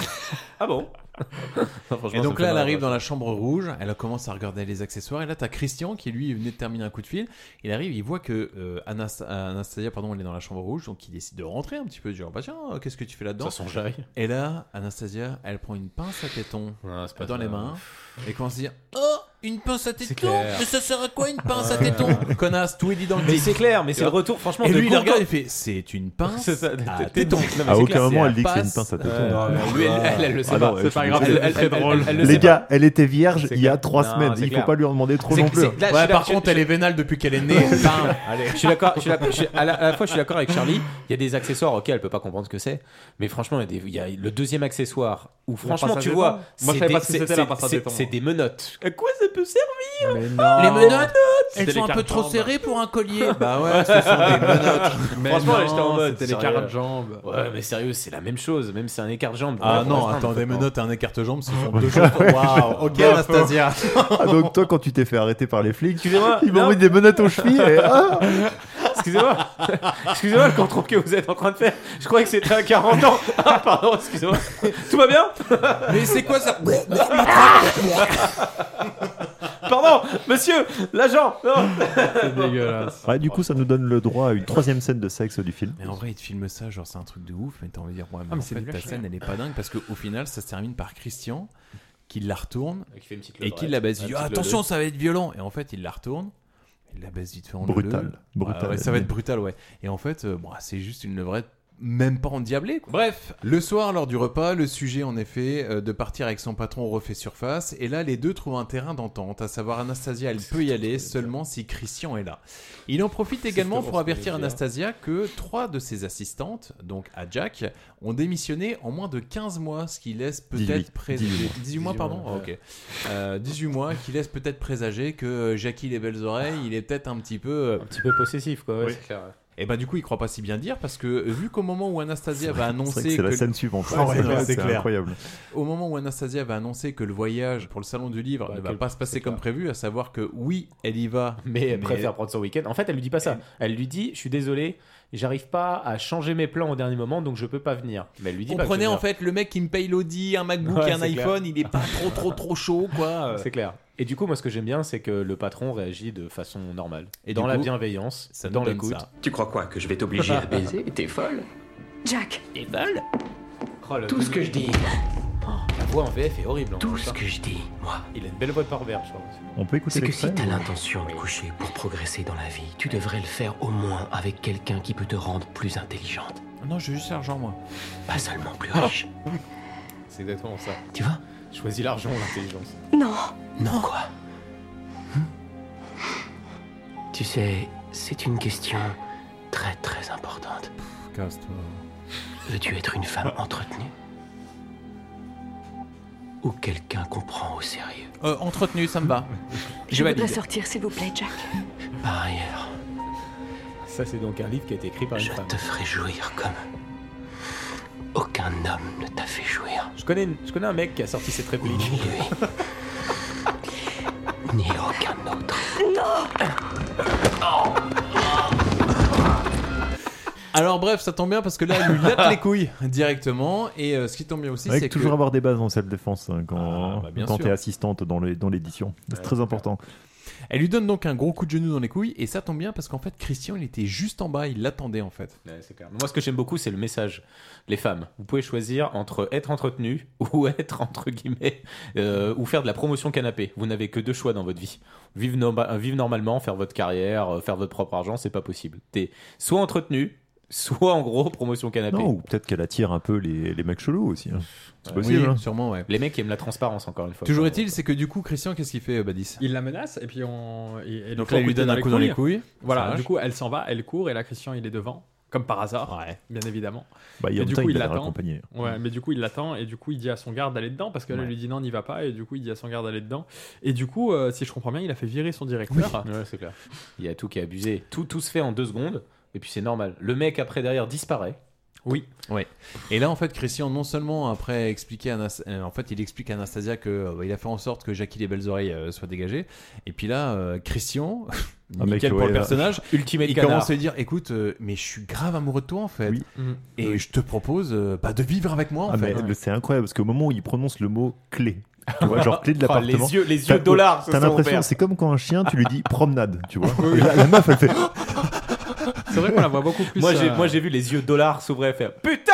Ah bon. Non, franchement,
Et
ça
donc
me fait
là, elle
marrer,
arrive
quoi.
dans la chambre rouge, elle commence à regarder les accessoires, et là, t'as Christian qui lui venait de terminer un coup de fil. Il arrive, il voit que euh, Anas- Anastasia, pardon, elle est dans la chambre rouge, donc il décide de rentrer un petit peu, genre, bah tiens, euh, qu'est-ce que tu fais là-dedans
Ça sent jarry.
Et là, Anastasia, elle prend une pince à téton
Non, c'est pas
dans
ça.
les mains, et commence à dire, oh, une pince à téton
clair.
Mais ça sert à quoi une pince à téton *laughs* Connasse, tout est dit dans le
Mais
disque.
c'est clair, mais c'est
Et
le retour franchement
Et
de
lui, il la
Coco.
regarde, il fait, c'est une pince
*laughs* C'est ça,
à
t'es- t'es-
téton.
non, mais
À
c'est
aucun
clair,
moment
c'est
elle dit que c'est une
passe,
pince à
Euh,
téton.
non, lui, elle, elle, elle le sait
Ah
pas.
non, ouais,
c'est
je
pas
suis
grave.
désolé.
elle, drôle. Elle, le
Les
sait pas.
gars, elle était vierge
C'est
il y a
clair.
3
Non,
semaines,
c'est
il faut
clair.
pas lui en demander trop
C'est-
non plus. hein.
c'est- là, je
Ouais,
suis
par
là- je-
contre, elle est vénale depuis qu'elle est née. Bam.
Je suis d'accord, je suis d'accord, je suis- à, la, à la fois je suis d'accord avec Charlie, il y a des accessoires, ok, elle peut pas comprendre ce que c'est, mais franchement, il y a, des- il y a le deuxième accessoire où franchement,
pince à
tu
tétons.
vois,
Moi, je
c'est
savais
des-
pas ce que
c'est-
c'était,
c'est-
la pince à
c'est-
tétons.
C'est des menottes. À quoi ça peut servir
Les Ah, oh, menottes, elles
C'était
sont
les
un peu
cartes
trop
jambes.
serrées pour un collier. Bah ouais, ce sont *laughs* des menottes.
Mais
Franchement,
non,
j'étais en mode,
C'était les
sérieux.
cartes jambes.
Ouais, mais sérieux, c'est la même chose, même si c'est un écart-jambe.
Ah
Ouais,
non,
pour
attends,
l'instant,
des
en fait,
menottes et un écarte-jambe, ce
*laughs*
sont deux choses. Waouh, ok Anastasia.
Ah, donc toi, quand tu t'es fait arrêter par les flics, *laughs*
Excusez-moi,
ils m'ont
non.
mis des menottes aux chevilles et ah,
Excusez-moi, excusez-moi le contrôle que vous êtes en train de faire. Je croyais que c'était à 40
*laughs*
ans. Ah, pardon, excusez-moi. Tout va bien
Mais c'est quoi ça
Pardon, monsieur, l'agent. Non.
*laughs* C'est dégueulasse.
Ouais, du coup, ça nous donne le droit à une troisième scène de sexe du film.
Mais en vrai, ils te filment ça, genre c'est un truc de ouf, mais t'as envie de dire, ouais, mais,
Ah, mais
en
c'est
fait,
nul à
ta
chier.
scène elle est pas dingue parce qu'au final, ça se termine par Christian qui la retourne et qui la baisse. Il dit, ah, attention, ça va être violent. Et en fait, il la retourne. Il la baisse vite fait en
Brutal,
deux.
brutal.
Ah Ouais, ouais, ça va être brutal, ouais. Et en fait, euh, bon, c'est juste une levrette même pas endiablée. Quoi. Bref, le soir, lors du repas, le sujet, en effet, euh, de partir avec son patron refait surface. Et là, les deux trouvent un terrain d'entente, à savoir Anastasia,
*laughs*
elle peut y aller seulement si Christian est là. Il en profite également pour avertir Anastasia que trois de ses assistantes, donc à Jack, ont démissionné en moins de 15 mois, ce qui laisse peut-être
18,
présager...
18 mois.
18 mois, pardon Ah, Ok. Euh, 18 mois, qui laisse peut-être présager que euh, Jackie les belles oreilles, il est peut-être un petit peu... euh,
Un petit peu possessif, quoi. ouais, c'est clair.
Et bah du coup, il croit pas si bien dire parce que euh, vu qu'au moment où Anastasia
C'est
va
vrai,
annoncer
c'est vrai que c'est la
le-
scène suivante.
Ah ouais,
C'est
non,
clair, Oh, c'est incroyable.
Au moment où Anastasia va annoncer que le voyage pour le salon du livre ne va
Bah, quel-
pas se passer comme prévu, à savoir que oui, elle y va,
*laughs* mais elle préfère prendre son week-end. En fait, elle lui dit pas ça. Elle lui dit, je suis désolé, j'arrive pas à changer mes plans au dernier moment, donc je peux pas venir. Mais elle lui dit. pas que
Comprenez
je
en
viens.
fait le mec qui me paye l'Audi, un MacBook
Ouais,
et un
c'est clair.
iPhone, il est pas trop trop trop chaud quoi.
*laughs* C'est clair. Et du coup, moi, ce que j'aime bien, c'est que le patron réagit de façon normale.
Et
Et dans
du
la
coup,
bienveillance,
ça nous
dans
donne
l'écoute.
ça.
Tu crois quoi Que je vais t'obliger *laughs* à baiser T'es folle
Jack
T'es folle
Oh
Tout ce que je dis.
La voix en VF est horrible.
Tout ce que je dis, moi.
Il a une belle voix de pervers, je pense.
On peut écouter
C'est que
l'extrait hein.
si t'as
ou-
l'intention de coucher pour progresser dans la vie, tu devrais le faire au moins avec quelqu'un qui peut te rendre plus intelligente.
Non, je veux juste l'argent moi.
Pas seulement plus
Ah.
riche.
C'est exactement ça.
Tu vois
Choisis l'argent, l'intelligence.
Non.
Non.
Ah.
Quoi Hmm. Tu sais, c'est une question très très importante.
Casse-toi.
Veux-tu être une femme
Ah.
entretenue Ou quelqu'un qu'on prend au sérieux
Euh, entretenu, ça me va.
Je voudrais sortir, s'il vous plaît, Jack.
Par ailleurs,
Ça, c'est donc un livre qui a été écrit par une femme.
te ferai jouir comme aucun homme ne t'a fait jouir.
Je connais, une- je connais un mec qui a sorti cette réplique. *laughs*
Ni aucun autre.
Alors bref, ça tombe bien parce que là, elle lui latte les couilles directement. Et euh, ce qui tombe bien aussi,
Ouais,
c'est
toujours
que...
avoir des bases en self-défense hein, quand,
bah, bien
quand
sûr.
t'es assistante dans les- dans l'édition. C'est
Ouais,
très important.
Elle lui donne donc un gros coup de genou dans les couilles et ça tombe bien parce qu'en fait Christian il était juste en bas, il l'attendait en fait.
Ouais, c'est clair. Moi, ce que j'aime beaucoup, c'est le message. Les femmes, vous pouvez choisir entre être entretenu *laughs* ou être, entre guillemets, euh, ou faire de la promotion canapé. Vous n'avez que deux choix dans votre vie. Vivre, norma- euh, vivre normalement, faire votre carrière, euh, faire votre propre argent, c'est pas possible. T'es soit entretenu, soit en gros promotion canapé.
Non, ou peut-être qu'elle attire un peu les, les mecs chelous aussi. hein. C'est
Ouais.
possible.
Oui,
hein.
sûrement, ouais.
Les mecs aiment la transparence, encore une fois.
Toujours est-il, c'est que du coup Christian qu'est-ce qu'il fait euh, Badis
Il la menace et puis on. et- et
Donc
le
là, il lui
coup de
donne un coup dans les couilles. Ça
Voilà,
marche.
du coup, elle s'en va, elle court et là, Christian, il est devant, comme par hasard, bien évidemment.
Bah, il- en
et du
même temps,
coup,
il
il
l'a
l'attend.
raccompagné.
Ouais, mais du coup, il l'attend et du coup, il dit à son garde d'aller dedans parce qu'elle
Ouais.
lui dit non, n'y va pas. Et du coup, il dit à son garde d'aller dedans. Et du coup, euh, si je comprends bien, il a fait virer son directeur.
Ouais, c'est clair. Il y a tout qui est abusé. Tout, tout se fait en deux secondes, et puis c'est normal. Le mec, après, derrière, disparaît.
Oui. Ouais. Et là, en fait, Christian, non seulement après expliquer à Anas- euh, en fait, il explique à Anastasia que euh, il a fait en sorte que Jackie les belles oreilles euh, soit dégagée. Et puis là, euh, Christian, *laughs*
Ah, mec,
nickel pour
ouais,
le
là. *laughs*
personnage,
Ultimate
il
canard.
commence à lui dire, écoute, euh, mais je suis grave amoureux de toi en fait,
Mm.
et je te propose euh, bah, de vivre avec moi en
Ah,
fait.
mais le- c'est incroyable parce qu'au moment où il prononce le mot clé, tu vois, genre clé de
Oh,
l'appartement.
les yeux- les
t'as-
yeux dollars, ce
T'as
sont
l'impression,
ouverts.
c'est comme quand un chien, tu lui dis promenade, tu vois. Et là, la meuf, elle fait.
C'est vrai qu'on la voit beaucoup plus.
Moi, j'ai,
euh,
moi, j'ai vu les yeux dollars s'ouvrir et faire Putain,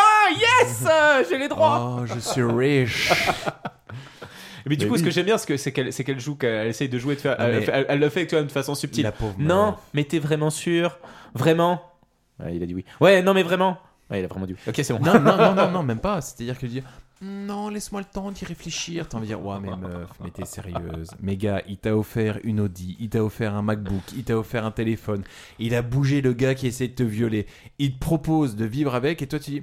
yes *laughs* euh, J'ai les droits
Oh, je suis riche.
Oh. Mais du
Mais
coup, ce
oui.
que j'aime bien, c'est que- c'est qu'elle c'est qu'elle joue, qu'elle essaye de jouer, de faire,
Ah,
elle,
mais-
elle- elle le fait tu vois, de façon subtile.
La pauvre
non,
meuf.
mais t'es vraiment sûr Vraiment Ouais, Il a dit oui. Ouais, non, mais vraiment Ouais, il a vraiment dit oui. Ok, c'est bon.
non, non, non, non, non, même pas. C'est-à-dire que dire non, laisse-moi le temps d'y réfléchir. T'as envie de dire, ouais, mais meuf, mais t'es sérieuse. Mais gars, il t'a offert une Audi, il t'a offert un MacBook, il t'a offert un téléphone. Il a bougé le gars qui essaie de te violer. Il te propose de vivre avec et toi tu dis,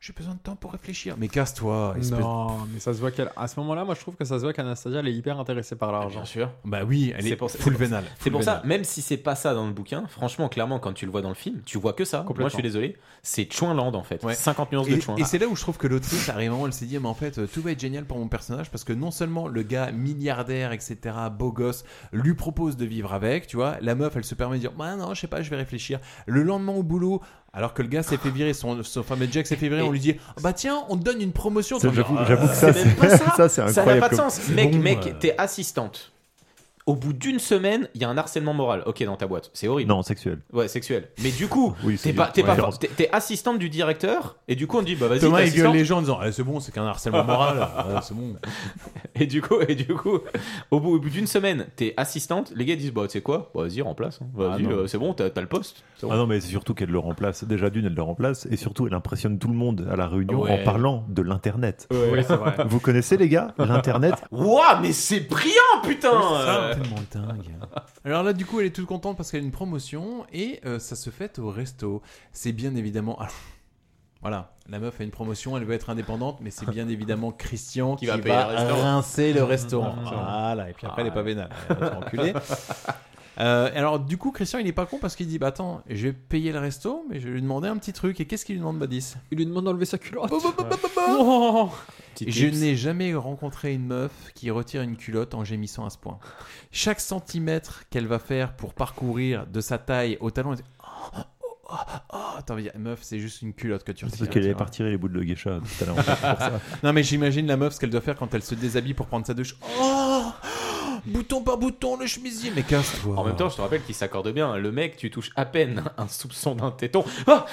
j'ai besoin de temps pour réfléchir. Mais casse-toi. espèce-
Non, mais ça se voit qu'elle. À ce moment-là, moi, je trouve que ça se voit qu'Anastasia, elle est hyper intéressée par l'argent.
Bien sûr.
Bah oui, elle est,
C'est pour ça-
full
c'est pour-
vénale.
C'est
full
pour ça,
vénale.
même si c'est pas ça dans le bouquin, franchement, clairement, quand tu le vois dans le film, tu vois que ça. Moi,
Complètement.
je suis désolé, c'est Chouinland en fait.
Ouais.
50 nuances de Chouin.
Et, et c'est là où je trouve que l'autrice, à un moment, elle s'est dit, mais en fait, euh, tout va être génial pour mon personnage parce que non seulement le gars milliardaire, etc., beau gosse, lui propose de vivre avec, tu vois, la meuf, elle se permet de dire, bah non, je sais pas, je vais réfléchir. Le lendemain au boulot, alors que le gars s'est fait virer, son, son fameux Jack s'est fait virer, on lui dit, bah tiens, on te donne une promotion.
Ça,
T'as envie de dire,
J'avoue
Ah,
j'avoue que ça,
C'est même pas
c'est *laughs* ça, c'est
Ça n'a
incroyable.
pas de
comme-
sens. Mec,
bon,
mec,
euh.
t'es assistante. Au bout d'une semaine, il y a un harcèlement moral. Ok, dans ta boîte, c'est horrible.
Non, sexuel.
Ouais, sexuel. Mais du coup,
Oui, c'est
t'es pas,
bien.
t'es
Ouais,
pas,
différence.
t'es- t'es assistante du directeur. Et du coup, on dit bah vas-y.
Thomas,
t'es
il gueule
assistante.
les gens en disant, Ah, c'est bon, c'est qu'un harcèlement moral, Ah, c'est bon.
Et du coup, et du coup, au bout, au bout d'une semaine, t'es assistante. Les gars disent bah tu sais quoi, Bah, vas-y remplace. hein. Vas-y,
Ah, non.
euh, c'est bon, t'as t'as le poste. C'est bon.
Ah non, mais c'est surtout qu'elle le remplace. Déjà d'une, elle le remplace. Et surtout, elle impressionne tout le monde à la réunion
Ouais.
en parlant de l'Internet.
Oui, c'est vrai.
Vous connaissez, les gars,
*laughs*
l'Internet
Ouah, mais c'est brillant, putain.
Ah,
Euh,
Alors là, du coup, elle est toute contente parce qu'elle a une promotion et euh, ça se fête au resto. C'est bien évidemment. Alors, voilà, la meuf a une promotion, elle veut être indépendante, mais c'est bien évidemment Christian qui,
va payer le restaurant.
rincer le restaurant.
Mmh, mmh, mmh. *laughs*
Voilà, et puis après, elle est pas vénale. Elle va se faire enculer. Euh, alors, du coup, Christian, il est pas con parce qu'il dit Bah attends, je vais payer le resto, mais je vais lui demander un petit truc. Et qu'est-ce qu'il lui demande, Badis
Il lui demande d'enlever sa culotte. bah,
Petit
Je
tips.
n'ai jamais rencontré une meuf qui retire une culotte en gémissant à ce point. Chaque centimètre qu'elle va faire pour parcourir de sa taille au talon. elle dit, Oh, oh, oh, oh. Attends, mais meuf, c'est juste une culotte que tu retires.
Parce qu'elle
tu
allait
vois.
partir les bouts de le geisha
*laughs*
tout à l'heure. en fait, c'est pour ça.
non mais j'imagine la meuf ce qu'elle doit faire quand elle se déshabille pour prendre sa douche. Oh Bouton par bouton, le chemisier, mais casse-toi.
En même temps, je te rappelle qu'il s'accorde bien. Le mec, tu touches à peine *laughs* un soupçon d'un téton. *laughs* Ah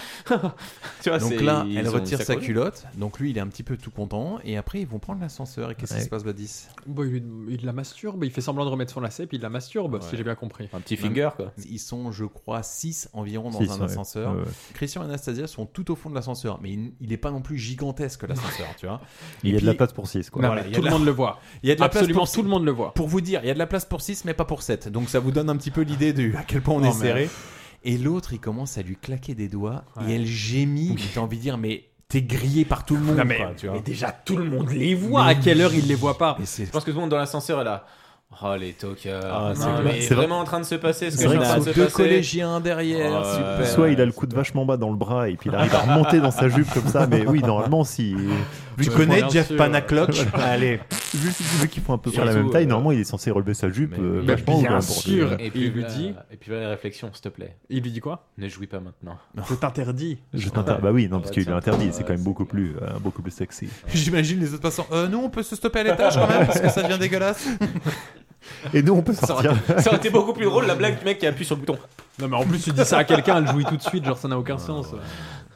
Tu vois,
donc
c'est-
là,
ils
elle
ont-
retire
ils
sa
s'accordent.
culotte. Donc lui, il est un petit peu tout content. Et après, ils vont prendre l'ascenseur. Et qu'est-ce qui se passe, Badis
Bon, il, lui- il la masturbe, il fait semblant de remettre son lacet, puis il la masturbe, si j'ai bien compris.
Un petit finger, quoi.
Ils sont, je crois, 6 environ dans
Six,
un
ouais.
ascenseur.
Ouais, ouais.
Christian et Anastasia sont tout au fond de l'ascenseur, mais il- il n'est pas non plus gigantesque l'ascenseur, tu vois.
Il y
Et
a de la
puis-
place pour six, quoi.
Non,
Voilà,
mais
il y a
tout
de
le
la-
monde le voit. Il y a de la
Absolument,
place pour...
tout le monde le voit.
Pour vous dire, il y a de la place pour 6, mais pas pour 7. Donc ça vous donne un petit peu l'idée de à quel point on
Non,
est
mais-
serré. Et l'autre, il commence à lui claquer des doigts et elle gémit. Et T'as envie de dire, mais t'es grillé par tout le monde.
Non, mais-
quoi, tu vois.
mais déjà, tout le monde les voit. À quelle heure il les voit pas
Je pense que tout le monde dans l'ascenseur est là. Oh les tocards.
Ah, c'est
Non,
vrai.
mais
C'est
c'est
vrai.
vraiment en train de se passer ce
C'est
que
vrai
je suis en
qu'il
train
faut
de se
deux
passer.
collégiens derrière,
Ouais.
super.
Soit il a le coude vachement bas dans le bras et puis il
*laughs*
arrive à remonter dans sa jupe comme ça, mais oui, normalement, si.
Tu
Ouais,
connais
bien
Jeff
sûr.
Panaclock *laughs*
Voilà.
Allez.
Vu, vu qu'ils font un peu
Et
sur la
surtout,
même taille,
euh,
normalement, il est censé relever sa jupe euh,
Mais
vachement ou
bien
pas, pour
sûr.
dire.
Et puis,
Il lui
là-
dit-
Et puis là, les réflexions, s'il te plaît.
Il lui dit quoi
Ne jouis
*laughs*
pas maintenant.
C'est interdit.
Je t'inter- Bah oui, non, parce qu'il est
tiens,
interdit, c'est quand même beaucoup plus, euh, beaucoup
*laughs*
plus sexy.
*laughs* J'imagine les autres passants. Euh, nous, on peut se stopper à l'étage quand même parce que ça devient dégueulasse.
Et nous, on peut
Ça
sortir.
aurait, ça aurait été beaucoup plus drôle la blague du mec qui appuie sur le bouton.
Non, mais en plus, tu dis ça à quelqu'un, elle jouit tout de suite, genre ça n'a aucun sens.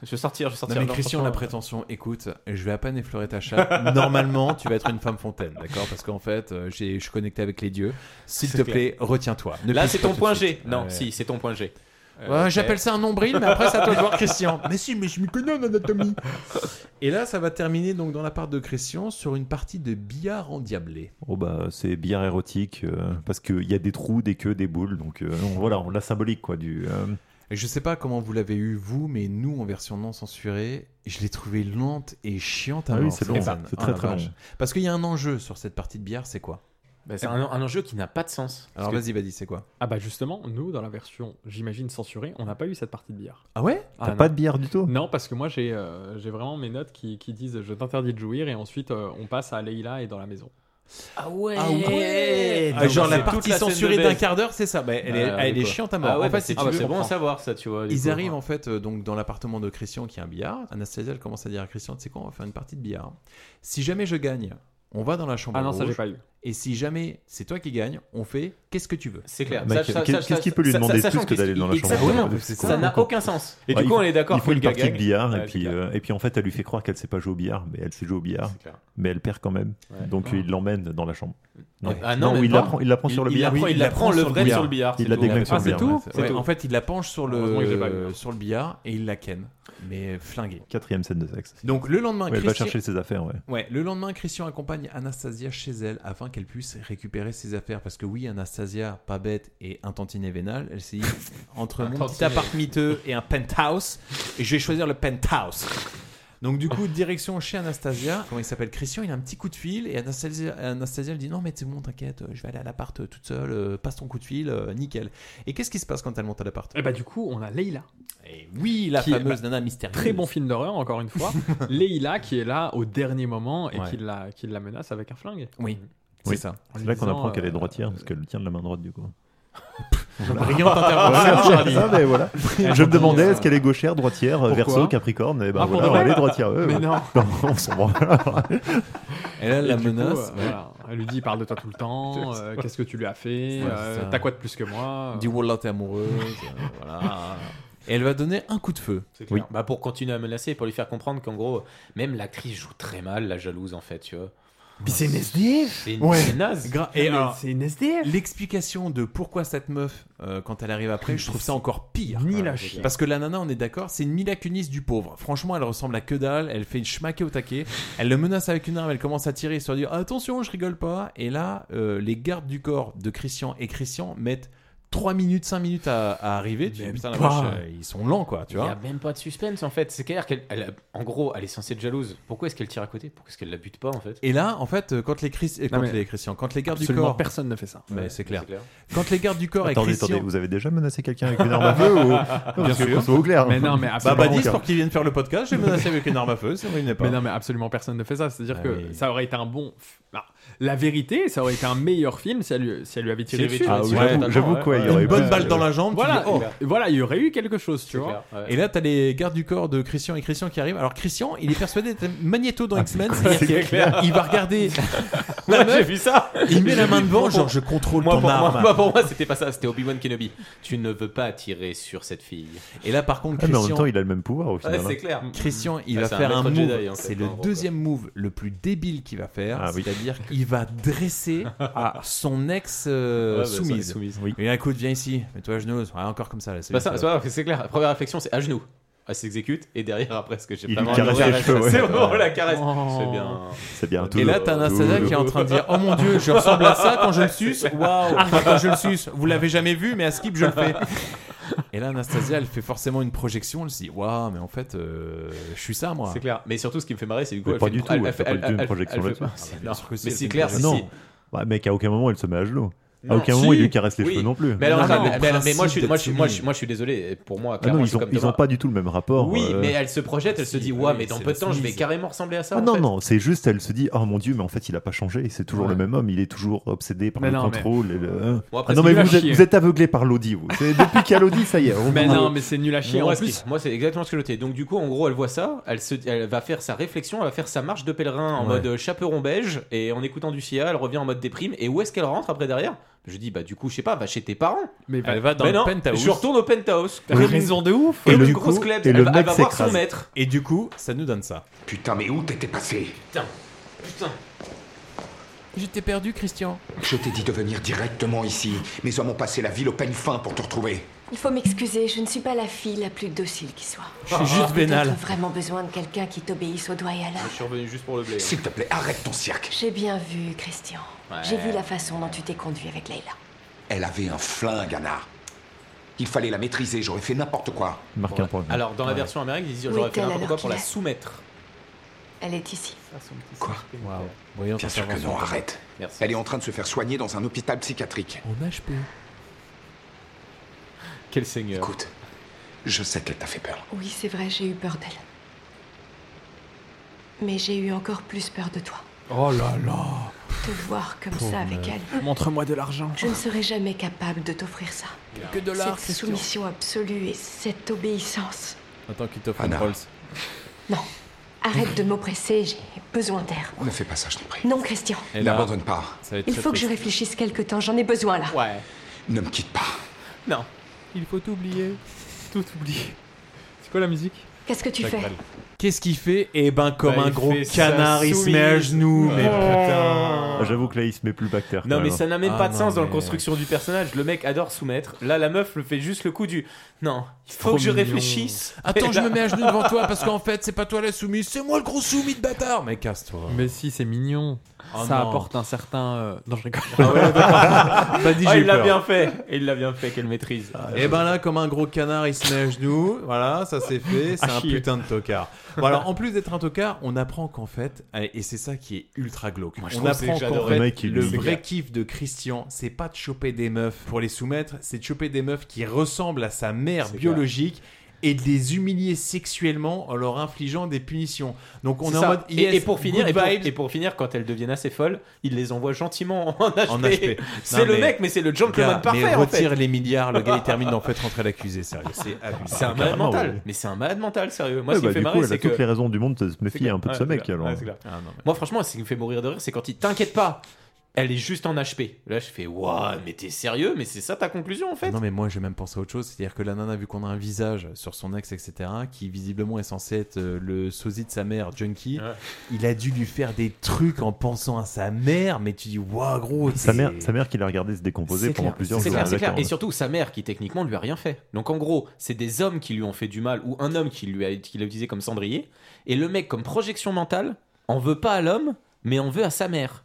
Je vais sortir, je vais
Non,
sortir.
mais
Non,
Christian, la
franchement,
prétention, écoute, je vais à peine effleurer ta chatte. Normalement, tu vas être une femme fontaine, d'accord Parce qu'en fait, euh, j'ai- je suis connecté avec les dieux. S'il
C'est
te
clair.
plaît, retiens-toi. Ne
Là,
pousse
c'est
pas
ton
tout de
point G.
suite.
Non,
Ouais.
si, c'est ton point G. Euh,
Ouais,
ok.
J'appelle ça un nombril, mais après, c'est à toi de voir, Christian. *laughs* Mais si, mais je m'y connais en anatomie. Et là, ça va terminer donc dans la part de Christian sur une partie de billard endiablé.
Oh bah c'est bière érotique euh, parce qu'il y a des trous, des queues, des boules donc euh, on- voilà on l'a symbolique quoi du. euh,
Et Je sais pas comment vous l'avez eu vous, mais nous en version non censurée, je l'ai trouvée lente et chiante à
Ah oui,
mort,
c'est
cette
long,
scène.
c'est
Ah,
très,
la
très long.
vache. Parce qu'il y a un enjeu sur cette partie de bière, c'est quoi
Bah, c'est un, un enjeu qui n'a pas de sens.
Alors
Parce
vas-y, vas-y, c'est quoi
Ah bah justement, nous, dans la version, j'imagine, censurée, on n'a pas eu cette partie de bière.
Ah ouais
T'as
non.
pas de bière du tout *laughs*
Non, parce que moi, j'ai euh, j'ai vraiment mes notes qui, qui disent je t'interdis de jouir, et ensuite, euh, on passe à Leila et dans la maison.
Ah ouais,
Ah ouais Ah, Genre la partie censurée d'un quart d'heure, c'est ça. Bah, elle est, elle est chiante à mort.
Ah
en
ouais,
fait,
bah,
si
c'est
tu veux-
c'est bon à savoir ça, tu vois. du
Ils
coup.
arrivent en fait euh, donc dans l'appartement de Christian qui a un billard. Anastasia elle commence à dire à Christian, tu sais quoi, on va faire une partie de billard. Si jamais je gagne, on va dans la chambre
Ah non, ça,
rouge.
j'ai pas eu.
Et si jamais c'est toi qui gagne, on fait qu'est-ce que tu veux.
C'est clair.
Mec,
Ça- ça-
qu'est-
ça-
qu'est-ce qu'il
ça-
peut lui
ça-
demander
ça-
plus
sachant
que d'aller dans la chambre
exactement.
rouge
Ça n'a aucun sens. Et
Ouais,
du coup,
il-
on est d'accord.
Il faut une
gars
partie de
gagne.
billard
Ouais,
et puis euh, et puis en fait elle lui fait croire qu'elle sait pas jouer au billard mais elle sait jouer au billard
C'est clair.
mais elle perd quand même
Ouais.
Ah.
donc il l'emmène dans la chambre. Non,
Ah non,
non
même
il
pas.
la prend il la prend
Il-
sur le
il
billard.
la prend- il la prend le vrai sur le billard,
Il
c'est
la
tout.
déglingue
Ah,
sur le
c'est
billard.
tout
ouais, c'est-
C'est
Ouais,
tout.
En fait, il la penche sur
Heureusement que j'ai pas
le,
eu.
sur le billard et il la ken. Mais flingué.
Quatrième scène de sexe.
Donc le lendemain,
Ouais, elle va
Christian-
chercher ses affaires ouais.
Ouais, le lendemain, Christian accompagne Anastasia chez elle afin qu'elle puisse récupérer ses affaires. Parce que oui, Anastasia, pas bête et un tantinet vénal, elle s'est dit entre
Un
mon petit
tantinet.
appart miteux et un penthouse, et je vais choisir le penthouse. Donc du coup, direction chez Anastasia. Comment il s'appelle Christian, il a un petit coup de fil et Anastasia, Anastasia elle dit non mais c'est bon, t'inquiète, euh, je vais aller à l'appart euh, toute seule, euh, passe ton coup de fil, euh, nickel. Et qu'est-ce qui se passe quand elle monte à l'appart
Et bah du coup, on a Leila.
Et oui, la
Qui est-
fameuse
bah,
nana mystérieuse.
Très bon film d'horreur, encore une fois. Leila qui est là au dernier moment et qui, la, qui la menace avec un flingue. *laughs*
Oui, c'est
Oui.
ça.
C'est là qu'on
disant,
apprend qu'elle
euh,
est droitière parce qu'elle tient de la main droite du coup.
Brillante intervention,
Voilà,
Charlie.
ça,
*laughs*
mais voilà.
Elle
Je
continue,
me demandais
euh,
est-ce qu'elle est gauchère, droitière,
Pourquoi
verso, capricorne et ben
Ah, pour
voilà,
de vrai
elle est droitière. ouais,
Mais
ouais. *laughs*
non.
on s'en branle.
*laughs* Et là,
Et
la
du coup,
menace.
euh, voilà. Elle lui dit, il parle de toi tout le temps, euh, qu'est-ce que tu lui as fait,
Ouais,
euh,
c'est ça.
t'as quoi de plus que moi
Du Wallah, t'es
*laughs*
amoureuse. euh, voilà. Et elle va donner un coup de feu.
Oui. Bah pour continuer à menacer et pour lui faire comprendre qu'en gros, même l'actrice joue très mal la jalouse en fait, tu vois.
Puis c'est une SDF
C'est
Ouais.
c'est naze.
Gra-
Mais
Et alors,
c'est une SDF
L'explication de pourquoi cette meuf, euh, quand elle arrive après, je trouve ça encore pire.
Ni la
Ah,
Ouais,
chier.
Parce que la nana, on est d'accord, c'est une Mila Kunis du pauvre. Franchement, elle ressemble à que dalle, elle fait une schmaquée au taquet, elle le menace avec une arme, elle commence à tirer, et se dire attention, je rigole pas. Et là, euh, les gardes du corps de Christian et Christian mettent 3 minutes, 5 minutes à, à arriver. Tu dis, putain, la
pas.
vache, euh, ils sont lents, quoi, tu
Il n'y a
vois.
même pas de suspense en fait. C'est clair qu'elle, elle a- en gros, elle est censée être jalouse. Pourquoi est-ce qu'elle tire à côté Pourquoi est-ce qu'elle la bute pas en fait
Et là, en fait, euh, quand les, Chris- euh,
Non,
quand
mais
les Christian, quand les gardes du
absolument
corps.
personne ne fait ça.
Mais
Ouais,
c'est clair.
c'est clair.
Quand les gardes du corps
Attendez,
et Christian. Bah,
attendez, vous avez déjà menacé quelqu'un avec une
Ah,
arme à feu ou... Parce que qu'on soit au clair.
Bah, bah, dis pour qu'ils viennent faire le podcast, j'ai menacé avec une arme à feu, ça ruinait pas.
Mais non, mais absolument personne ne fait ça. C'est-à-dire
Ah
que
oui.
ça aurait été un bon. Bah, la vérité, ça aurait été un meilleur film si elle lui, si elle lui avait tiré
Si elle
dessus.
avait tiré Ah dessus. oui, j'avoue- j'avoue quoi, il y Une aurait bonne plus- balle dans la jambe, tu
Voilà,
dis, oh.
et voilà, il y aurait eu quelque chose, tu vois.
Et là, t'as les gardes du corps de Christian et Christian qui arrivent. Alors, Christian, il est persuadé d'être Magneto dans X-Men.
Ah, c'est
C'est-à-dire qu'il-
clair.
Il va
*laughs*
regarder.
Ouais,
la meuf,
j'ai vu ça.
Il met
J'ai
la main
vu.
devant,
Moi,
genre,
pour-
je contrôle
*laughs* moi,
ton
pour
arme.
Moi, moi, pour moi, c'était pas ça. C'était Obi-Wan Kenobi. Tu ne veux pas tirer sur cette fille.
Et là, par contre,
Ah, mais en
Christian.
même temps, il a le même pouvoir au final. hein.
Ouais, c'est clair.
Christian, il
Ouais,
va
Bah, c'est un
faire un,
maître
move.
Jedi, en fait,
c'est le
en gros,
deuxième move le plus débile qu'il va faire.
Ah oui.
C'est-à-dire qu'il va
*laughs*
dresser à son ex
Ouais,
euh,
bah, son
soumise.
ex soumise.
Et un coup, viens ici. Mets-toi à genoux. Ouais, encore comme ça. là, c'est
Bah, ça,
ça.
c'est pas grave, c'est clair. La première réflexion, c'est à genoux. Elle s'exécute et derrière, après, ce que j'ai
Il
pas
lui
mal
caresse
adoré,
les
la-
cheveux, ouais.
C'est vraiment la caresse.
Oh.
C'est bien.
C'est bien.
Et là, t'as Anastasia qui est en train de dire Oh mon dieu, je ressemble à ça quand je
*laughs*
le suce. Waouh, enfin, quand je le suce. Vous l'avez jamais vu, mais à Skip, je le fais. Et là, Anastasia, elle fait forcément une projection. Elle se dit Waouh, mais en fait, euh, je suis ça, moi.
C'est clair. Mais surtout, ce qui me fait marrer, c'est du coup.
Mais
elle
pas
fait
du
une-
tout,
elle-
elle
elle
fait pas
elle-
du tout une
elle- elle
projection
fait
là-dessus.
pas.
Ah,
C'est
bien
énorme.
sûr que si,
Mais
elle
c'est
fait
clair,
une
c'est-
Non.
c'est-
Bah, mec, à aucun moment, elle se met à genoux. À
Non,
aucun moment,
si.
il lui caresse les
Oui.
cheveux non plus.
Mais alors,
Non,
attends,
non.
mais- mais alors, mais moi, je suis, moi, je suis, moi, je suis- moi, je suis désolé. pour moi,
Ah
clairement,
non,
c'est
ils ont,
comme
ils ont
Thomas.
pas du tout le même rapport.
Oui,
euh.
mais elle se projette, elle se dit, ouais, mais dans
c'est
peu
la
de temps, je vais
soumise.
carrément ressembler à ça.
Ah
en
non,
fait.
non, c'est juste, elle se dit, oh mon dieu, mais en fait, il a pas changé, c'est toujours le même homme, il est toujours obsédé par
Mais
le
non, mais-
contrôle. et le-
Bon, après,
ah non,
c'est
mais
hein. nul à
vous êtes,
chier.
vous êtes aveuglé par l'Audi, vous. C'est depuis qu'il y a l'Audi, ça y est. on-
Mais
on-
non, mais c'est nul à chier.
Moi,
En
ce qui-
plus,
moi, c'est exactement ce que je notais. Donc, du coup, en gros, elle voit ça, elle, se- elle va faire sa réflexion, elle va faire sa marche de pèlerin en
Ouais.
mode euh, chaperon beige, et en écoutant du CIA, elle revient en mode déprime. Et où est-ce qu'elle rentre après derrière Je dis, bah, du coup, je sais pas, va chez tes parents.
Mais
Elle va dans
Mais
le
non,
penthouse.
Je retourne au penthouse.
T'as raison de ouf.
Et,
Et
le
du
grosse
coup-
club,
et
elle,
le
va-
mec
elle va voir
s'écrase.
son maître.
Et du coup, ça nous donne ça.
Putain, mais où t'étais passé
Putain, putain.
Je t'ai perdu, Christian.
Je t'ai dit de venir directement ici. Mes hommes ont passé la ville au peigne fin pour te retrouver.
Il faut m'excuser, je ne suis pas la fille la plus docile qui soit.
Je suis juste
J'ai
vénale.
peut-être vraiment besoin de quelqu'un qui t'obéisse au doigt et à l'œil.
Je suis revenu juste pour le blé.
S'il te plaît, arrête ton cirque.
J'ai bien vu, Christian.
Ouais.
J'ai vu la façon dont tu t'es conduit avec Leila.
Elle avait un flingue, Anna. Il fallait la maîtriser, j'aurais fait n'importe quoi.
Marque un point.
Alors, dans la version américaine, ils disent
Où
j'aurais fait
est-elle
n'importe
alors
quoi pour
qu'il
la
est
soumettre.
Elle est ici.
Quoi
Bien sûr que non, arrête. Elle est en train de se faire soigner dans un hôpital psychiatrique.
En HP.
Quel seigneur.
Écoute, je sais qu'elle t'a fait peur.
Oui, c'est vrai, j'ai eu peur d'elle. Mais j'ai eu encore plus peur de toi.
Oh là là.
Te voir comme
Pauvre
ça avec
meuf.
elle.
Montre-moi de l'argent.
Je ne serais jamais capable de t'offrir ça.
Que de l'art,
Cette
Christian.
soumission absolue et cette obéissance.
Attends qu'il t'offre une Rolls.
Non. Arrête de m'oppresser, j'ai besoin d'air.
Ne fais pas ça, je t'en prie.
Non, Christian.
Elle N'abandonne pas.
Il faut que je réfléchisse quelque temps, j'en ai besoin là.
Ouais.
Ne me quitte pas.
Non.
Il faut oublier. Tout oublier. C'est quoi la musique
Qu'est-ce que tu fais
Qu'est-ce qu'il fait Eh ben, comme
Bah,
un
il
gros
fait sa
canard, il se met à
soumise.
genoux. Mais
Ah, J'avoue que là, il se met plus back terre,
Non,
quand
mais
même. hein.
ça n'a même
Ah
pas de
non,
sens dans la
mais-
construction du personnage. Le mec adore soumettre. Là, la meuf le fait juste le coup du non, il faut
Trop
que je
mignon.
réfléchisse.
Attends, je me mets à genoux devant toi parce qu'en fait, c'est pas toi la soumise, c'est moi le gros soumis de bâtard. Mais casse-toi.
Mais si, c'est mignon.
Oh
ça
non.
apporte un certain. euh, Non, je rigole.
T'as dit,
Ah,
j'ai
il l'a
peur.
bien fait. Il l'a bien fait, qu'elle maîtrise.
Ah,
Et ben là, comme un gros canard, il se met à genoux. Voilà, ça c'est fait. C'est
*laughs* À
un
chier.
putain de tocard. Voilà, en plus d'être un tocard, on apprend qu'en fait, eh, et c'est ça qui est ultra glauque.
je
on
trouve que c'est
apprend
que
qu'en
j'adore.
fait,
Le mec, il-
le
c'est
vrai
clair.
kiff de Christian, c'est pas de choper des meufs pour les soumettre, c'est de choper des meufs qui ressemblent à sa mère
C'est
biologique. Et de les humilier sexuellement en leur infligeant des punitions. Donc on est,
C'est
en
ça.
mode
Et-
yes,
et, pour finir,
good
et pour,
vibes.
*laughs* et pour finir, quand elles deviennent assez folles, il les envoie gentiment en HP.
En HP.
C'est
Non,
le
mais-
mec, mais c'est le gentleman
Gars,
parfait
Mais
en fait.
retire les milliards, le gars il termine
*laughs*
d'en fait rentrer l'accusé, sérieux. C'est abusé.
C'est un malade
Carrément,
mental.
ouais.
Mais c'est un malade mental, sérieux.
Ouais,
Moi, ce qui
bah,
me fait
du coup,
marrer,
elle a
c'est que.
toutes les raisons du monde de se méfier
clair.
un peu de
Ouais,
ce
c'est
mec,
clair.
alors.
Ouais, c'est clair. Moi, franchement, ce qui me fait mourir de rire, c'est quand il t'inquiète pas, elle est juste en HP. Là, je fais, waouh, mais t'es sérieux, mais c'est ça ta conclusion en fait.
Non mais moi j'ai même pensé à autre chose, c'est-à-dire que la nana vu qu'on a un visage sur son ex etc qui visiblement est censé être euh, le sosie de sa mère Junkie, il a dû lui faire des trucs en pensant à sa mère mais tu dis waouh gros
Sa
c'est-
mère, sa mère qui l'a regardé se décomposer
C'est
pendant
clair,
plusieurs
c'est
jours.
clair, c'est clair.
d'accord.
Et surtout, sa mère qui techniquement lui a rien fait. Donc en gros, c'est des hommes qui lui ont fait du mal ou un homme qui lui a, qui l'a utilisé comme cendrier. Et le mec, comme projection mentale, en veut pas à l'homme, mais en veut à sa mère.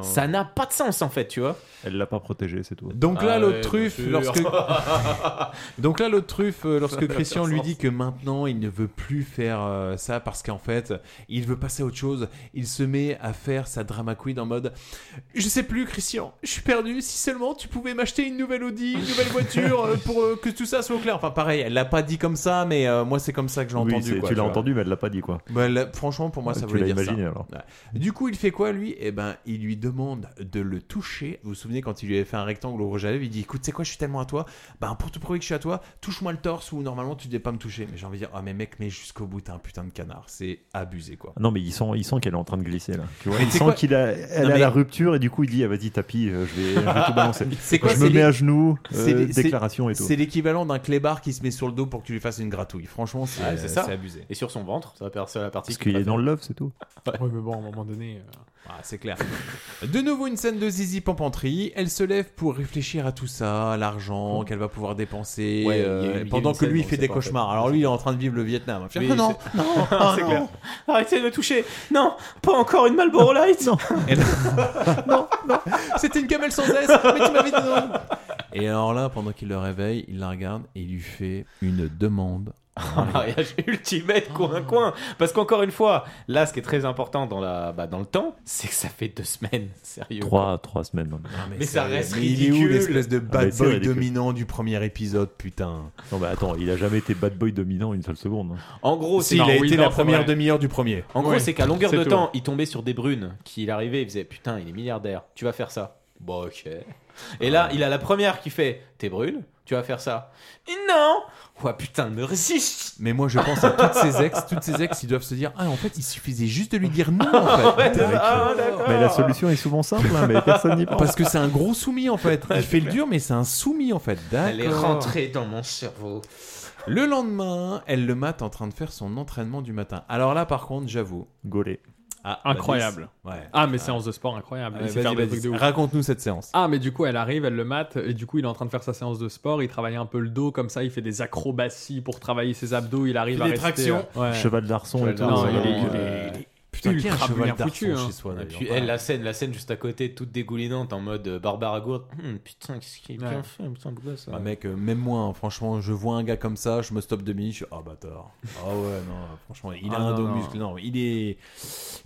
Ça n'a pas de sens en fait, tu vois.
Elle l'a pas protégé, c'est tout.
Donc
Ah
là, l'autre truffe, lorsque...
*laughs*
Donc là, l'autre truffe, euh, lorsque Christian lui dit que maintenant il ne veut plus faire euh, ça parce qu'en fait il veut passer à autre chose, il se met à faire sa drama queen en mode Je sais plus, Christian, je suis perdu. Si seulement tu pouvais m'acheter une nouvelle Audi, une nouvelle voiture euh, pour euh, que tout ça soit au clair. Enfin, pareil, elle l'a pas dit comme ça, mais euh, moi c'est comme ça que j'ai
Oui,
entendu.
c'est-
quoi,
tu l'as
vois.
entendu, mais elle l'a pas dit quoi.
Bah, là, franchement, pour moi,
Euh,
ça
tu
voulait
l'as
dire
imaginé,
ça.
alors.
Ouais. Du coup, il fait quoi, lui Eh ben, il lui demande de le toucher. Vous vous souvenez quand il lui avait fait un rectangle au rouge à lèvres, il dit "Écoute, c'est quoi Je suis tellement à toi. Ben, pour te prouver que je suis à toi, touche-moi le torse ou normalement tu devais pas me toucher." Mais j'ai envie de dire "Ah, mais mec, mais jusqu'au bout, t'es un putain de canard. C'est abusé, quoi."
Non, mais il sent, il sent qu'elle est en train de glisser là. Tu vois,
Mais
il
c'est quoi
sent qu'il a, elle
Non,
a
mais-
la rupture et du coup il dit ah, vas-y tapis, euh, je vais, je vais tout balancer.
*laughs* C'est quoi,
je
c'est
me mets
les-
à genoux,
c'est
euh,
les- c'est-
déclaration et tout.
C'est l'équivalent d'un clébard qui se met sur le dos pour que tu lui fasses une gratouille. Franchement, c'est
Ouais, c'est ça.
c'est abusé.
Et sur son ventre, ça va la partie.
Parce qu'il est dans le love, c'est tout.
Oui, mais bon, à un moment donné. euh,
Ah, c'est clair. De nouveau une scène de Zizi Pampanterie. Elle se lève pour réfléchir à tout ça, à l'argent qu'elle va pouvoir dépenser,
Mmh. Ouais, il y a
euh,
eu- il y a eu
pendant
une
que
scène,
lui
on
fait
sait
des
pas, en
cauchemars. Alors lui, il est en train de vivre le Vietnam. Faire,
Oui,
ah non,
c'est-
non, ah
*laughs* c'est
non.
clair. Arrêtez de me toucher. Non, pas encore une Marlboro Light. non.
non, non, c'était une gamelle sans S, mais tu m'avais dit non. Et alors là, pendant qu'il le réveille, il la regarde et il lui fait une demande.
Un mariage ultimate
Ah.
coin coin parce qu'encore une fois là ce qui est très important dans la bah, dans le temps c'est que ça fait deux semaines sérieux
Trois, trois semaines.
mais, ça reste
mais
ridicule
Il est où l'espèce de
Ah,
bad
mais c'est
boy
ridicule.
dominant du premier épisode, putain
Non, mais attends, il a jamais été bad boy dominant une seule seconde. hein.
en gros
Si,
c'est
il a
oui,
été
non,
la
c'est
première
vrai.
demi-heure du premier.
en gros
Ouais.
c'est qu'à longueur
C'est
de
tout.
temps il tombait sur des brunes qui il arrivait il faisait putain il est milliardaire tu vas faire ça bon ok et là il a la première qui fait t'es brune tu vas faire ça non ouais putain ne résiste
Mais moi, je pense à toutes *laughs* ces ex, toutes ces ex, ils doivent se dire, ah, en fait, il suffisait juste de lui dire non, en *laughs* fait.
ah, d'accord.
Mais la solution est souvent simple, hein, mais personne n'y pense.
Parce que c'est un gros soumis, en fait. *laughs* Il fait le dur, mais c'est un soumis, en fait. D'accord.
elle est rentrée dans mon cerveau
Le lendemain, elle le mate en train de faire son entraînement du matin. Alors là, par contre, j'avoue.
Gaulé.
Ah,
Incroyable.
vas-y. Ouais.
Ah, mais séance de sport incroyable.
Ah,
Il
ouais,
sait
vas-y,
faire des
vas-y.
trucs de ouf.
Raconte-nous cette séance.
Ah, mais du coup, elle arrive, elle le mate, et du coup, il est en train de faire sa séance de sport. Il travaille un peu le dos, comme ça, il fait des acrobaties pour travailler ses abdos. Il arrive
Il fait
à
des
rester. euh,
tractions.
ouais.
Cheval d'arçon et tout.
Non,
c'est
il est-
vraiment,
il est-
euh,
il est
Putain, qui a un
ultra
cheval
bien
d'arçon
foutu, hein.
chez soi,
Et
d'ailleurs
puis elle, la scène, la scène juste à côté, toute dégoulinante en mode euh, Barbara Gourde. Hum, putain, qu'est-ce qui est bien
Ouais.
fait, putain, beau gosse, ça.
Bah mec, euh, même moi, hein, franchement, je vois un gars comme ça, je me stoppe de minutes, je suis ah bâtard. Ah ouais, non, franchement, il a
Ah,
un
non,
dos
non.
muscle, non, il est,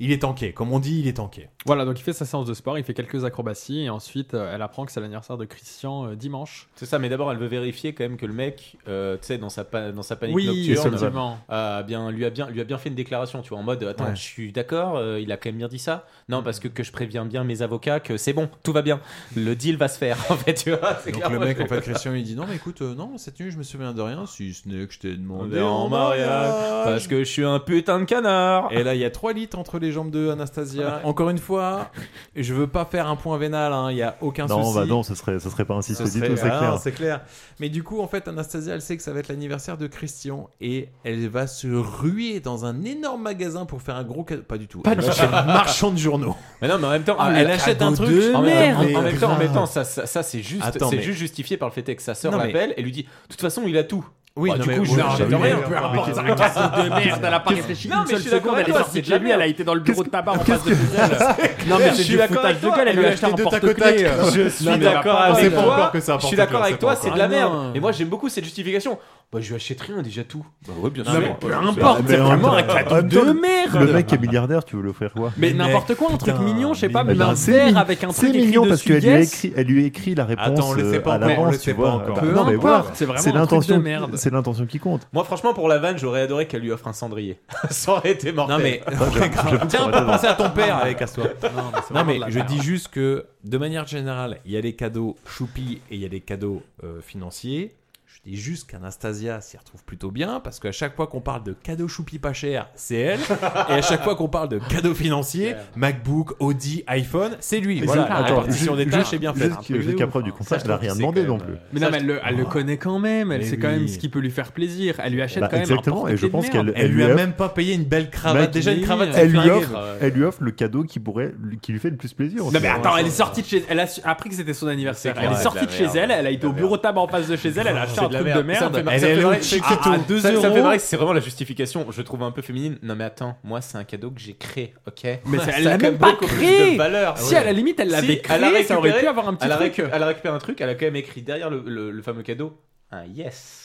il est tanké, comme on dit, il est tanké.
Voilà, donc il fait sa séance de sport, il fait quelques acrobaties, et ensuite, euh, elle apprend que c'est l'anniversaire de Christian euh, dimanche.
C'est ça, mais d'abord elle veut vérifier quand même que le mec, euh, tu sais, dans sa pa- dans sa panique
Oui,
nocturne,
absolument.
a bien, lui a bien, lui a bien fait une déclaration, tu vois, en mode, attends,
Ouais. Mm.
je suis d'accord, euh, il a quand même bien dit ça. Non, parce que que je préviens bien mes avocats que c'est bon, tout va bien, le deal va se faire, *laughs* en fait, tu vois. c'est
Donc le
clairement-
mec, en fait, Christian, il dit non, mais écoute, euh, non, cette nuit, je me souviens de rien, si ce n'est que je t'ai
On
demandé
est en mariage *laughs* parce que je suis un putain de canard.
Et là, il y a 3 litres entre les jambes de Anastasia. Encore une fois, je veux pas faire un point vénal, hein, il y a aucun
Non,
souci.
bah non, ça serait, ça serait pas insisté
Ce
du
serait-
tout, c'est
Ah,
clair.
c'est clair. Mais du coup, en fait, Anastasia, elle sait que ça va être l'anniversaire de Christian et elle va se ruer dans un énorme magasin pour faire un gros cadeau. Pas du tout. elle va chez le marchand de journaux.
Mais non, mais en même temps,
Ah,
le
elle achète
cadeau
un truc.
de
Ah,
En
mais
même temps,
merde.
en même temps, en même
Grave.
temps, ça, ça, ça, c'est juste,
Attends,
c'est
mais-
juste justifié par le fait que sa sœur
Non, mais-
l'appelle et lui dit, de toute façon, il a tout.
Oui,
Bah,
non,
du
mais
coup, je
oui,
n'achète
mais-
rien.
peu
importe,
mais-
c'est un casseau de merde, elle a pas réfléchi
Non,
une
mais
seule
je suis d'accord
seconde,
avec
elle est
toi,
sortie
c'est
de
de
chez
la
lui,
merde.
elle a été dans le bureau de tabac en face de chez
*laughs*
elle.
Non, mais je suis d'accord avec
foutage de
toi,
gueule, elle lui a acheté un porte-clés. euh.
Je suis d'accord avec toi. Je suis d'accord avec toi, c'est de la
Ah,
merde.
non.
Mais moi, j'aime beaucoup cette justification. Bah, je lui achète rien déjà tout. Bah, ouais, bien
Non,
sûr.
mais peu
Ouais,
importe,
bien
c'est
sûr.
vraiment
en
un
même temps,
cadeau de merde.
Le mec est milliardaire, tu veux l'offrir quoi
Mais n'importe quoi, un truc mignon, je sais pas,
Eh ben,
même un
c'est
verre
mi-
avec un
C'est
truc écrit
mignon parce
dessus,
qu'elle lui, a
yes.
écrit- elle lui a écrit la réponse
Attends, on le sait
euh,
pas
à
encore, on
l'avance,
le
tu
sait pas
vois.
encore.
Bah,
Peu
non, mais
importe,
voilà,
c'est vraiment
c'est
un truc
l'intention
de
qui-
merde.
C'est l'intention qui compte.
Moi, franchement, pour la vanne, j'aurais adoré qu'elle lui offre un cendrier. *laughs* Ça aurait été mortel.
Non mais
j'avoue,
tiens,
j'aurais
pas
adoré.
penser à ton père, allez casse-toi. Non mais
vraiment de la
je
merde.
dis juste que de manière générale, il y a les cadeaux choupi et il y a les cadeaux euh, financiers. Je dis juste qu'Anastasia s'y retrouve plutôt bien parce qu'à chaque fois qu'on parle de cadeaux choupi pas cher, c'est elle. et à chaque fois qu'on parle de cadeaux financiers, MacBook, Audi, iPhone, c'est lui.
Mais
voilà,
c'est-
la
attends,
répartition des
juste-
tâches est bien faite.
juste que- Jusqu'à preuve du contraire, elle a rien demandé non plus.
Mais non, mais elle, le- elle le connaît quand même, elle
Mais
sait quand même
oui.
ce qui peut lui faire plaisir. Elle lui achète
Bah,
quand même un
exactement, et
porte-clés
je
de
pense
merde.
qu'elle-
Elle lui a
offre-
même pas payé une belle cravate.
Mec,
Déjà une
oui,
cravate.
elle
c'est
Elle lui,
flingué.
offre, elle lui offre le cadeau qui, pourrait, qui lui fait le plus plaisir.
Non mais attends, elle est sortie de chez elle a su- appris que c'était son anniversaire.
C'est
Elle
clair,
est sortie de
c'est de la
chez elle,
merde.
elle a été au bureau tabac en face de chez elle, elle a faire un truc de merde.
Ça me fait marrer, ça me fait marrer. Ah, ah, ça- ça me fait marrer, c'est vraiment la justification. Je trouve un peu féminine. Non, mais attends, moi, c'est un cadeau que j'ai créé, ok
Mais
Ça
elle
a
l'a
quand
même pas
beaucoup
créé.
plus de valeur.
Si, à la limite, elle l'avait
elle a
créé, ça aurait
récupéré-
pu avoir un petit
elle a
truc.
récu- Elle a récupéré un truc, elle a quand même écrit derrière le- le le fameux cadeau un yes.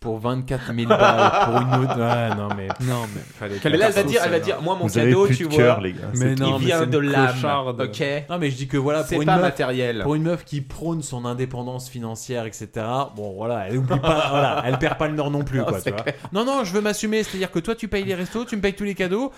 Pour 24 000 balles, pour une autre. Ouais, non, mais.
Non, mais fallait
Mais là, elle va dire, elle va dire, moi mon cadeau, tu vois,
Ah,
Mais non,
il
mais
vient
c'est
de
une
l'âme,
cocharde.
ok.
Non, mais je dis que voilà,
c'est
pour une,
pas
meuf,
matériel.
pour une meuf qui prône son indépendance financière, etc., bon, voilà, elle oublie pas, *laughs* voilà, elle perd pas le nord non plus,
Non,
quoi,
c'est
tu vois. Non, non, je veux m'assumer, c'est-à-dire que toi, tu payes les restos, tu me payes tous les cadeaux,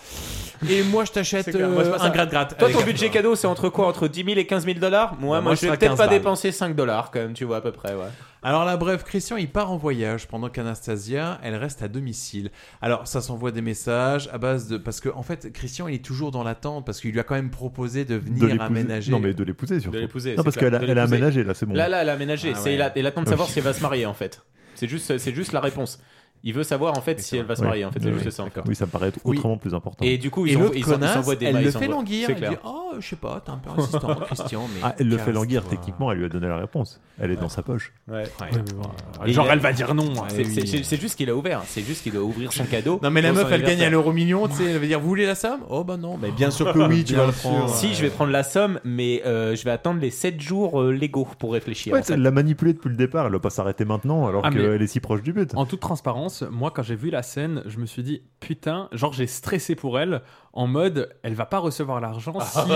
et moi, je t'achète
clair, moi,
euh,
c'est pas ça.
un gratte-gratte.
Toi,
Allez,
ton
gratte.
budget cadeau, c'est entre quoi Entre 10 000 et 15 000 dollars Moi,
Bah,
moi,
moi,
je
ce
vais
sera
peut-être
15
pas
balles.
dépenser 5 dollars quand même, tu vois, à peu près, ouais.
Alors là, bref, Christian, il part en voyage pendant qu'Anastasia, elle reste à domicile. Alors, ça s'envoie des messages à base de... Parce que, en fait, Christian, il est toujours dans l'attente, parce qu'il lui a quand même proposé de
De
venir
l'épouser.
aménager.
Non, mais de l'épouser, surtout.
De l'épouser.
Non,
c'est
parce
clair,
qu'elle a-
de
elle a
l'épouser.
aménagé, là, c'est bon.
Là, là, elle a aménagé.
Ah
c'est,
ouais.
il, a- il attend de
Ah
savoir
oui.
si elle va se marier, en fait. C'est juste, c'est juste la réponse. Il veut savoir, en fait, si elle va se
Oui.
marier, en fait. C'est
Oui,
juste
oui.
ça, encore.
Oui, ça me paraît être
Oui.
autrement plus important.
Et du coup, ils
Et
en-
l'autre
ils en- ils
connasse,
envoient des
elle
mails,
le
ils
fait
envoient-
languir.
c'est
Elle
clair.
dit Oh, je sais pas, t'es un peu insistant,
*laughs*
Christian. Mais
Ah, elle le fait languir,
casse-toi.
techniquement, elle lui a donné la réponse. Elle est dans sa poche.
Ouais. euh,
Ouais, Genre, elle va dire non.
C'est, c'est- c'est- c'est juste qu'il a ouvert. C'est juste qu'il doit ouvrir son cadeau.
Non, mais la
pour
meuf,
son
elle gagne à
anniversaire.
l'euro million, tu sais, elle va dire Vous voulez la somme Oh, bah non, mais bien sûr que
Ah,
oui, tu vas le prendre.
Si, je vais prendre la somme, mais euh, je vais attendre les 7 jours euh, légaux pour réfléchir.
Ouais,
en fait.
elle l'a manipulée depuis le départ. Elle va pas s'arrêter maintenant, alors
Ah, mais-
qu'elle est si proche du but.
En toute transparence, moi quand j'ai vu la scène, je me suis dit putain, genre j'ai stressé pour elle en mode elle va pas recevoir
*laughs*
l'argent si il y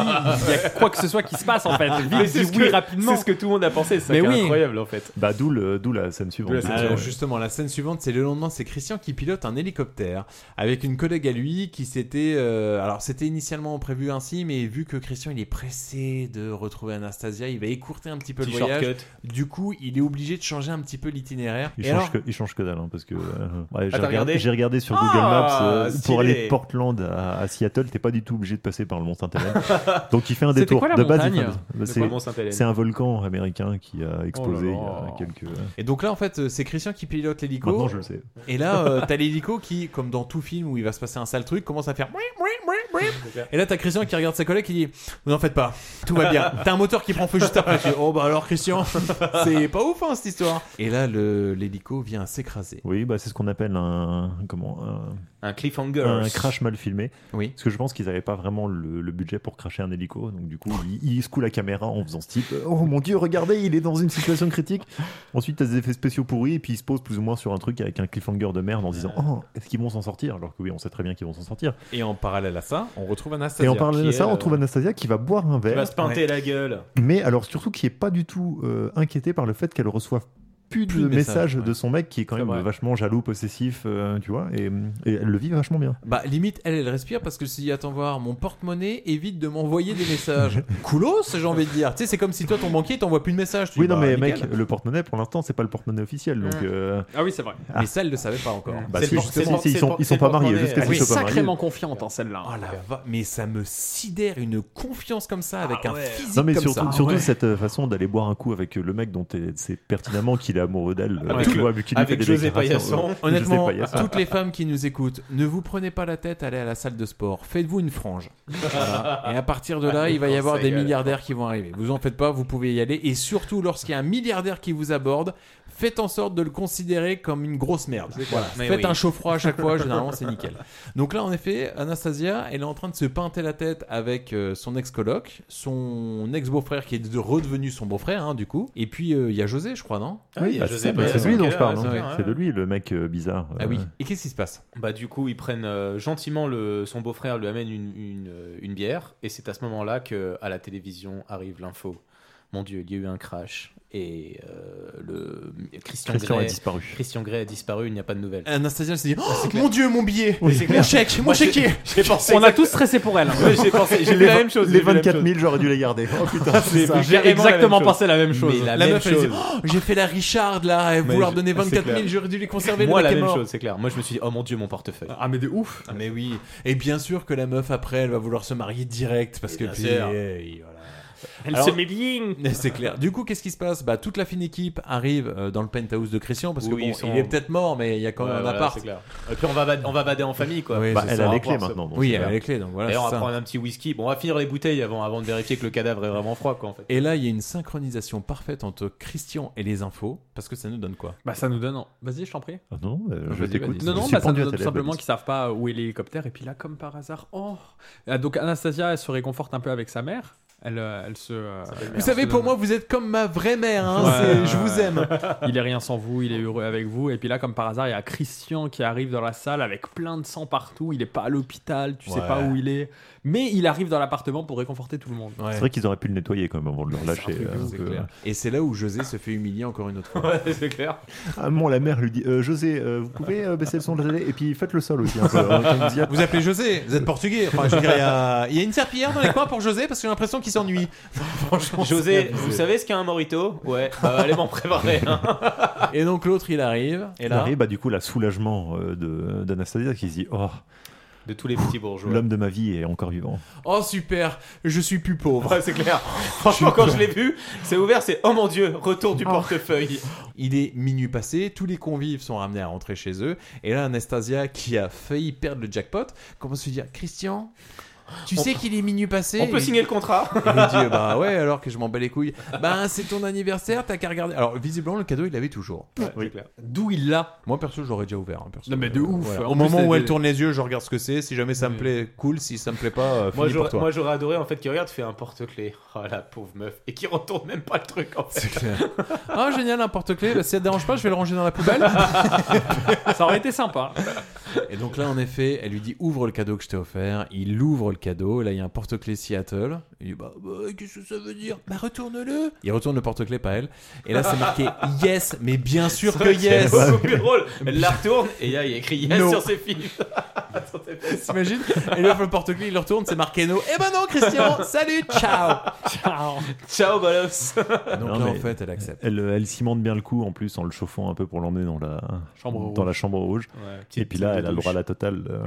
a quoi que ce soit qui se passe en fait. Vite,
Mais c'est
dis
ce
oui
que-
rapidement.
c'est ce que tout le monde a pensé, c'est ça
Mais
qui est
oui.
incroyable en fait.
Bah, d'où le- d'où la scène suivante.
D'où la scène
Alors justement, la scène suivante, c'est le lendemain, c'est Christian qui pilote un hélicoptère avec une collègue à lui qui s'était... euh, alors c'était initialement prévu ainsi, mais vu que Christian il est pressé de retrouver Anastasia, il va écourter un petit peu
Petit
le voyage.
shortcut.
Du coup, il est obligé de changer un petit peu l'itinéraire.
Il
Et
change,
alors,
que, il change que dalle, hein, parce que euh,
Ah,
ouais, j'ai,
t'as regardé
regardé, j'ai regardé sur
Ah,
Google Maps euh,
stylé.
pour aller de Portland à, à Seattle, t'es pas du tout obligé de passer par le
*laughs*
Mont Sainte-Hélène. Donc il fait un
C'était
détour.
quoi la
de base, il
montagne
fait un-
de
c'est,
quoi, le Mont Sainte-Hélène
c'est un volcan américain qui a explosé
là.
il y a quelques.
Et donc là, en fait, euh, c'est Christian qui pilote l'hélico.
Maintenant, je le sais.
Et là, euh, t'as l'hélico qui, comme dans tout film où il va se passer un sale truc, commence à faire. Oui, oui, oui, oui. *laughs* Et là, t'as Christian qui regarde sa collègue qui dit N'en faites pas, tout va *laughs* bien. T'as un moteur qui prend feu juste *laughs* après. Tu dis, oh bah alors, Christian, *laughs* c'est pas ouf hein, cette histoire. Et là, le- l'hélico vient s'écraser.
Oui, bah, c'est ce qu'on appelle un. Comment un,
Un cliffhanger.
un crash mal filmé.
Oui.
Parce que je pense qu'ils n'avaient pas vraiment le, le budget pour cracher un hélico. Donc, du coup, ils il secouent la caméra en faisant ce type Oh mon dieu, regardez, il est dans une situation critique. Ensuite, t'as des effets spéciaux pourris. Et puis, ils se posent plus ou moins sur un truc avec un cliffhanger de merde en se disant Oh, est-ce qu'ils vont s'en sortir Alors que oui, on sait très bien qu'ils vont s'en sortir.
Et en parallèle à ça, on retrouve Anastasia.
Et en parlant
qui
de
est,
ça, on
euh,
trouve Anastasia qui va boire un
Il
verre.
va se pinter la gueule.
Mais alors surtout qui est pas du tout euh, inquiété par le fait qu'elle reçoive plus de
Plus de
messages
messages,
de son mec qui est quand même vachement jaloux, possessif, euh, tu vois, et, et elle le vit vachement bien.
Bah, limite, elle, elle respire parce que se dit Attends, voir, mon porte-monnaie évite de m'envoyer des *laughs* messages. Coolos, j'ai envie de dire. Tu sais, c'est comme si toi, ton banquier t'envoie plus de messages. Tu
oui,
dis,
non,
bah,
mais
nickel.
mec, le porte-monnaie pour l'instant c'est pas le porte-monnaie officiel, donc.
Mm.
euh,
Ah oui, c'est vrai.
Mais ça, elle le savait pas encore.
Bah, c'est justement, s'ils sont, ils sont pas mariés,
Elle
jusqu'à ce
est
qu'ils soient pas mariés.
sacrément confiante en celle-là.
Ah,
Oh la va- mais ça me sidère une confiance comme ça avec un physique
Non mais
comme
surtout,
ça.
surtout cette euh, façon d'aller boire un coup avec euh, le mec dont t'es- c'est pertinemment qu'il est amoureux d'elle. euh,
Avec
tu
le-
vois, vu qu'il lui
avec
fait des
José
déclarations,
Paillasson.
euh,
Honnêtement,
José Paillasson.
toutes les femmes qui nous écoutent, ne vous prenez pas la tête, allez à la salle de sport, faites-vous une frange. Voilà. Et à partir de là, il va y avoir des
Conseil,
milliardaires qui vont arriver. Vous en faites pas, vous pouvez y aller. Et surtout, lorsqu'il y a un milliardaire qui vous aborde, faites en sorte de le considérer comme une grosse merde. Voilà.
Mais
Faites
oui.
un chaud froid à chaque fois, généralement c'est *laughs* nickel. Donc là, en effet, Anastasia, elle est en train de se pinter la tête avec euh, son ex-coloc, son ex-beau-frère qui est de- redevenu son beau-frère, hein, du coup. Et puis, euh, il y a José, je crois, non
Ah
Oui, bah, c'est bah, c'est lui dont je parle,
ouais,
hein.
ouais, ouais.
c'est de lui le mec euh, bizarre.
Ah oui.
euh,
Et qu'est-ce qui se passe
Bah du coup ils prennent euh, gentiment le son beau-frère lui amène une, une, euh, une bière et c'est à ce moment-là que à la télévision arrive l'info. Mon Dieu, il y a eu un crash et euh, le Christian,
Christian
Grey-
a disparu.
Christian Grey a disparu, il n'y a pas de nouvelles.
Anastasia se dit Oh, Mon Dieu, mon billet
Oui, c'est clair.
Mon chèque
Moi,
Mon
j'ai-
chéquier
j'ai pensé
On a
exact-
tous stressé pour
*laughs*
elle. hein.
Ouais, j'ai pensé- j'ai vu
les
la
vingt-
même chose.
Les
j'ai vu la même
24
chose.
000, j'aurais dû les garder. Oh putain, c'est
J'ai
ça.
carrément la
exactement
même
pensé
chose.
la même chose.
Mais la
La
même
meuf, elle
chose.
dit Oh, *laughs* J'ai fait la Richard là, et
Mais
vouloir
je-
donner
c'est
24 000,
clair.
j'aurais dû les conserver.
Moi
Oh, le
la
mec est
même
mort.
chose, c'est clair. Moi je me suis dit oh mon Dieu mon portefeuille.
Ah mais de ouf.
Ah, mais oui. Et bien sûr que la meuf après, elle va vouloir se marier direct parce que.
bien
puis,
sûr.
eh, voilà.
Elle
Alors-
se met bien.
C'est clair. Du coup, qu'est-ce qui se passe bah, Toute la fine équipe arrive euh, dans le penthouse de Christian parce que
Oui,
bon,
ils sont-
il est peut-être mort, mais il y a quand même
Ouais,
un
voilà,
appart.
c'est clair. Et puis on va, bad- on va bader en famille quoi.
Oui, Bah, c'est elle ça. a les clés maintenant, donc Oui, c'est elle a bien. les clés, donc voilà,
Et on
c'est
va
ça.
prendre un petit whisky. Bon, on va finir les bouteilles avant, avant de vérifier que le cadavre est vraiment froid quoi en fait.
Et là, il y a une synchronisation parfaite entre Christian et les infos parce que ça nous donne quoi
Bah ça nous donne. Vas-y, je t'en prie.
Ah non, euh, je
Vas-y,
t'écoute.
vas-y. Non,
Je
non,
suis
bah, ça
pendu
nous
à
donne
ta
tout
lèvre,
simplement qu'ils
Baptiste.
savent pas où est l'hélicoptère. Et puis là, comme par hasard, oh Ah, Donc Anastasia, elle se réconforte un peu avec sa mère. Elle, euh, elle se. euh,
Vous
elle
savez,
se
pour
donne-
moi, vous êtes comme ma vraie mère. hein,
Ouais,
c'est-
ouais,
Je vous
ouais.
aime.
*laughs* Il est rien sans vous, il est heureux avec vous. Et puis là, comme par hasard, il y a Christian qui arrive dans la salle avec plein de sang partout. Il est pas à l'hôpital, tu sais
Ouais.
pas où il est. Mais il arrive dans l'appartement pour réconforter tout le monde.
C'est vrai qu'ils auraient pu le nettoyer quand même avant de le relâcher.
truc de
euh,
ouf,
un
c'est
peu.
clair. Et c'est là où José se fait humilier encore une autre fois.
Ouais, c'est clair.
Ah bon, la mère lui dit euh, José, euh, vous pouvez euh, baisser le son de la télé et puis faites le sol aussi. un peu, hein, comme vous y êtes.
Vous appelez José, vous êtes portugais. Enfin, je veux dire, il y, a... il y a une serpillière dans les coins pour José parce que j'ai l'impression qu'il s'ennuie. Franchement, c'est
José,
abusé.
vous savez ce qu'est un morito Ouais, bah, allez m'en préparer. hein.
Et donc l'autre, il arrive. Et
Il
là,
arrive, bah, du coup, la soulagement euh, de- d'Anastasia qui se dit Oh,
De tous les petits bourgeois.
l'homme de ma vie est encore vivant.
oh super, je suis plus pauvre.
*laughs* Ouais, c'est clair. Franchement, quand je l'ai vu, c'est ouvert, c'est oh mon dieu, retour du *laughs* portefeuille.
Il est minuit passé, tous les convives sont ramenés à rentrer chez eux. Et là, Anastasia, qui a failli perdre le jackpot, commence à se dire Christian, tu
On-
sais qu'il est minuit passé.
On peut
Et-
signer le contrat.
Et il dit Bah ouais, alors que je m'en bats les couilles. Bah c'est ton anniversaire, t'as qu'à regarder. Alors visiblement, le cadeau, il l'avait toujours.
D'où il l'a
Moi perso, j'aurais déjà ouvert. hein, perso.
Non, mais de ouf.
Voilà.
En
Au
plus,
moment où
elle-
elle tourne les yeux, je regarde ce que c'est. Si jamais ça me plaît, cool. Si ça me plaît pas, euh,
Moi
fini pour
j'aurais,
toi.
moi, j'aurais adoré en fait qu'il regarde, fait un porte-clé. Oh la pauvre meuf. Et qui retourne même pas le truc en fait.
Ah génial, un porte-clés. Bah, si ça te dérange pas, je vais le ranger dans la poubelle.
Ça aurait été sympa.
Et donc là, en effet, elle lui dit ouvre le cadeau que je t'ai offert. Il ouvre le cadeau. Là, il y a un porte-clés Seattle. Il dit bah, bah, qu'est-ce que ça veut dire Bah retourne-le. Il retourne le porte-clés pas elle. Et là, c'est marqué yes, mais bien sûr que yes.
C'est beaucoup plus drôle. Elle la retourne et là il y a écrit yes
No.
sur ses filles. *laughs* Sur ses
*laughs*
fesses.
T'imagines Elle lui offre le porte-clés, il le retourne, c'est marqué no. Eh ben non, Christian, salut, ciao.
Ciao.
Ciao Balos.
Donc
Non,
là, en
mais
fait, elle accepte.
Elle, euh, elle cimente bien le coup en plus en le chauffant un peu pour l'emmener dans la
Chambre
dans
rouge.
la chambre rouge.
Ouais,
et
petite-
puis là,
petite
elle a le
douche.
droit à la totale euh,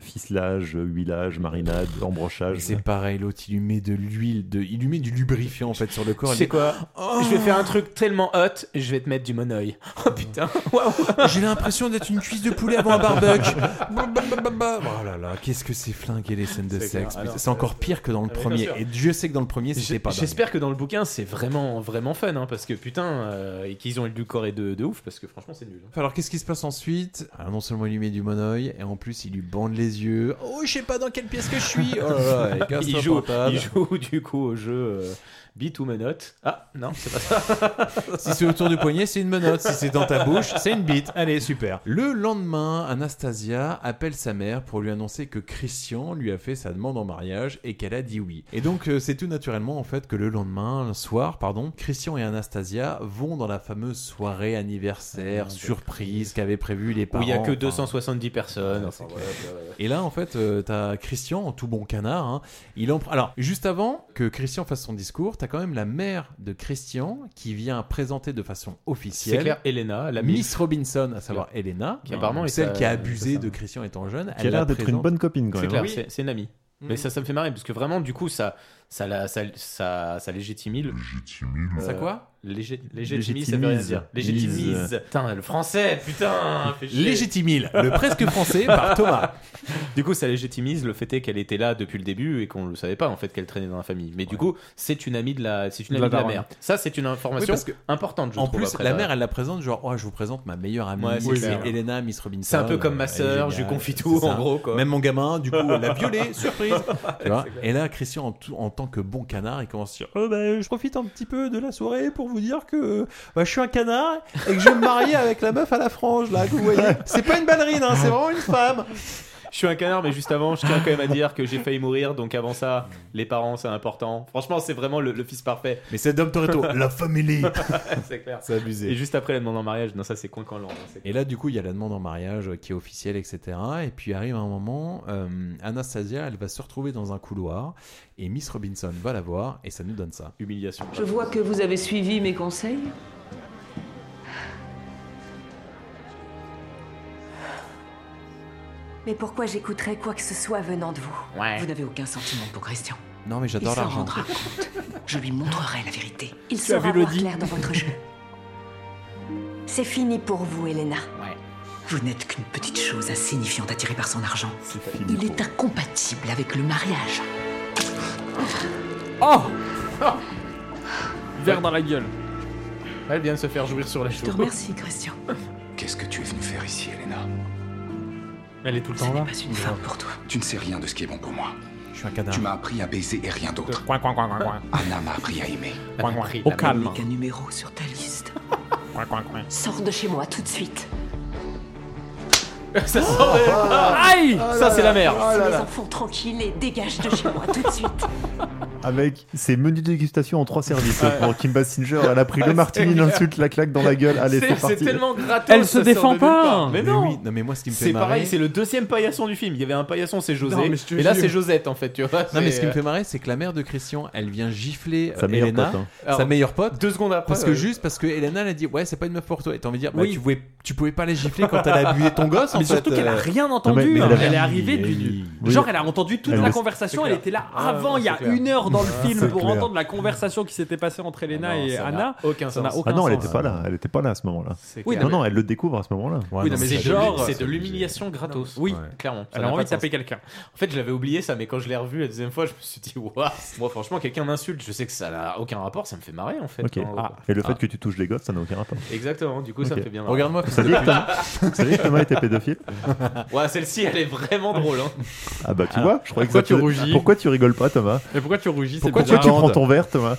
ficelage, huilage, marinade, embrochage.
C'est pareil, l'autre il lui met de l'huile, de... il lui met du lubrifiant en fait sur le corps.
Tu
Elle
sais
dit,
quoi
Oh.
Je vais faire un truc tellement hot, je vais te mettre du monoeil. *laughs* Oh putain, waouh
J'ai l'impression d'être une cuisse de poulet avant un barbecue. Bah, bah, bah, bah. oh là là, qu'est-ce que c'est flingué les scènes de
C'est
sexe.
clair.
putain.
Alors,
C'est encore pire que dans le
mais bien
premier.
sûr.
Et Dieu sait que dans le premier c'était
J'ai-
pas. dingue.
J'espère que dans le bouquin c'est vraiment vraiment fun hein, parce que putain euh, et qu'ils ont eu du corps et de, de ouf parce que franchement c'est nul. hein.
Alors qu'est-ce qui se passe ensuite Alors, Non seulement il lui met du monoeil, et en plus il lui bande les yeux. Oh je sais pas dans quelle pièce que je suis. Oh
*laughs*
là là, elle casse
il,
son
joue,
portable.
il joue du coup au jeu euh, Beat ou Menotte. Ah non, c'est pas ça.
Si c'est autour du poignet, c'est une menotte. Si c'est dans ta bouche, c'est une bite. Allez, super. Le lendemain, Anastasia appelle sa mère pour lui annoncer que Christian lui a fait sa demande en mariage et qu'elle a dit oui. Et donc, euh, c'est tout naturellement en fait que le lendemain, le soir, pardon, Christian et Anastasia vont dans la fameuse soirée anniversaire surprise qu'avaient prévu les
Ah, Où
parents.
il y a que
Enfin, Ah,
270 personnes. Enfin, voilà,
et là, en fait, euh, t'as Christian, en tout bon canard. hein, il en... Alors, juste avant que Christian fasse son discours, t'as quand même la mère de Christian qui vient présenter de façon officielle.
C'est clair, Elena, la
Miss Robinson, à savoir Elena, hein,
Qui apparemment est
celle
sa-
qui a
c'est
abusé
ça.
de Christian étant jeune.
Qui a
elle
l'air
la
d'être une
présente-
bonne copine quand
C'est
même.
clair,
hein.
c'est- c'est une amie. Mais
Mhm.
ça, ça me fait marrer parce que vraiment, du coup, ça, ça, la- ça, ça, ça légitimile. Euh,
Ça quoi
légé- Légitimise, ça veut rien dire.
Légitimise.
Légitimise. Putain, le français, putain. fais chier.
Légitimile, le presque français
*laughs*
par Thomas.
Du coup, ça légitimise le fait est qu'elle était là depuis le début et qu'on ne le savait pas en fait qu'elle traînait dans la famille. Mais du coup, c'est une amie de la, c'est une
De
amie
la
de la
daronne.
mère. Ça, c'est une
Oui,
information
parce que-
importante, je
en
trouve,
plus,
après,
la
là.
mère, elle la présente genre, oh, je vous présente ma meilleure amie,
Ouais, c'est
c'est
clair.
Elena Miss Robinson.
C'est un peu comme ma
Euh, elle est
sœur, je lui
géniale,
confie tout,
c'est
en
ça.
gros, quoi.
Même mon gamin, du coup, elle l'a
*laughs*
violé, surprise. Tu vois Et là, Christian, en, tout- en tant que bon canard, il commence à dire, Oh, bah, je profite un petit peu de la soirée pour vous dire que bah, je suis un canard et que je vais me marier avec la meuf à la frange, là, que vous voyez. C'est pas une ballerine, hein, c'est vraiment une femme.
Je suis un canard, mais juste avant, je tiens quand même à dire que j'ai failli mourir. Donc avant
Mm.
ça, les parents, c'est important. Franchement, c'est vraiment le, le fils parfait. *laughs*
Mais c'est Dom Toretto, la famille.
c'est clair.
C'est abusé.
Et juste après la demande en mariage, non ça c'est con quand l'on.
Et là, du coup, il y a la demande en mariage euh, qui est officielle, etc. Et puis arrive un moment, euh, Anastasia, elle va se retrouver dans un couloir et Miss Robinson va la voir et ça nous donne ça.
Humiliation.
Je vois que vous avez suivi mes conseils.
Mais pourquoi j'écouterais quoi que ce soit venant de vous
Vous n'avez aucun sentiment pour Christian.
Non, mais j'adore
Il s'en
l'argent.
rendra compte. Je lui montrerai la vérité. Il
Tu as
saura
vu
voir
Lodi
clair dans votre jeu. C'est fini pour vous, Elena. Vous n'êtes qu'une petite chose insignifiante attirée par son argent. Il est incompatible avec le mariage.
Oh Verre dans la gueule.
Elle vient de se faire jouir sur la joue.
Je te remercie, Christian.
Qu'est-ce que tu es venu faire ici, Elena
Elle est tout le
temps là.
pas une femme pour toi.
Tu ne sais rien de ce qui est bon pour moi.
Je suis un cadavre.
Tu m'as appris à baiser et rien d'autre.
Coin, coin, coin, coin, coin.
Anna m'a appris à aimer.
Coin, coin. Au calme.
Un numéro sur ta liste.
Coin, coin, coin.
Sors de chez moi tout de suite.
Ça sort des-
Aïe
Ça, c'est la merde.
Laisse mes enfants tranquilles et dégage de chez moi tout de suite.
Avec ses menus de dégustation en trois services.
Ouais.
Pour Kim Basinger, elle a pris le martini,
clair.
l'insulte, la claque dans la gueule. Allez, c'est parti.
gratos.
Elle se
ça sort
défend
de nulle
pas.
part. Mais
Mais
non.
oui, non, mais moi, ce qui me fait
C'est
marrer-
pareil, c'est le deuxième paillasson du film. Il y avait un paillasson, c'est José.
Non, mais je te
et là,
jure.
c'est Josette en fait, tu vois.
Non, mais ce qui me
euh,
fait marrer, c'est que la mère de Christian, elle vient gifler euh,
Sa meilleure
Elena,
pote, hein.
sa
Alors,
meilleure pote.
deux secondes après,
Parce que
euh,
juste parce que Elena, elle a dit Ouais, c'est pas une meuf pour toi. Et t'as envie de dire Bah,
Oui.
tu, pouvais, tu pouvais pas la gifler quand elle a bué ton gosse en
Mais
fait,
surtout qu'elle a
euh.
rien entendu. hein. elle, est arrivée du. du-
Oui.
Genre, elle a entendu toute
Elle
la
le-
conversation.
C'est
Elle
clair.
était là
Ah,
avant, il y a
c'est clair.
une heure dans le
Ah,
film
c'est
pour
clair.
entendre la conversation qui s'était passée entre Elena et
ça n'a
Anna.
aucun
ça
sens.
n'a aucun
Ah non, elle
sens.
était pas là. Elle était pas là à ce moment-là.
Ah,
Oui, clair.
non,
non,
non, elle le découvre à ce moment-là.
Oui, non, mais c'est genre.
c'est de l'humiliation gratos.
Oui.
clairement.
Elle a envie de taper quelqu'un.
En fait, je l'avais oublié ça, mais quand je l'ai revu la deuxième fois, je me suis dit, waouh, moi franchement, quelqu'un m'insulte, je sais que ça n'a aucun rapport, ça me fait marrer en fait.
Ok.
Hein.
Et le fait
Ah.
que tu touches les gosses, ça n'a aucun rapport.
Exactement, du coup, ça
Ok.
me fait bien marrer.
Regarde-moi,
Vous saviez que Thomas- vous saviez que Thomas était pédophile
Ouais, celle-ci, elle est vraiment drôle. Hein.
Ah bah tu
Alors,
vois, je crois que
pourquoi
ça te-
tu rougis
Pourquoi tu rigoles pas, Thomas
Mais pourquoi tu rougis
Pourquoi tu, tu prends ton verre, Thomas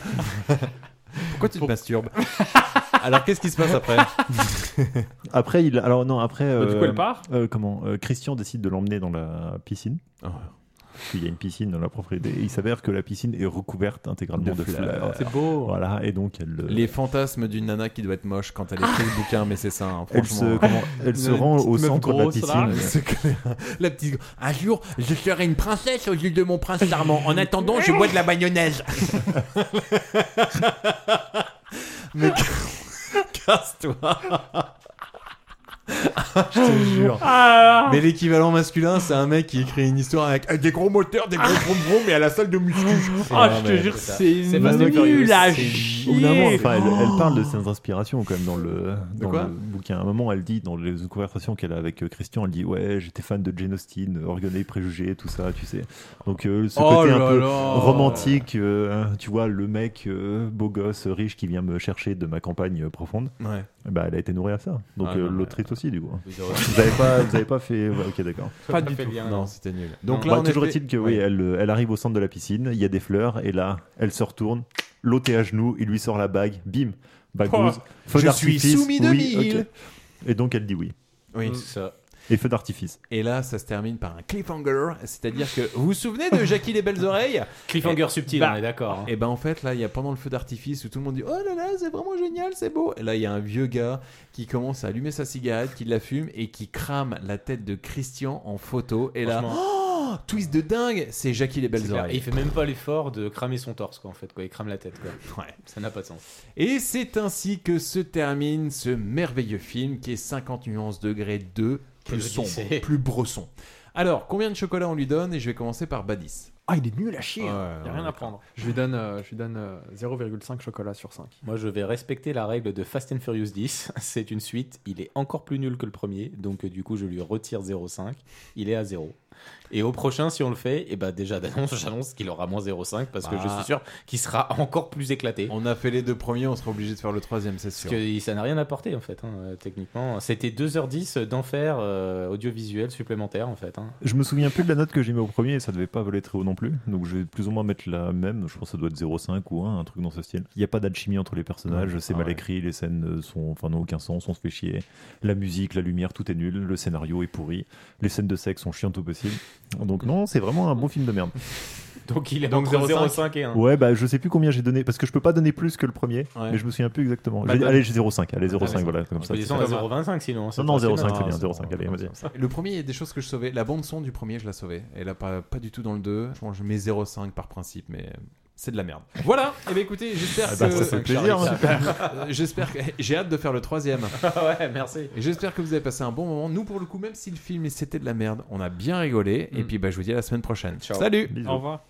Pourquoi tu te masturbes *laughs* Alors, qu'est-ce qui se passe après
Après, il. Alors non, après.
Bah, du coup, elle part
euh, Comment euh, Christian décide de l'emmener dans la piscine. Parce qu'il y a une piscine dans la propriété. Et il s'avère que la piscine est recouverte intégralement de,
De fleurs.
fleurs.
C'est beau.
Voilà, et donc elle.
*laughs* Les fantasmes d'une nana qui doit être moche quand elle écrit le bouquin, mais c'est ça, hein,
Elle
franchement. *laughs*
se- comment- elle se rend au
petite meuf
centre de la
grosse,
piscine.
là. C'est clair. La petite. Un jour, je serai une princesse aux îles de mon prince charmant. En attendant, je bois de la mayonnaise. *laughs* mais *laughs* casse-toi. je te jure.
Ah.
Mais l'équivalent masculin, c'est un mec qui écrit une histoire avec avec des gros moteurs, des gros vroom vroom et à la salle de muscu.
Ah, je te jure, c'est nul à
Au bout d'un moment,
chier.
enfin, elle, elle parle de ses inspirations quand même dans le, dans
quoi
le bouquin. À un moment, elle dit dans les conversations qu'elle a avec euh, Christian, elle dit ouais, j'étais fan de Jane Austen, euh, Orgueil et Préjugés, tout ça, tu sais. Donc euh, ce
Oh
côté un
là
peu
là.
romantique, euh, hein, tu vois, le mec euh, beau gosse euh, riche qui vient me chercher de ma campagne euh, profonde.
Ouais.
Bah, elle a été nourrie à ça. Donc
Ah,
euh,
non, mais-
l'autrice aussi, du coup.
Vous aurez-
vous avez pas, vous avez pas fait. ouais, ok, d'accord.
Pas du tout. Non, c'était nul.
Donc
Donc là, on
Mm. Bah, toujours
était-
est-il que oui, elle, euh, elle arrive au centre de la piscine, il y a des fleurs, et là, elle se retourne, l'autre est à genoux, il lui sort la bague, bim, bagouze,
Oh,
feu
je
d'artifice.
suis soumis de
oui, ok.
mille.
Et donc elle dit oui.
Oui,
Mm.
c'est ça.
Et feu d'artifice.
Et là, ça se termine par un cliffhanger, c'est-à-dire que vous vous souvenez de Jackie les belles oreilles
Cliffhanger
Et-
subtil,
bah,
on est d'accord. hein.
Et ben en fait là, il y a pendant le feu d'artifice où tout le monde dit oh là là, c'est vraiment génial, c'est beau. Et là, il y a un vieux gars qui commence à allumer sa cigarette, qui la fume et qui crame la tête de Christian en photo. Et là,
Franchement.
oh, twist de dingue, c'est Jackie les
C'est
belles
clair.
oreilles.
Et il fait même pas l'effort de cramer son torse, quoi, en fait, quoi. Il crame la tête, quoi.
Ouais.
Ça n'a pas de sens.
Et c'est ainsi que se termine ce merveilleux film qui est 50 nuances degrés 2, plus
Plus
sombre,
lissé.
plus brosson. Alors, combien de chocolat on lui donne Et je vais commencer par Badis.
Ah, il est nul à chier.
Ouais,
Il y
ouais,
a rien à
d'accord.
prendre. Je lui donne, euh, je lui donne euh, 0,5 chocolat sur 5.
Moi, je vais respecter la règle de Fast and Furious 10. *laughs* C'est une suite. Il est encore plus nul que le premier. Donc, euh, du coup, je lui retire 0,5. Il est à 0. Et au prochain, si on le fait, et bah déjà d'annonce, *laughs* j'annonce qu'il aura moins 0,5 parce que je
Bah.
Ah.
suis sûr qu'il sera encore plus éclaté.
On a fait les deux premiers, on sera obligé de faire le troisième, c'est sûr.
Parce que ça n'a rien apporté en fait, hein, euh, techniquement. C'était 2h10 d'enfer euh, audiovisuel supplémentaire en fait. hein.
Je me souviens plus de la note que j'ai mis au premier, et ça devait pas voler très haut non plus. Donc je vais plus ou moins mettre la même, je pense que ça doit être 0,5 ou 1, un truc dans ce style. Il n'y a pas d'alchimie entre les personnages,
Ouais.
c'est
Ah
mal
ouais.
écrit, les scènes euh, sont, enfin, n'ont aucun sens, on se fait chier. La musique, la lumière, tout est nul, le scénario est pourri, les scènes de sexe sont chiantes au possible. Donc non, c'est vraiment un bon film de merde.
Donc il est
Donc
entre
0,5.
0,5 et 1.
Ouais, bah je sais plus combien j'ai donné parce que je peux pas donner plus que le premier,
Hein. Ouais.
mais je me souviens plus exactement.
Bah,
J'ai-
bah,
allez, j'ai 0,5, allez,
Ah,
0,5,
mais
voilà,
ça-
comme
on
ça.
peut descendre à 0,25 sinon, c'est
Non, non,
pas
0,5, c'est
final.
bien,
Ah, c'est
0,5, allez, vas-y.
Le premier, il y a des choses que je sauvais. La bande son du premier, je la sauvais. Elle a pas, pas du tout dans le 2. Franchement, je mets 0,5 par principe, mais c'est de la merde. Voilà. Eh bien, écoutez, j'espère
Ah
ben,
bah,
que
ça fait plaisir, hein, super.
Euh, J'espère que j'ai hâte de faire le
*laughs*
troisième.
Ah ouais, merci.
Et j'espère que vous avez passé un bon moment. Nous, pour le coup, même
Mm.
si le film c'était de la merde, on a bien rigolé. Et puis, bah, je vous dis à la semaine prochaine. Salut.
Au revoir.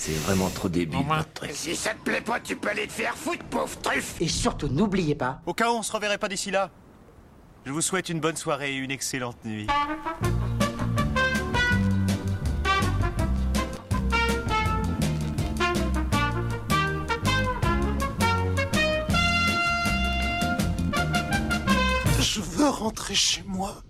C'est vraiment trop débile. votre truc.
Si ça te plaît pas, tu peux aller te faire foutre, pauvre truffe
Et surtout, n'oubliez pas.
Au cas où on se reverrait pas d'ici là, je vous souhaite une bonne soirée et une excellente nuit.
Je veux rentrer chez moi.